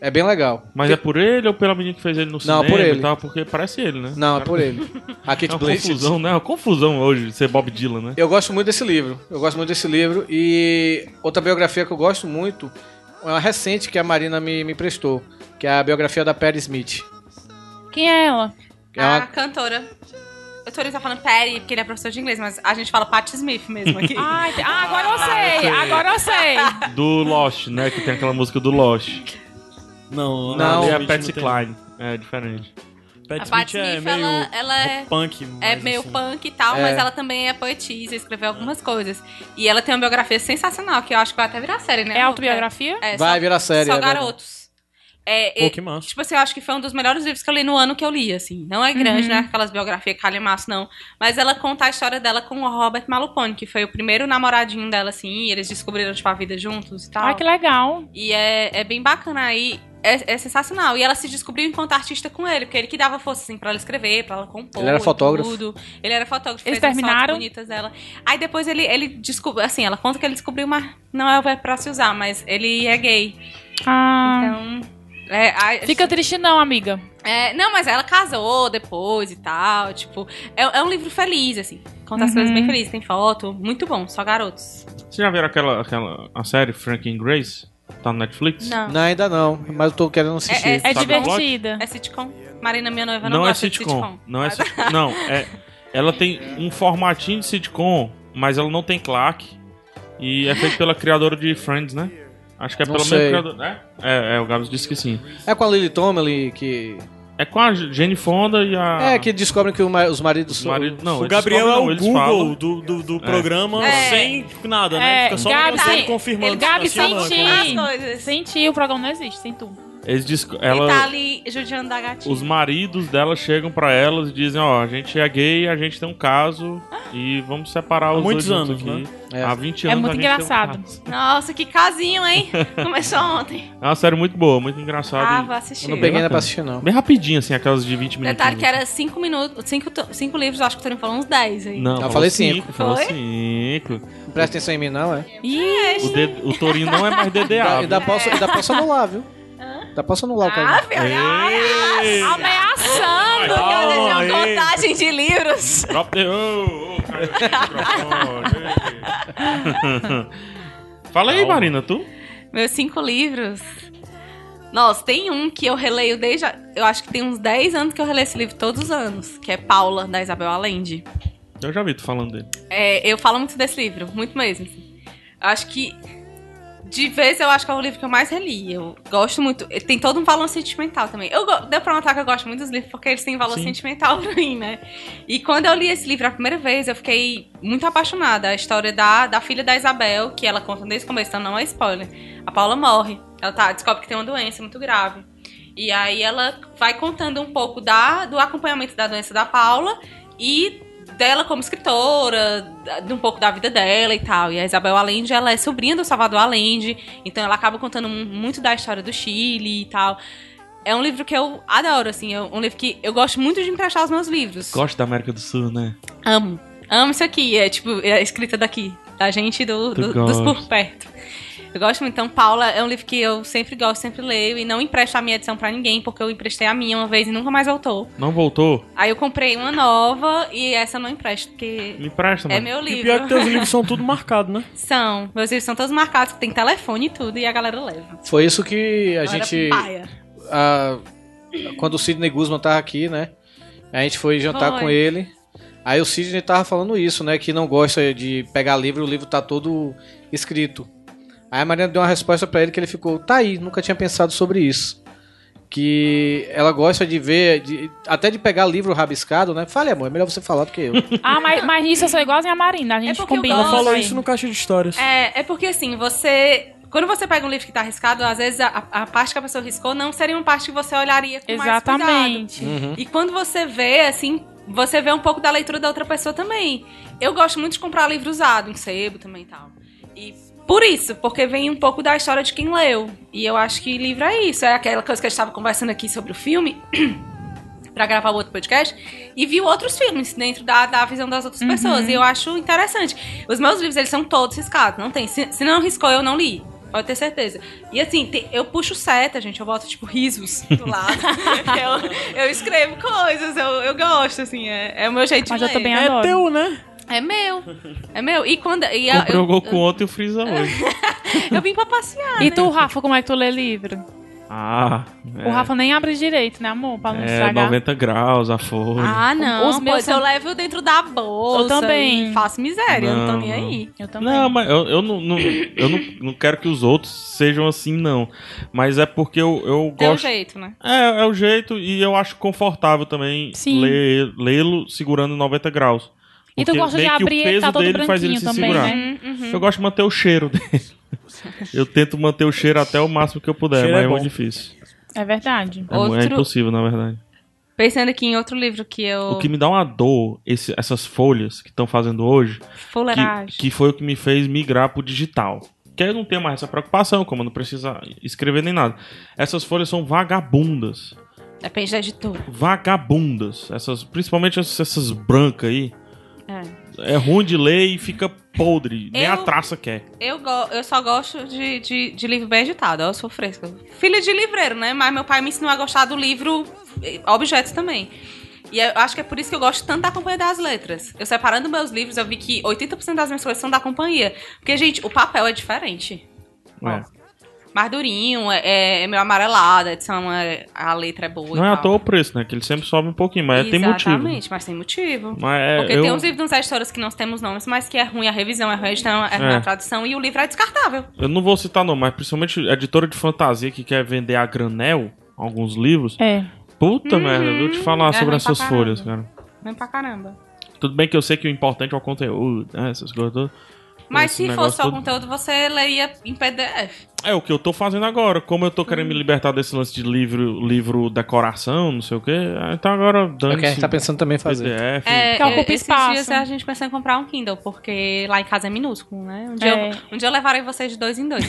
[SPEAKER 1] É bem legal.
[SPEAKER 5] Mas é por ele ou pela menina que fez ele no cinema
[SPEAKER 1] Não, por ele.
[SPEAKER 5] e tal? Porque parece ele, né?
[SPEAKER 1] Não, é por ele. A
[SPEAKER 5] É
[SPEAKER 1] Kate
[SPEAKER 5] uma
[SPEAKER 1] Blanchett.
[SPEAKER 5] confusão, né? É uma confusão hoje ser Bob Dylan, né?
[SPEAKER 1] Eu gosto muito desse livro. Eu gosto muito desse livro. E outra biografia que eu gosto muito é uma recente que a Marina me, me prestou, que é a biografia da Patti Smith.
[SPEAKER 2] Quem é ela?
[SPEAKER 1] É uma-
[SPEAKER 4] A cantora. Eu tô tá falando Perry, porque ele é professor de inglês, mas a gente fala Pat Smith mesmo aqui.
[SPEAKER 2] Ai, te- ah, agora eu sei. Agora eu sei.
[SPEAKER 5] Do Lost, né? Que tem aquela música do Lost.
[SPEAKER 3] Não,
[SPEAKER 1] Não,
[SPEAKER 3] Anatomia
[SPEAKER 5] é a
[SPEAKER 3] Smith
[SPEAKER 5] Patsy
[SPEAKER 3] não tem.
[SPEAKER 5] Cline. É diferente.
[SPEAKER 3] Pat
[SPEAKER 4] A
[SPEAKER 3] Smith,
[SPEAKER 4] Pat
[SPEAKER 3] é
[SPEAKER 4] Smith,
[SPEAKER 3] meio
[SPEAKER 4] ela, ela é,
[SPEAKER 3] punk.
[SPEAKER 4] é
[SPEAKER 3] mais
[SPEAKER 4] meio
[SPEAKER 3] assim.
[SPEAKER 4] punk e tal,
[SPEAKER 1] É.
[SPEAKER 4] mas ela também é poetisa, escreveu algumas coisas. E ela tem uma biografia sensacional, que eu acho que vai até virar série, né?
[SPEAKER 2] É autobiografia?
[SPEAKER 4] É,
[SPEAKER 1] Vai
[SPEAKER 4] só-
[SPEAKER 1] virar série,
[SPEAKER 4] Só
[SPEAKER 1] é verdade.
[SPEAKER 4] garotos. É,
[SPEAKER 3] Pô,
[SPEAKER 4] é,
[SPEAKER 3] que massa.
[SPEAKER 4] Tipo assim, eu acho que foi um dos melhores livros que eu li no ano que eu li, assim. Não é grande, né? Aquelas biografias calhamaço, não. Mas ela conta a história dela com o Robert Malupone, que foi o primeiro namoradinho dela, assim. E eles descobriram, tipo, a vida juntos e tal.
[SPEAKER 2] Ai, que legal.
[SPEAKER 4] E é, é bem bacana aí. É, é sensacional. E ela se descobriu enquanto artista com ele, porque ele que dava força, assim, pra ela escrever, pra ela compor.
[SPEAKER 1] Ele era
[SPEAKER 4] e
[SPEAKER 1] fotógrafo.
[SPEAKER 4] Tudo. Ele era fotógrafo.
[SPEAKER 2] Eles
[SPEAKER 4] fez as fotos
[SPEAKER 2] terminaram?
[SPEAKER 4] bonitas dela. Aí depois ele, ele descobriu, assim, ela conta que ele descobriu, mas não é pra se usar, mas ele é gay.
[SPEAKER 2] Ah,
[SPEAKER 4] Então. É, a-
[SPEAKER 2] fica triste não, amiga.
[SPEAKER 4] é, não, mas ela casou depois e tal. Tipo, é, é um livro feliz, assim. Conta as
[SPEAKER 2] Uhum.
[SPEAKER 4] coisas bem felizes. Tem foto. Muito bom, só garotos.
[SPEAKER 5] Vocês já viram aquela, aquela a série Frank and Grace? Tá no Netflix?
[SPEAKER 4] Não.
[SPEAKER 1] Não, ainda não. Mas eu tô querendo assistir.
[SPEAKER 4] É- é-
[SPEAKER 2] É
[SPEAKER 5] Sabe o plot?
[SPEAKER 2] divertida.
[SPEAKER 4] É sitcom? Marina, minha noiva, não,
[SPEAKER 5] Não, é
[SPEAKER 4] gosta de
[SPEAKER 5] sitcom.
[SPEAKER 4] sitcom.
[SPEAKER 5] Não é sitcom. Não, é. Ela tem um formatinho de sitcom, mas ela não tem claque. E é feito pela criadora de Friends, né? Acho que é
[SPEAKER 1] Não
[SPEAKER 5] pela
[SPEAKER 1] sei.
[SPEAKER 5] mesma criadora, né? É, é, o Gabs disse que sim.
[SPEAKER 1] É, com a Lily Tomlin que...
[SPEAKER 5] É com a Jenny Fonda e a.
[SPEAKER 1] É, que descobrem que o ma- os maridos...
[SPEAKER 5] Ah. Os
[SPEAKER 1] são-
[SPEAKER 5] maridos- não,
[SPEAKER 3] O
[SPEAKER 5] eles
[SPEAKER 3] Gabriel é
[SPEAKER 5] falam,
[SPEAKER 3] o
[SPEAKER 5] eles
[SPEAKER 3] Google
[SPEAKER 5] falam.
[SPEAKER 3] do, do, do programa
[SPEAKER 4] É.
[SPEAKER 3] sem nada, né?
[SPEAKER 2] É,
[SPEAKER 3] Fica só
[SPEAKER 2] Gabi,
[SPEAKER 3] você
[SPEAKER 2] sim.
[SPEAKER 3] confirmando.
[SPEAKER 4] Ele- Gabi,
[SPEAKER 3] assim,
[SPEAKER 2] sim,
[SPEAKER 3] ó,
[SPEAKER 2] sim.
[SPEAKER 3] como-
[SPEAKER 4] As coisas.
[SPEAKER 2] Sem ti, o programa não existe, sem tu.
[SPEAKER 5] Eles disco-
[SPEAKER 4] Ele tá
[SPEAKER 5] ela,
[SPEAKER 4] ali judiando da gatinha.
[SPEAKER 5] os maridos dela chegam pra elas e dizem: Ó, a gente é gay, a gente tem um caso e vamos separar os
[SPEAKER 3] muitos
[SPEAKER 5] dois juntos
[SPEAKER 3] anos,
[SPEAKER 5] aqui.
[SPEAKER 1] né? É.
[SPEAKER 5] Há 20
[SPEAKER 2] É
[SPEAKER 5] anos.
[SPEAKER 2] muito
[SPEAKER 5] a gente tem um
[SPEAKER 2] engraçado.
[SPEAKER 5] caso.
[SPEAKER 4] Nossa, que casinho, hein? Começou ontem.
[SPEAKER 5] É uma série muito boa, muito engraçada.
[SPEAKER 4] Ah,
[SPEAKER 5] e-
[SPEAKER 4] vou assistir.
[SPEAKER 1] Eu não peguei ainda pra
[SPEAKER 5] Bacana.
[SPEAKER 1] assistir, não.
[SPEAKER 5] Bem rapidinho, assim, aquelas de 20 minutos.
[SPEAKER 4] Detalhe que é era cinco minutos, cinco, to- cinco livros, eu acho que o Tony falou uns dez aí.
[SPEAKER 5] Não,
[SPEAKER 1] eu
[SPEAKER 5] falou
[SPEAKER 1] falei
[SPEAKER 5] cinco.
[SPEAKER 1] cinco.
[SPEAKER 5] Falou
[SPEAKER 4] Foi?
[SPEAKER 5] cinco.
[SPEAKER 1] Não presta atenção em mim, não, é?
[SPEAKER 2] Ih,
[SPEAKER 5] O, dedo- o Torinho não é mais DDA.
[SPEAKER 1] Ainda
[SPEAKER 5] viu?
[SPEAKER 1] posso, ainda posso anular, viu? Ainda posso
[SPEAKER 4] tá
[SPEAKER 1] anular o
[SPEAKER 4] Ah?
[SPEAKER 1] cara.
[SPEAKER 5] Ei!
[SPEAKER 2] ameaçando.
[SPEAKER 4] Porque eu deixei uma
[SPEAKER 3] aí.
[SPEAKER 4] contagem de livros.
[SPEAKER 5] Drop the... Ô, ô, caiu aqui o microfone. Ei. Fala aí,
[SPEAKER 3] Calma.
[SPEAKER 5] Marina, tu?
[SPEAKER 4] Meus cinco livros. Nossa, tem um que eu releio desde. a- Eu acho que tem uns 10 anos que eu releio esse livro todos os anos, que é Paula, da Isabel Allende.
[SPEAKER 5] Eu já vi tu falando dele.
[SPEAKER 4] É, eu falo muito desse livro, muito mesmo. assim. Eu acho que. De vez eu acho que é o livro que eu mais reli. Eu gosto muito. Ele Tem todo um valor sentimental também. Eu go- Deu pra notar que eu gosto muito dos livros porque eles têm valor
[SPEAKER 5] Sim.
[SPEAKER 4] sentimental pra mim, né? E quando eu li esse livro a primeira vez, eu fiquei muito apaixonada. A história da, da filha da Isabel, que ela conta desde o começo, então não é spoiler. A Paula morre. Ela tá, descobre que tem uma doença muito grave. E aí ela vai contando um pouco da, do acompanhamento da doença da Paula e dela como escritora, da- de um pouco da vida dela e tal. E a Isabel Allende, ela é sobrinha do Salvador Allende, então ela acaba contando mu- muito da história do Chile e tal. É um livro que eu adoro, assim, é um livro que eu gosto muito de emprestar os meus livros.
[SPEAKER 5] Gosta da América do Sul, né?
[SPEAKER 4] Amo. Amo isso aqui. É tipo, é escrita daqui. Da gente e do,
[SPEAKER 5] Tu
[SPEAKER 4] do- dos
[SPEAKER 5] gosta.
[SPEAKER 4] por perto. Eu gosto muito. Então, Paula é um livro que eu sempre gosto, sempre leio. E não empresto a minha edição pra ninguém, porque eu emprestei a minha uma vez e nunca mais voltou.
[SPEAKER 5] Não voltou?
[SPEAKER 4] Aí eu comprei uma nova e essa eu não empresto, porque
[SPEAKER 5] Me presta,
[SPEAKER 4] é
[SPEAKER 5] mano.
[SPEAKER 4] meu livro.
[SPEAKER 3] E pior que teus livros são tudo marcados, né?
[SPEAKER 4] São. Meus livros são todos marcados, tem telefone e tudo, e a galera leva.
[SPEAKER 1] Foi isso que a
[SPEAKER 4] Eu era
[SPEAKER 1] gente...
[SPEAKER 4] paia.
[SPEAKER 1] a- quando o Sidney Guzman tava aqui, né? A gente foi jantar
[SPEAKER 4] Foi.
[SPEAKER 1] com ele. Aí o Sidney tava falando isso, né? Que não gosta de pegar livro, o livro tá todo escrito. Aí a Marina deu uma resposta pra ele que ele ficou, tá aí, nunca tinha pensado sobre isso. Que ela gosta de ver, de- até de pegar livro rabiscado, né? Falei, amor, é melhor você falar do que eu.
[SPEAKER 2] Ah, mas, mas nisso eu sou igualzinha a Marina. A gente
[SPEAKER 4] É porque eu
[SPEAKER 2] combina.
[SPEAKER 4] gosto.
[SPEAKER 3] Ela
[SPEAKER 4] Nossa,
[SPEAKER 3] falou
[SPEAKER 2] também.
[SPEAKER 3] isso no Caixa de Histórias.
[SPEAKER 4] É, é porque assim, você. Quando você pega um livro que tá arriscado, às vezes a, a parte que a pessoa riscou não seria uma parte que você olharia com mais cuidado.
[SPEAKER 2] Exatamente.
[SPEAKER 1] Hum.
[SPEAKER 4] E quando você vê, assim, você vê um pouco da leitura da outra pessoa também. Eu gosto muito de comprar livro usado, em sebo também e tal. E por isso, porque vem um pouco da história de quem leu. E eu acho que livro é isso. É aquela coisa que a gente tava conversando aqui sobre o filme. Pra gravar o outro podcast e viu outros filmes dentro da, da visão das
[SPEAKER 2] Uhum.
[SPEAKER 4] outras pessoas. E eu acho interessante. Os meus livros, eles são todos riscados, não tem. Se, se não riscou, eu não li. Pode ter certeza. E assim, tem- eu puxo seta, gente, eu boto, tipo, risos do lado. eu, eu escrevo coisas, eu, eu gosto, assim, é, é o meu jeito
[SPEAKER 2] Mas
[SPEAKER 4] de
[SPEAKER 2] eu
[SPEAKER 4] ler.
[SPEAKER 2] também
[SPEAKER 3] É
[SPEAKER 2] adoro.
[SPEAKER 3] teu, né?
[SPEAKER 4] É meu. É meu. E quando. E eu,
[SPEAKER 5] Comprei o Goku ontem e o Freeza hoje.
[SPEAKER 4] eu- eu vim pra passear. né?
[SPEAKER 2] E tu, Rafa, como é que tu lê livro?
[SPEAKER 5] Ah, é,
[SPEAKER 2] O Rafa nem abre direito, né, amor? Pra não
[SPEAKER 5] é
[SPEAKER 2] estragar.
[SPEAKER 5] 90 graus a folha.
[SPEAKER 4] Ah, não.
[SPEAKER 2] Os
[SPEAKER 4] Os
[SPEAKER 2] meus
[SPEAKER 4] meus eu
[SPEAKER 2] são-
[SPEAKER 4] levo dentro da bolsa.
[SPEAKER 2] Eu também.
[SPEAKER 4] e Faço miséria, eu não tô
[SPEAKER 5] Não,
[SPEAKER 4] nem
[SPEAKER 5] não.
[SPEAKER 4] aí.
[SPEAKER 2] Eu também.
[SPEAKER 5] Não, mas eu, eu, não, não- eu não, não quero que os outros sejam assim, não. Mas é porque eu, eu
[SPEAKER 4] Tem um
[SPEAKER 5] gosto.
[SPEAKER 4] jeito, né?
[SPEAKER 5] É, é o jeito e eu acho confortável também
[SPEAKER 2] Sim.
[SPEAKER 5] ler- lê-lo segurando 90 graus.
[SPEAKER 2] E tu
[SPEAKER 5] Porque
[SPEAKER 2] gosta de
[SPEAKER 5] meio que o
[SPEAKER 2] abrir e
[SPEAKER 5] peso
[SPEAKER 2] tá todo
[SPEAKER 5] dele faz ele
[SPEAKER 2] branquinho
[SPEAKER 5] se
[SPEAKER 2] também,
[SPEAKER 5] segurar. Uhum.
[SPEAKER 2] né?
[SPEAKER 4] Hum,
[SPEAKER 5] Eu gosto de manter o cheiro dele. Eu tento manter o cheiro até o máximo que eu puder,
[SPEAKER 3] Cheiro
[SPEAKER 5] mas
[SPEAKER 3] é
[SPEAKER 5] é,
[SPEAKER 3] bom.
[SPEAKER 5] muito difícil.
[SPEAKER 2] É verdade.
[SPEAKER 5] É mu- É,
[SPEAKER 4] Outro-
[SPEAKER 5] impossível, na verdade.
[SPEAKER 4] Pensando aqui em outro livro que eu.
[SPEAKER 2] Oh.
[SPEAKER 5] O que me dá uma dor, esse- essas folhas que estão fazendo hoje, que,
[SPEAKER 4] Fuleiragem.
[SPEAKER 5] que foi o que me fez migrar pro digital. Que aí eu não tenho mais essa preocupação, como eu não precisa escrever nem nada. Essas folhas são vagabundas.
[SPEAKER 4] Depende da editora.
[SPEAKER 5] Vagabundas. Essas, principalmente essas, essas brancas aí.
[SPEAKER 4] É.
[SPEAKER 5] É ruim de ler e fica podre. Nem
[SPEAKER 4] Eu-
[SPEAKER 5] a traça quer.
[SPEAKER 4] Eu, go- eu só gosto de, de, de livro bem editado, ó, eu sou fresca. Filha de livreiro, né? Mas meu pai me ensinou a gostar do livro eh, objetos também. E eu acho que é por isso que eu gosto tanto da Companhia das Letras. Eu separando meus livros, eu vi que 80% das minhas coisas são da companhia. Porque, gente, o papel é diferente.
[SPEAKER 5] É.
[SPEAKER 4] Mais durinho, é, é- é meio amarelado, a edição é- a letra é boa. e
[SPEAKER 5] Não é à
[SPEAKER 4] tal.
[SPEAKER 5] toa o preço, né? Que ele sempre sobe um pouquinho, mas tem motivo.
[SPEAKER 4] Exatamente, mas tem motivo.
[SPEAKER 5] Mas é,
[SPEAKER 4] Porque
[SPEAKER 5] eu...
[SPEAKER 4] tem uns livros uns editores que nós temos nomes, mas que é ruim a revisão, é ruim a edição, é ruim
[SPEAKER 5] É.
[SPEAKER 4] a tradução e o livro é descartável.
[SPEAKER 5] Eu não vou citar não, mas principalmente editora de fantasia que quer vender a granel alguns livros.
[SPEAKER 2] É.
[SPEAKER 5] Puta merda, viu? Te falar
[SPEAKER 4] é
[SPEAKER 5] sobre
[SPEAKER 4] ruim
[SPEAKER 5] essas
[SPEAKER 4] pra
[SPEAKER 5] folhas, cara.
[SPEAKER 4] caramba. Ruim pra caramba.
[SPEAKER 5] Tudo bem que eu sei que o importante é o conteúdo, né? Essas coisas todas.
[SPEAKER 4] Mas se
[SPEAKER 5] Esse negócio
[SPEAKER 4] fosse só
[SPEAKER 5] todo.
[SPEAKER 4] conteúdo, você leria em PDF.
[SPEAKER 5] É o que eu tô fazendo agora. Como eu tô querendo me libertar desse lance de livro, livro decoração, não sei o quê. ah, Então agora
[SPEAKER 1] Eu quero
[SPEAKER 5] dane-se.
[SPEAKER 1] tá pensando também em fazer.
[SPEAKER 5] PDF.
[SPEAKER 4] É,
[SPEAKER 2] Então,
[SPEAKER 4] é,
[SPEAKER 2] ocupa
[SPEAKER 4] esses
[SPEAKER 2] espaço.
[SPEAKER 4] dias a gente pensou em comprar um Kindle, porque lá em casa é minúsculo, né? Um dia,
[SPEAKER 2] É.
[SPEAKER 4] eu, um dia eu levarei vocês de dois em dois.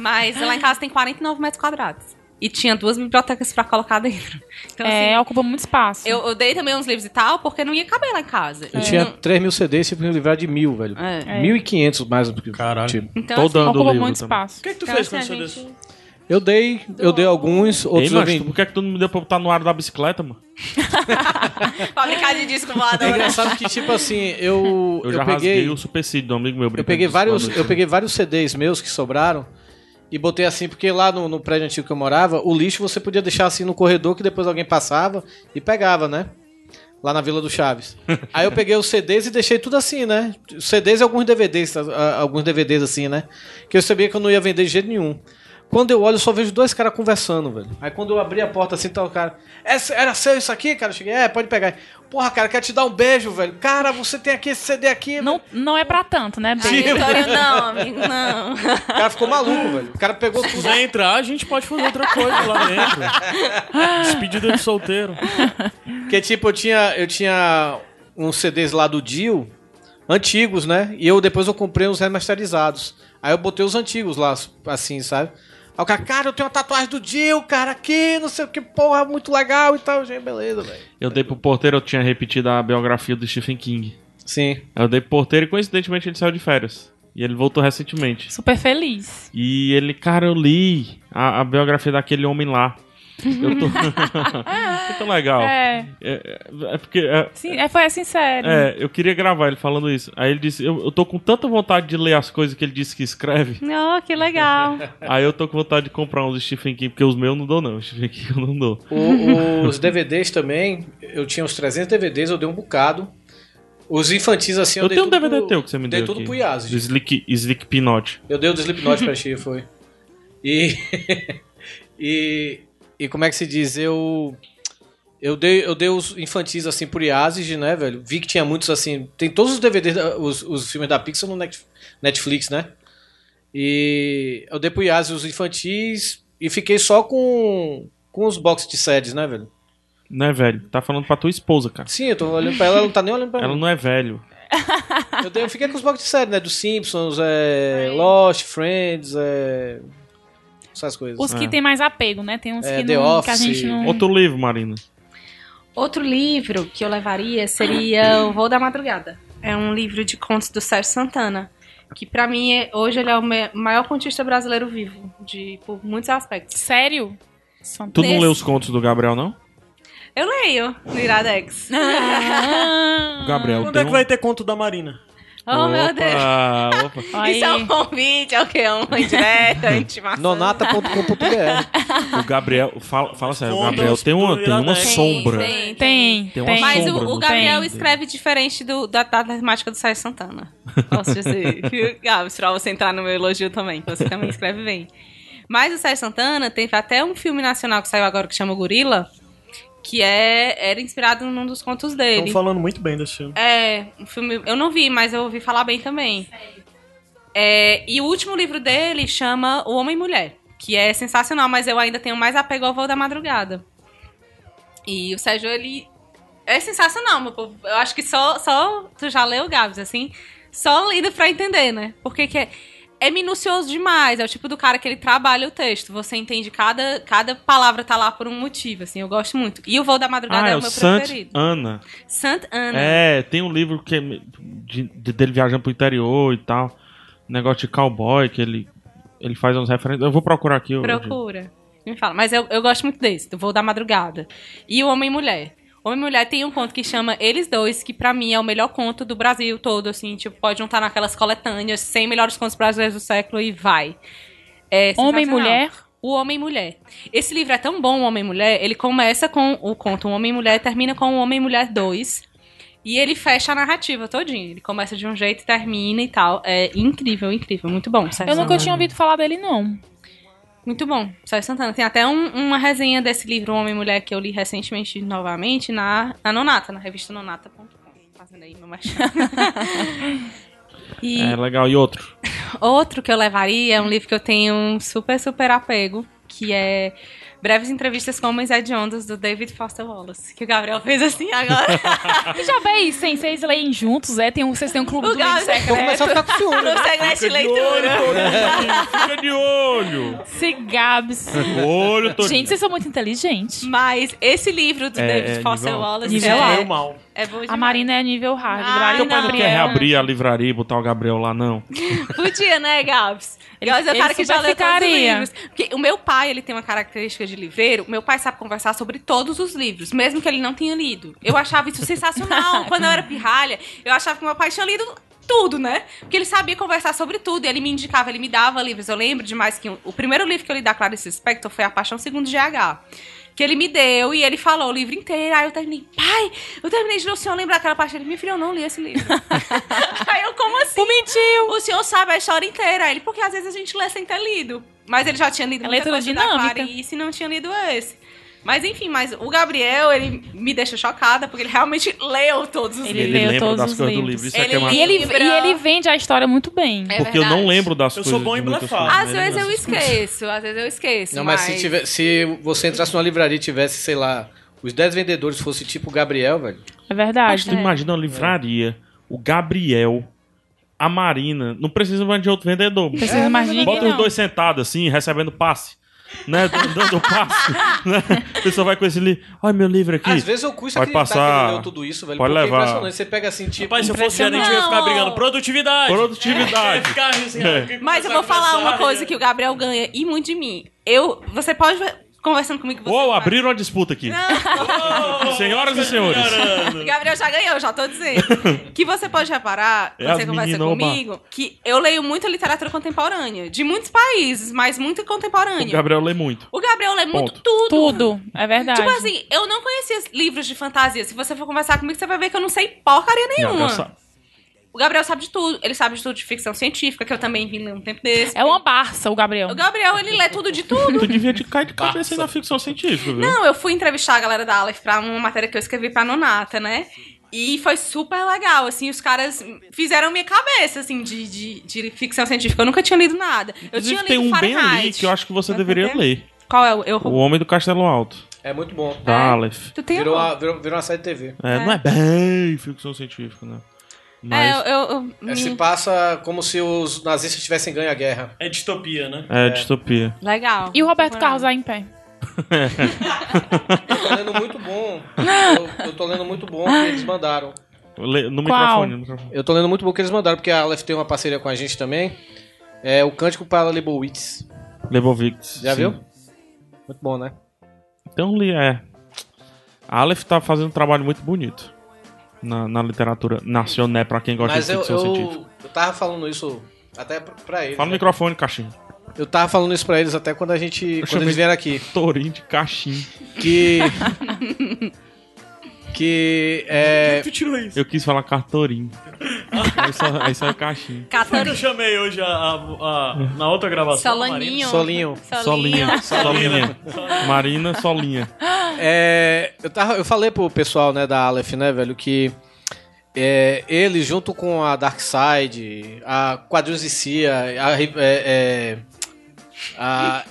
[SPEAKER 4] Mas lá em casa tem 49 metros quadrados. E tinha duas bibliotecas pra colocar dentro. Então,
[SPEAKER 2] é,
[SPEAKER 4] assim,
[SPEAKER 2] ocupa muito espaço.
[SPEAKER 4] eu, eu dei também uns livros e tal, porque não ia caber lá em casa.
[SPEAKER 1] Eu
[SPEAKER 4] E
[SPEAKER 1] tinha
[SPEAKER 4] É, não-
[SPEAKER 1] 3 mil CDs e fui me livrar de mil, velho.
[SPEAKER 4] É.
[SPEAKER 1] 1.500 mais do que.
[SPEAKER 3] Caralho.
[SPEAKER 1] Tipo,
[SPEAKER 4] Então,
[SPEAKER 5] Tô dando
[SPEAKER 2] ocupa
[SPEAKER 5] livro
[SPEAKER 2] muito
[SPEAKER 5] também.
[SPEAKER 2] espaço.
[SPEAKER 3] O que é que tu
[SPEAKER 4] Então,
[SPEAKER 3] fez com
[SPEAKER 4] assim, a
[SPEAKER 3] isso
[SPEAKER 4] gente...
[SPEAKER 3] desse?
[SPEAKER 1] eu dei, eu dei alguns,
[SPEAKER 5] Ei,
[SPEAKER 1] outros eu
[SPEAKER 5] mas
[SPEAKER 1] vendi.
[SPEAKER 5] por que, é que tu não me deu pra botar no aro da bicicleta, mano?
[SPEAKER 4] assim, Fabricar de disco
[SPEAKER 1] É
[SPEAKER 4] voador. né?
[SPEAKER 1] engraçado que, tipo assim, eu,
[SPEAKER 5] Eu
[SPEAKER 1] eu,
[SPEAKER 5] já rasguei
[SPEAKER 1] peguei.
[SPEAKER 5] o supercídio do amigo meu
[SPEAKER 1] Eu
[SPEAKER 5] brincando
[SPEAKER 1] peguei,
[SPEAKER 5] disso
[SPEAKER 1] vários,
[SPEAKER 5] quando
[SPEAKER 1] eu peguei vários CDs meus que sobraram e botei assim, porque lá no, no prédio antigo que eu morava, o lixo você podia deixar assim no corredor que depois alguém passava e pegava, né? Lá na Vila do Chaves. Aí eu peguei os CDs e deixei tudo assim, né? Os CDs e alguns DVDs, tá? Ah, alguns DVDs assim, né? Que eu sabia que eu não ia vender de jeito nenhum. Quando eu olho, eu só vejo dois caras conversando, velho. Aí quando eu abri a porta assim, tá o cara. "Essa- Era seu isso aqui, cara? Eu cheguei, é, pode pegar. Porra, cara, quero te dar um beijo, velho. Cara, você tem aqui esse CD aqui,
[SPEAKER 2] Não, não é pra tanto, né,
[SPEAKER 4] Aí,
[SPEAKER 2] Bê?
[SPEAKER 4] Vitória, não, amigo, não.
[SPEAKER 1] O cara ficou maluco, velho. O cara pegou
[SPEAKER 3] Se
[SPEAKER 1] tudo.
[SPEAKER 3] quiser entrar, a gente pode fazer outra coisa lá dentro.
[SPEAKER 4] Ah.
[SPEAKER 3] Despedida de solteiro.
[SPEAKER 1] Porque, tipo, eu tinha, eu tinha uns CDs lá do Dio, antigos, né? E eu depois eu comprei uns remasterizados. Aí eu botei os antigos lá, assim, sabe? Aí o cara, cara, eu tenho uma tatuagem do Dio, cara, aqui, não sei o que, porra, muito legal e tal. Gente, beleza, velho.
[SPEAKER 5] Eu dei pro porteiro, eu tinha repetido a biografia do Stephen King.
[SPEAKER 1] Sim.
[SPEAKER 5] Eu dei pro porteiro e coincidentemente ele saiu de férias. E ele voltou recentemente.
[SPEAKER 2] Super feliz.
[SPEAKER 5] E ele, cara, eu li a, a biografia daquele homem lá. Eu tô. Muito legal. É,
[SPEAKER 2] É.
[SPEAKER 5] é porque. É,
[SPEAKER 2] Sim, é, foi é sincero.
[SPEAKER 5] é, eu queria gravar ele falando isso. Aí ele disse: eu, eu tô com tanta vontade de ler as coisas que ele disse que escreve.
[SPEAKER 4] Não, que legal.
[SPEAKER 5] Aí eu tô com vontade de comprar uns do Stephen King, porque os meus eu não dou, não. Os Stephen King eu não dou.
[SPEAKER 1] O- os DVDs também, eu tinha uns 300 DVDs, eu dei um bocado. Os infantis, assim, eu,
[SPEAKER 5] Eu
[SPEAKER 1] dei
[SPEAKER 5] tenho um
[SPEAKER 1] tudo
[SPEAKER 5] DVD
[SPEAKER 1] pro-
[SPEAKER 5] teu que você me
[SPEAKER 1] dei
[SPEAKER 5] deu.
[SPEAKER 1] tudo
[SPEAKER 5] aqui.
[SPEAKER 1] pro Yazid.
[SPEAKER 5] Do Slick, Slick Pinot.
[SPEAKER 1] Eu dei o do Slipknot pra Chia, foi. E, e. E como é que se diz? Eu. Eu dei, eu dei os infantis assim por Yazid, né, velho? Vi que tinha muitos assim. Tem todos os DVDs, da- os, os filmes da Pixar no Net- Netflix, né? E eu dei pro Yazid os infantis e fiquei só com, com os boxes de sedes, né, velho?
[SPEAKER 5] Não é velho. Tá falando pra tua esposa, cara.
[SPEAKER 1] Sim, eu tô olhando pra ela, ela não tá nem olhando pra
[SPEAKER 5] Ela
[SPEAKER 1] mim.
[SPEAKER 5] não é velho.
[SPEAKER 1] Eu, dei- eu fiquei com os boxes de sedes, né? Dos Simpsons, é, Lost, Friends, é, essas coisas.
[SPEAKER 2] Os que
[SPEAKER 5] É.
[SPEAKER 2] tem mais apego, né? Tem uns
[SPEAKER 1] É,
[SPEAKER 2] que,
[SPEAKER 1] The
[SPEAKER 2] não, que a
[SPEAKER 1] Office.
[SPEAKER 2] gente não.
[SPEAKER 5] Outro livro, Marina.
[SPEAKER 4] Outro livro que eu levaria seria O Voo da Madrugada. É um livro de contos do Sérgio Santana, que pra mim é- hoje ele é o me- maior contista brasileiro vivo, de por muitos aspectos.
[SPEAKER 2] Sério? São
[SPEAKER 5] Tu não
[SPEAKER 4] Nesse-
[SPEAKER 5] leu os contos do Gabriel, não?
[SPEAKER 4] Eu leio no Iradex.
[SPEAKER 5] Gabriel,
[SPEAKER 3] Quando
[SPEAKER 2] Ah,
[SPEAKER 4] Ah,
[SPEAKER 5] tem
[SPEAKER 3] é que
[SPEAKER 5] um-
[SPEAKER 3] vai ter conto da Marina?
[SPEAKER 4] Oh, meu Deus.
[SPEAKER 5] Ah, opa.
[SPEAKER 2] Aí,
[SPEAKER 4] Isso é um convite, é o quê? Uma indireta, uma intimação.
[SPEAKER 1] Nonata.com.br.
[SPEAKER 5] O Gabriel, fala, fala sério, o
[SPEAKER 3] Contas
[SPEAKER 5] Gabriel tem uma, tem uma
[SPEAKER 3] Tem,
[SPEAKER 5] é sombra.
[SPEAKER 4] Tem,
[SPEAKER 2] tem,
[SPEAKER 5] Tem
[SPEAKER 2] tem.
[SPEAKER 5] uma
[SPEAKER 4] Mas o-
[SPEAKER 5] sombra né?
[SPEAKER 4] o,
[SPEAKER 5] no
[SPEAKER 4] Gabriel
[SPEAKER 5] tem.
[SPEAKER 4] escreve diferente do, da, da temática do Sérgio Santana. Posso dizer. viu, Gabs, pra você entrar no meu elogio também, que você também escreve bem. Mas o Sérgio Santana teve até um filme nacional que saiu agora que chama Gorila, que é, era inspirado num dos contos dele.
[SPEAKER 3] Estão falando muito bem desse filme.
[SPEAKER 4] É, um filme. Eu não vi, mas eu ouvi falar bem também. É, e o último livro dele chama O Homem e Mulher, que é sensacional, mas eu ainda tenho mais apego ao Voo da Madrugada. E o Sérgio, ele. É sensacional, meu povo. Eu acho que só. só tu já leu, Gabs, assim. Só lendo pra entender, né? Porque que é. É minucioso demais, é o tipo do cara que ele trabalha o texto. Você entende cada, cada palavra tá lá por um motivo, assim. Eu gosto muito. E o Voo da Madrugada
[SPEAKER 5] Ah,
[SPEAKER 4] é,
[SPEAKER 5] é
[SPEAKER 4] o
[SPEAKER 5] o
[SPEAKER 4] meu
[SPEAKER 5] Sant
[SPEAKER 4] preferido.
[SPEAKER 5] Ana.
[SPEAKER 4] Sant Ana.
[SPEAKER 5] É, tem um livro que é de, de- dele viajando pro interior e tal. Negócio de cowboy, que ele, ele faz umas referências. Eu vou procurar aqui. eu-
[SPEAKER 4] Procura. Me fala. Mas eu, eu gosto muito desse, do Voo da Madrugada. E o Homem e Mulher. Homem e Mulher tem um conto que chama Eles Dois, que pra mim é o melhor conto do Brasil todo, assim, tipo, pode juntar naquelas coletâneas, 100 melhores contos brasileiros do século e vai. É
[SPEAKER 2] Homem e
[SPEAKER 4] sensacional.
[SPEAKER 2] mulher.
[SPEAKER 4] O Homem e Mulher. Esse livro é tão bom, O Homem e Mulher, ele começa com o conto O Homem e Mulher, termina com O Homem e Mulher 2. E ele fecha a narrativa todinha. Ele começa de um jeito e termina e tal. É incrível, incrível. Muito bom. Sérgio
[SPEAKER 2] Eu nunca
[SPEAKER 4] Santana.
[SPEAKER 2] tinha ouvido falar dele, não.
[SPEAKER 4] Muito bom, Sérgio Santana. Tem até um- uma resenha desse livro Homem e Mulher que eu li recentemente novamente na, na Nonata, na revista Nonata.com. Fazendo aí meu machado. e
[SPEAKER 5] É legal. E outro?
[SPEAKER 4] outro que eu levaria é um livro que eu tenho um super, super apego, que é Breves Entrevistas com Homens Hediondos, do David Foster Wallace, que o Gabriel fez assim agora.
[SPEAKER 2] E já bem, sem vocês leem juntos, é? Tem um, vocês têm um clube
[SPEAKER 4] O
[SPEAKER 2] do livro
[SPEAKER 4] Gabi-
[SPEAKER 1] Vou começar a
[SPEAKER 2] secreto.
[SPEAKER 1] ficar com ciúme.
[SPEAKER 4] no segredo de leitura.
[SPEAKER 5] Fica de olho!
[SPEAKER 2] Se Gabs.
[SPEAKER 5] Olho, É, tô
[SPEAKER 2] Gente, vocês são muito inteligentes.
[SPEAKER 4] Mas esse livro do
[SPEAKER 5] É,
[SPEAKER 4] David
[SPEAKER 5] é,
[SPEAKER 4] Foster
[SPEAKER 5] nível-
[SPEAKER 4] Wallace
[SPEAKER 2] nível
[SPEAKER 4] é,
[SPEAKER 3] Meu mal.
[SPEAKER 4] é bom demais.
[SPEAKER 2] A Marina é nível hard.
[SPEAKER 4] Ai,
[SPEAKER 2] Marina
[SPEAKER 4] não.
[SPEAKER 5] Não
[SPEAKER 2] Gabriel.
[SPEAKER 5] quer reabrir a livraria e botar o Gabriel lá, não.
[SPEAKER 4] Podia, né, Gabs?
[SPEAKER 2] Ele-
[SPEAKER 4] Gabs é o
[SPEAKER 2] ele
[SPEAKER 4] cara que já leu todos os
[SPEAKER 2] ficaria.
[SPEAKER 4] livros. Porque o meu pai, ele tem uma característica de livreiro. Meu pai sabe conversar sobre todos os livros, mesmo que ele não tenha lido. Eu achava isso sensacional. Quando eu era pirralha, eu achava que meu pai tinha lido tudo, né? Porque ele sabia conversar sobre tudo. E ele me indicava, ele me dava livros. Eu lembro demais que o primeiro livro que eu li da Clarice Spector foi A Paixão Segundo GH. Que ele me deu e ele falou o livro inteiro. Aí eu terminei, pai, eu terminei de ler, o senhor lembra daquela parte? Ele, meu filho, eu não li esse livro. Aí eu, como assim? mentiu. O senhor sabe a história inteira. Aí Ele, porque às vezes a gente lê sem ter lido. Mas ele já tinha lido
[SPEAKER 2] É
[SPEAKER 4] muita
[SPEAKER 2] leitura
[SPEAKER 4] coisa da
[SPEAKER 2] dinâmica.
[SPEAKER 4] Clarice e não tinha lido esse. Mas enfim, mas o Gabriel, ele me deixa chocada, porque ele realmente leu todos os
[SPEAKER 2] Ele
[SPEAKER 4] livros.
[SPEAKER 5] Ele
[SPEAKER 2] leu
[SPEAKER 5] lembra
[SPEAKER 2] é todos
[SPEAKER 5] das
[SPEAKER 2] os
[SPEAKER 5] coisas do
[SPEAKER 2] livros.
[SPEAKER 5] livro. Isso é que é
[SPEAKER 4] Ele-
[SPEAKER 5] massa.
[SPEAKER 2] E ele,
[SPEAKER 4] Libra.
[SPEAKER 2] e ele vende a história muito bem.
[SPEAKER 4] É
[SPEAKER 5] Porque eu não
[SPEAKER 4] verdade.
[SPEAKER 5] lembro das
[SPEAKER 3] Eu
[SPEAKER 5] coisas.
[SPEAKER 3] sou bom
[SPEAKER 5] de
[SPEAKER 3] em
[SPEAKER 5] muitas
[SPEAKER 3] blefar.
[SPEAKER 5] coisas,
[SPEAKER 4] Às
[SPEAKER 5] né?
[SPEAKER 4] vezes eu
[SPEAKER 5] Mas-
[SPEAKER 4] esqueço, às vezes eu esqueço.
[SPEAKER 1] Não, mas se, tiver, se você entrasse numa livraria e tivesse, sei lá, os 10 vendedores fosse tipo o Gabriel, velho.
[SPEAKER 2] É verdade.
[SPEAKER 5] Tu imagina uma livraria, o Gabriel, a Marina, não precisa mais de outro vendedor.
[SPEAKER 2] Não precisa mais de ninguém,
[SPEAKER 5] Bota os
[SPEAKER 2] não.
[SPEAKER 5] dois sentados assim, recebendo passe. Né? Dando passe. Né? A pessoa vai com esse livro. Olha meu livro aqui.
[SPEAKER 1] Às vezes eu custa
[SPEAKER 5] Pode
[SPEAKER 1] acreditar que
[SPEAKER 5] passar.
[SPEAKER 1] ele leu tudo isso, velho.
[SPEAKER 5] Pode
[SPEAKER 1] porque
[SPEAKER 5] levar.
[SPEAKER 1] é impressionante. Você pega assim, tipo...
[SPEAKER 3] Rapaz, se eu fosse gerente, eu ia ficar brigando. Produtividade! Eu ia
[SPEAKER 5] Produtividade.
[SPEAKER 3] ficar assim,
[SPEAKER 5] É.
[SPEAKER 3] ah, o que que
[SPEAKER 4] Mas eu
[SPEAKER 3] você
[SPEAKER 4] vou
[SPEAKER 3] vai
[SPEAKER 4] falar uma
[SPEAKER 3] pensar?
[SPEAKER 4] coisa que o Gabriel ganha e muito de mim. Eu, você pode conversando comigo. Você
[SPEAKER 5] Uou,
[SPEAKER 4] fala.
[SPEAKER 5] abriram uma disputa aqui.
[SPEAKER 3] Oh,
[SPEAKER 5] Senhoras e senhores.
[SPEAKER 4] O
[SPEAKER 3] caramba.
[SPEAKER 4] Gabriel já ganhou, já tô dizendo. que você pode reparar,
[SPEAKER 5] É
[SPEAKER 4] quando
[SPEAKER 5] as
[SPEAKER 4] você conversa
[SPEAKER 5] menina, oba.
[SPEAKER 4] comigo, que eu leio muita literatura contemporânea. De muitos países, mas muito
[SPEAKER 5] O
[SPEAKER 4] contemporânea.
[SPEAKER 5] Gabriel lê muito.
[SPEAKER 4] O Gabriel lê muito
[SPEAKER 5] Ponto.
[SPEAKER 4] tudo.
[SPEAKER 2] Tudo. É verdade.
[SPEAKER 4] Tipo assim, eu não conhecia livros de fantasia. Se você for conversar comigo, você vai ver que eu não sei porcaria
[SPEAKER 5] Não,
[SPEAKER 4] nenhuma.
[SPEAKER 5] já sabe.
[SPEAKER 4] o Gabriel sabe de tudo. Ele sabe de tudo de ficção científica, que eu também vi ler um tempo desse.
[SPEAKER 2] É uma barça, o Gabriel.
[SPEAKER 4] O Gabriel, ele lê tudo de tudo.
[SPEAKER 5] Tu devia te cair de cabeça aí na ficção científica, viu?
[SPEAKER 4] Não, eu fui entrevistar a galera da Aleph pra uma matéria que eu escrevi pra Nonata, né? E foi super legal, assim, os caras fizeram minha cabeça, assim, de, de, de ficção científica. Eu nunca tinha lido nada. Eu
[SPEAKER 5] Inclusive,
[SPEAKER 4] tinha lido
[SPEAKER 5] tem um bem
[SPEAKER 4] Fahrenheit.
[SPEAKER 5] ali que eu acho que você
[SPEAKER 4] Vai
[SPEAKER 5] deveria
[SPEAKER 4] entender?
[SPEAKER 5] ler.
[SPEAKER 4] Qual é o... Eu...
[SPEAKER 5] O Homem do Castelo Alto,
[SPEAKER 1] É muito bom.
[SPEAKER 5] da Aleph.
[SPEAKER 4] Tu tem um? É,
[SPEAKER 1] Virou
[SPEAKER 4] algum?
[SPEAKER 1] uma, virou, virou uma série de TV.
[SPEAKER 5] É, Não é bem ficção científica, né?
[SPEAKER 4] É,
[SPEAKER 5] Mas
[SPEAKER 4] eu... eu, eu-
[SPEAKER 1] É, se
[SPEAKER 4] me-
[SPEAKER 1] passa como se os nazistas tivessem ganho a guerra.
[SPEAKER 3] É distopia, né?
[SPEAKER 5] é, distopia.
[SPEAKER 4] Legal.
[SPEAKER 2] E o Roberto
[SPEAKER 4] Vou
[SPEAKER 2] Carlos
[SPEAKER 4] lá.
[SPEAKER 2] lá em pé.
[SPEAKER 1] Eu tô lendo muito bom. Eu, eu tô lendo muito bom que eles mandaram.
[SPEAKER 5] Lê- No
[SPEAKER 2] Qual?
[SPEAKER 5] microfone, no microfone.
[SPEAKER 1] Eu tô lendo muito bom que eles mandaram, porque a Aleph tem uma parceria com a gente também. É o Cântico para Leibowitz.
[SPEAKER 5] Lebovitz.
[SPEAKER 1] Já
[SPEAKER 5] sim.
[SPEAKER 1] viu? Muito bom, né?
[SPEAKER 5] Então, li- é. A Aleph tá fazendo um trabalho muito bonito. na, na literatura nacional, pra quem gosta
[SPEAKER 1] Mas
[SPEAKER 5] de
[SPEAKER 1] eu,
[SPEAKER 5] ficção científica.
[SPEAKER 1] eu, eu tava falando isso até pra- pra eles.
[SPEAKER 5] Fala no
[SPEAKER 1] né?
[SPEAKER 5] microfone, Caxim.
[SPEAKER 1] Eu tava falando isso pra eles até quando a gente. quando
[SPEAKER 5] chamei-
[SPEAKER 1] eles vieram aqui.
[SPEAKER 5] Torinho de Caxim.
[SPEAKER 1] Que. que. É,
[SPEAKER 3] Tu tirou isso.
[SPEAKER 5] Eu quis falar Cartorim. aí, só, aí saiu Caxim.
[SPEAKER 3] Foi o que
[SPEAKER 4] Catarina.
[SPEAKER 3] eu chamei hoje a, a- a- na outra gravação. Marina.
[SPEAKER 4] Solaninho. Tá
[SPEAKER 1] Solinho.
[SPEAKER 5] Solinha. Solinha. Marina Solinha.
[SPEAKER 1] É, eu, tava, eu falei pro pessoal né, da Aleph, né, velho, que é, ele, junto com a Darkseid, a Quadrinhos de Cia, a, Ri- é, é, a-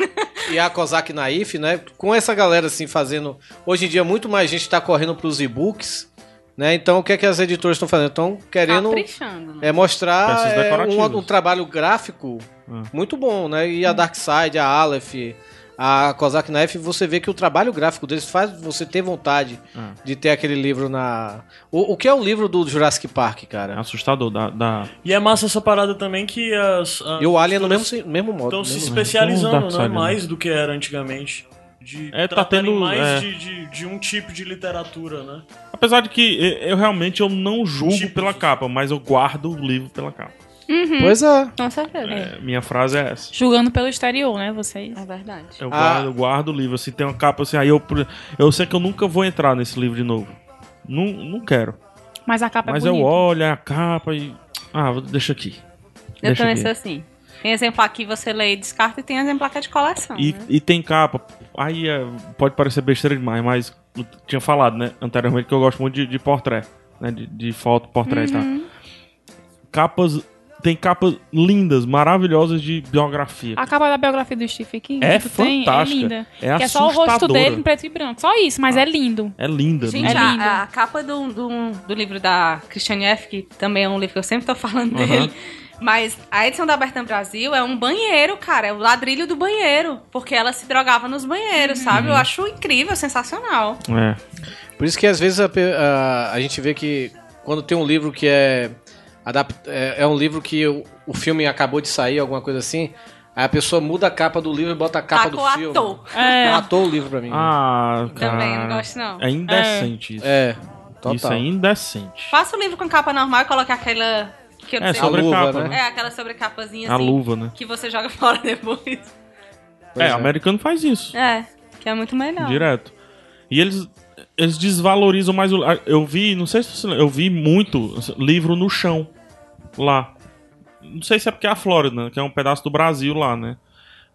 [SPEAKER 1] e a Kozak Naif, né, com essa galera assim fazendo. Hoje em dia, muito mais gente tá correndo pros e-books, né? Então, o que é que as editoras estão fazendo? Estão querendo
[SPEAKER 4] Caprichando, né?
[SPEAKER 1] é mostrar
[SPEAKER 5] Peças
[SPEAKER 1] é, um,
[SPEAKER 5] decorativas.
[SPEAKER 1] um trabalho gráfico
[SPEAKER 5] Ah.
[SPEAKER 1] muito bom, né? E a Darkseid, a Aleph, a Kozak Knife, você vê que o trabalho gráfico deles faz você ter vontade
[SPEAKER 5] Ah.
[SPEAKER 1] de ter aquele livro na. O, o que é o livro do Jurassic Park,
[SPEAKER 5] É
[SPEAKER 1] cara?
[SPEAKER 5] assustador da, da
[SPEAKER 3] E é massa essa parada também que as. as
[SPEAKER 1] E o Alien é no mesmo, se- mesmo modo.
[SPEAKER 5] Então
[SPEAKER 3] Estão se
[SPEAKER 1] mesmo-
[SPEAKER 5] Dark
[SPEAKER 3] especializando,
[SPEAKER 5] Side,
[SPEAKER 3] né?
[SPEAKER 5] né?
[SPEAKER 3] Mais do que era antigamente. De
[SPEAKER 5] É, tá
[SPEAKER 3] tratarem
[SPEAKER 5] tendo,
[SPEAKER 3] mais
[SPEAKER 5] é.
[SPEAKER 3] de, de, de um tipo de literatura, né?
[SPEAKER 5] Apesar de que e- eu realmente eu não julgo
[SPEAKER 3] Tipo
[SPEAKER 5] pela
[SPEAKER 3] de-
[SPEAKER 5] capa, mas eu guardo o livro pela capa.
[SPEAKER 1] Pois é.
[SPEAKER 4] Com certeza. É.
[SPEAKER 5] É, minha frase é essa.
[SPEAKER 2] Julgando pelo exterior, né, vocês?
[SPEAKER 4] verdade.
[SPEAKER 5] Eu
[SPEAKER 1] Ah.
[SPEAKER 5] guardo, eu guardo o livro. Se tem uma capa assim, aí eu, eu sei que eu nunca vou entrar nesse livro de novo. Não, não quero.
[SPEAKER 2] Mas a capa
[SPEAKER 5] Mas
[SPEAKER 2] é
[SPEAKER 5] eu
[SPEAKER 2] bonita.
[SPEAKER 5] olho a capa e. Ah, vou- deixa aqui.
[SPEAKER 4] Eu
[SPEAKER 5] Deixa
[SPEAKER 4] também
[SPEAKER 5] aqui.
[SPEAKER 4] sou assim. Tem exemplar que você lê e descarta e tem exemplar que é de coleção.
[SPEAKER 5] E,
[SPEAKER 4] né?
[SPEAKER 5] e tem capa. Aí é, pode parecer besteira demais, mas eu tinha falado, né, anteriormente que eu gosto muito de, de portrait, né, de, de foto, portrait e
[SPEAKER 2] Uhum.
[SPEAKER 5] tal. Capas, tem capas lindas, maravilhosas de biografia.
[SPEAKER 2] A capa da biografia do Stephen King
[SPEAKER 5] É
[SPEAKER 2] que tu tem,
[SPEAKER 5] fantástica.
[SPEAKER 2] é linda.
[SPEAKER 5] É
[SPEAKER 2] que é só o rosto
[SPEAKER 5] assustadora.
[SPEAKER 2] dele em preto e branco. Só isso, mas é lindo.
[SPEAKER 5] É linda,
[SPEAKER 4] Gente,
[SPEAKER 5] né?
[SPEAKER 2] É lindo.
[SPEAKER 4] a, a capa do, do, do livro da Christiane F., que também é um livro que eu sempre tô falando
[SPEAKER 5] Aham.
[SPEAKER 4] dele. Mas a edição da Bertrand Brasil é um banheiro, cara. É o ladrilho do banheiro. Porque ela se drogava nos banheiros, sabe?
[SPEAKER 5] Uhum.
[SPEAKER 4] Eu acho incrível, sensacional.
[SPEAKER 5] É.
[SPEAKER 1] Por isso que às vezes a, pe- a- a gente vê que quando tem um livro que é. adap- É, é um livro que o, o filme acabou de sair, alguma coisa assim. Aí a pessoa muda a capa do livro e bota a capa
[SPEAKER 4] tá
[SPEAKER 1] do
[SPEAKER 4] com o
[SPEAKER 1] filme.
[SPEAKER 4] ator.
[SPEAKER 2] É.
[SPEAKER 1] Matou o livro pra mim.
[SPEAKER 5] Ah, cara.
[SPEAKER 4] Também, não gosto não.
[SPEAKER 5] É indecente isso.
[SPEAKER 1] É, total.
[SPEAKER 5] Isso é indecente.
[SPEAKER 4] Faça o livro com capa normal e coloque aquela. Que eu
[SPEAKER 5] É,
[SPEAKER 4] sei-
[SPEAKER 1] sobre-
[SPEAKER 5] sobrecapa,
[SPEAKER 1] luva,
[SPEAKER 5] né?
[SPEAKER 4] é, aquela
[SPEAKER 2] É,
[SPEAKER 4] sobrecapazinha
[SPEAKER 5] A
[SPEAKER 4] assim.
[SPEAKER 5] luva, né?
[SPEAKER 4] Que você joga fora depois.
[SPEAKER 1] Pois
[SPEAKER 5] é,
[SPEAKER 1] é.
[SPEAKER 5] americano faz isso.
[SPEAKER 4] É, que é muito melhor.
[SPEAKER 5] Direto. E eles, eles desvalorizam mais o. ah, Eu vi, não sei se você lembra, eu vi muito assim, livro no chão lá. Não sei se é porque é a Flórida, né, que é um pedaço do Brasil lá, né?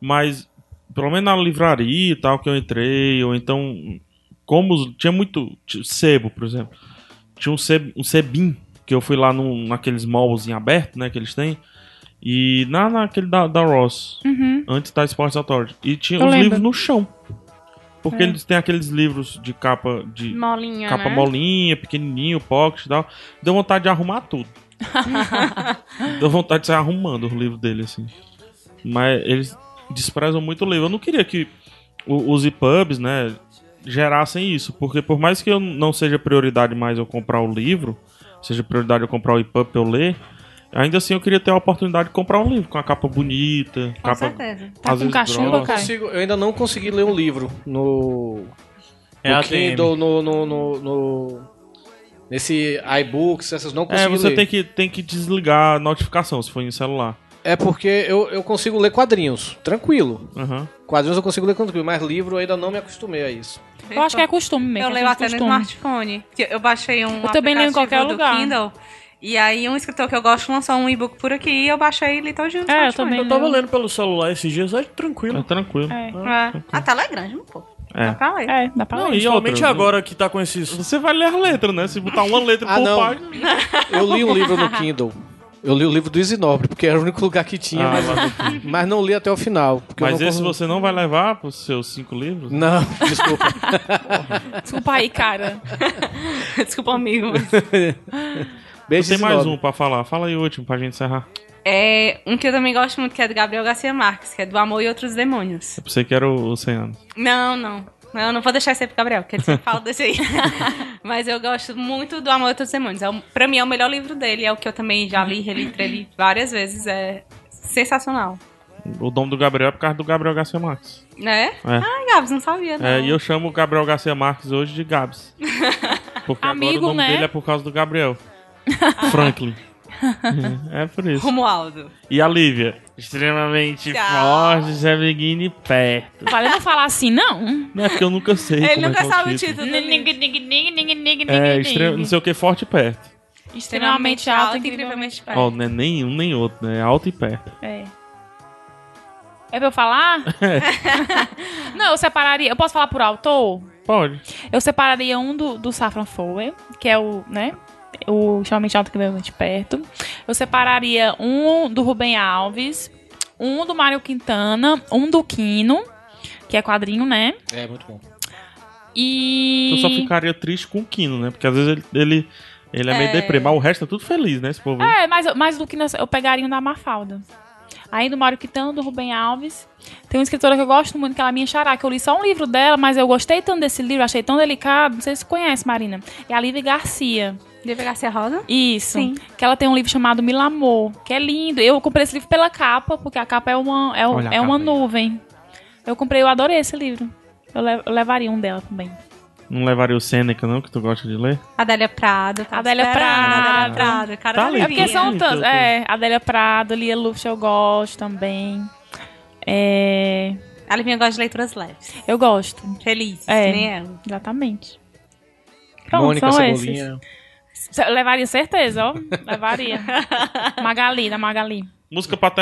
[SPEAKER 5] Mas, pelo menos na livraria e tal que eu entrei, ou então. Como os- tinha muito. ti- Sebo, por exemplo. Tinha um, seb, um sebim, que eu fui lá num, naqueles malls em aberto, né? Que eles têm. E na, naquele da, da Ross
[SPEAKER 2] Uhum.
[SPEAKER 5] antes da Sports Authority. E tinha
[SPEAKER 2] Eu
[SPEAKER 5] os
[SPEAKER 2] lembro.
[SPEAKER 5] livros no chão. Porque eles têm aqueles livros de capa de
[SPEAKER 4] Molinha,
[SPEAKER 5] capa
[SPEAKER 4] né?
[SPEAKER 5] molinha, pequenininho, pocket e tal. Deu vontade de arrumar tudo. Deu vontade de sair arrumando os livros dele, assim. Mas eles desprezam muito o livro. Eu não queria que o- os EPUBs, né, gerassem isso. Porque por mais que eu não seja prioridade mais eu comprar o livro, seja prioridade eu comprar o EPUB pra eu ler, ainda assim eu queria ter a oportunidade de comprar um livro com a capa bonita,
[SPEAKER 4] Com
[SPEAKER 5] capa
[SPEAKER 4] certeza.
[SPEAKER 2] Tá com
[SPEAKER 5] Às vezes
[SPEAKER 2] cachumba,
[SPEAKER 5] droga.
[SPEAKER 1] Eu
[SPEAKER 2] cara?
[SPEAKER 1] consigo- eu ainda não consegui ler um livro no,
[SPEAKER 3] É
[SPEAKER 1] no
[SPEAKER 3] a
[SPEAKER 1] Kindle, no, no, no, no- nesse iBooks, essas não consegui
[SPEAKER 5] É, você
[SPEAKER 1] ler.
[SPEAKER 5] tem que, tem que desligar a notificação se for em celular.
[SPEAKER 1] É porque eu, eu consigo ler quadrinhos, tranquilo.
[SPEAKER 5] Aham.
[SPEAKER 1] Quadrinhos eu consigo ler tranquilo, mas livro eu ainda não me acostumei a isso.
[SPEAKER 2] Eu acho que é costume mesmo.
[SPEAKER 4] Eu
[SPEAKER 2] é
[SPEAKER 4] leio até no
[SPEAKER 2] costume.
[SPEAKER 4] smartphone. que Eu baixei um
[SPEAKER 2] Eu também leio em
[SPEAKER 4] aplicativo
[SPEAKER 2] qualquer
[SPEAKER 4] do
[SPEAKER 2] lugar.
[SPEAKER 4] Kindle. E aí um escritor que eu gosto lançou um e-book por aqui e eu baixei ele todinho no
[SPEAKER 2] É, eu
[SPEAKER 4] smartphone.
[SPEAKER 2] também.
[SPEAKER 3] Eu tava lendo pelo celular esses dias, é
[SPEAKER 5] É
[SPEAKER 3] tranquilo.
[SPEAKER 5] tranquilo.
[SPEAKER 2] É.
[SPEAKER 4] É. A tela é grande, um pouco.
[SPEAKER 5] É.
[SPEAKER 4] Dá pra ler.
[SPEAKER 2] É, dá pra
[SPEAKER 5] Não,
[SPEAKER 2] ler.
[SPEAKER 5] e né?
[SPEAKER 3] Principalmente
[SPEAKER 5] outra,
[SPEAKER 3] agora que tá com esses.
[SPEAKER 5] Você vai ler a letra, né? Se botar uma letra
[SPEAKER 1] Ah,
[SPEAKER 5] por
[SPEAKER 1] não.
[SPEAKER 5] página.
[SPEAKER 1] Eu li um livro no Kindle. Eu li o livro do Isinobre, porque era o único lugar que tinha,
[SPEAKER 5] Ah,
[SPEAKER 1] mas, mas não li até o final. porque eu
[SPEAKER 5] Mas
[SPEAKER 1] não
[SPEAKER 5] esse
[SPEAKER 1] consegui-
[SPEAKER 5] você não vai levar pros seus cinco livros?
[SPEAKER 1] Não, desculpa.
[SPEAKER 2] Desculpa aí, cara.
[SPEAKER 4] É, Desculpa, amigo.
[SPEAKER 1] Beijo,
[SPEAKER 5] Tem mais
[SPEAKER 1] Isinobre.
[SPEAKER 5] um pra falar. Fala aí o último pra gente encerrar.
[SPEAKER 4] É um que eu também gosto muito, que é do Gabriel Garcia Marques, que é do Amor e Outros Demônios.
[SPEAKER 5] Eu pensei que era o, o 100 anos.
[SPEAKER 4] Não, não. Não, eu não vou deixar isso aí pro Gabriel, porque ele sempre fala desse aí. Mas eu gosto muito do Amor e Outros Demônios. É o, pra mim é o melhor livro dele, é o que eu também já li, reli, treli várias vezes. É sensacional.
[SPEAKER 5] O nome do Gabriel é por causa do Gabriel Garcia Marques.
[SPEAKER 4] Né? Ah, Gabs, não sabia, não.
[SPEAKER 5] É, e eu chamo o Gabriel Garcia Marques hoje de Gabs. Porque agora
[SPEAKER 2] Amigo,
[SPEAKER 5] o nome
[SPEAKER 2] né?
[SPEAKER 5] dele é por causa do Gabriel. Franklin. é por isso.
[SPEAKER 4] Romualdo.
[SPEAKER 5] E a Lívia? Extremamente
[SPEAKER 4] Tchau.
[SPEAKER 5] forte, Zé Beguine perto.
[SPEAKER 2] Vale não falar assim, não.
[SPEAKER 5] Não é porque eu nunca sei.
[SPEAKER 4] Ele
[SPEAKER 5] como é
[SPEAKER 4] nunca
[SPEAKER 5] que é
[SPEAKER 4] sabe o título.
[SPEAKER 5] título.
[SPEAKER 4] né? do livro.
[SPEAKER 5] É, extre- não sei o que, forte e perto.
[SPEAKER 2] Extremamente alto, incrivelmente
[SPEAKER 4] perto.
[SPEAKER 5] Ó, não é nem um nem outro, né? É alto e perto.
[SPEAKER 2] É. É pra eu falar? não, eu separaria. Eu posso falar por autor?
[SPEAKER 5] Pode.
[SPEAKER 2] Eu separaria um do, do Saffron Foer, que é o, né? O extremamente alto que veio muito perto. Eu separaria um do Rubem Alves, um do Mário Quintana, um do Quino, que é quadrinho, né?
[SPEAKER 1] É, muito bom.
[SPEAKER 2] E.
[SPEAKER 5] Eu só ficaria triste com o Kino, né? Porque às vezes ele, ele, ele é, meio deprê, mas o resto é tudo feliz, né? Esse povo. aí.
[SPEAKER 2] É, mas, mas do que nós- eu pegaria um da Mafalda. Aí do Mário Quintana, do Rubem Alves. Tem uma escritora que eu gosto muito, que ela é minha xará, que eu li só um livro dela, mas eu gostei tanto desse livro, achei tão delicado. Não sei se você conhece, Marina. É a Lívia Garcia.
[SPEAKER 4] Lívia Garcia Rosa?
[SPEAKER 2] Isso.
[SPEAKER 4] Sim.
[SPEAKER 2] Que ela tem um livro chamado Milamor, que é lindo. Eu comprei esse livro pela capa, porque a capa é uma, é, o-
[SPEAKER 5] Olha a
[SPEAKER 2] é
[SPEAKER 5] capa
[SPEAKER 2] uma
[SPEAKER 5] aí.
[SPEAKER 2] nuvem. Eu comprei, eu adorei esse livro. Eu, le- eu levaria um dela também.
[SPEAKER 5] Não levaria o Seneca, não, que tu gosta de ler?
[SPEAKER 4] Adélia Prado. tá
[SPEAKER 2] Adélia
[SPEAKER 4] esperando,
[SPEAKER 2] Prado.
[SPEAKER 4] Adélia Prado. Cara,
[SPEAKER 5] Tá
[SPEAKER 4] da
[SPEAKER 5] ali,
[SPEAKER 2] É
[SPEAKER 5] Sim,
[SPEAKER 2] porque
[SPEAKER 4] Livinha.
[SPEAKER 2] são
[SPEAKER 5] sim,
[SPEAKER 2] tantos.
[SPEAKER 5] sim, sim.
[SPEAKER 2] É, Adélia Prado, Lia Luft eu gosto também. É,
[SPEAKER 4] A Livinha gosta de leituras leves. né?
[SPEAKER 2] eu gosto,
[SPEAKER 4] Feliz,
[SPEAKER 2] É.
[SPEAKER 4] nem ela.
[SPEAKER 2] exatamente.
[SPEAKER 5] um.
[SPEAKER 2] Pronto,
[SPEAKER 1] Mônica
[SPEAKER 2] são
[SPEAKER 1] Cebolinha.
[SPEAKER 2] esses. Levaria certeza, ó. Levaria. Magali, da Magali.
[SPEAKER 5] Música pra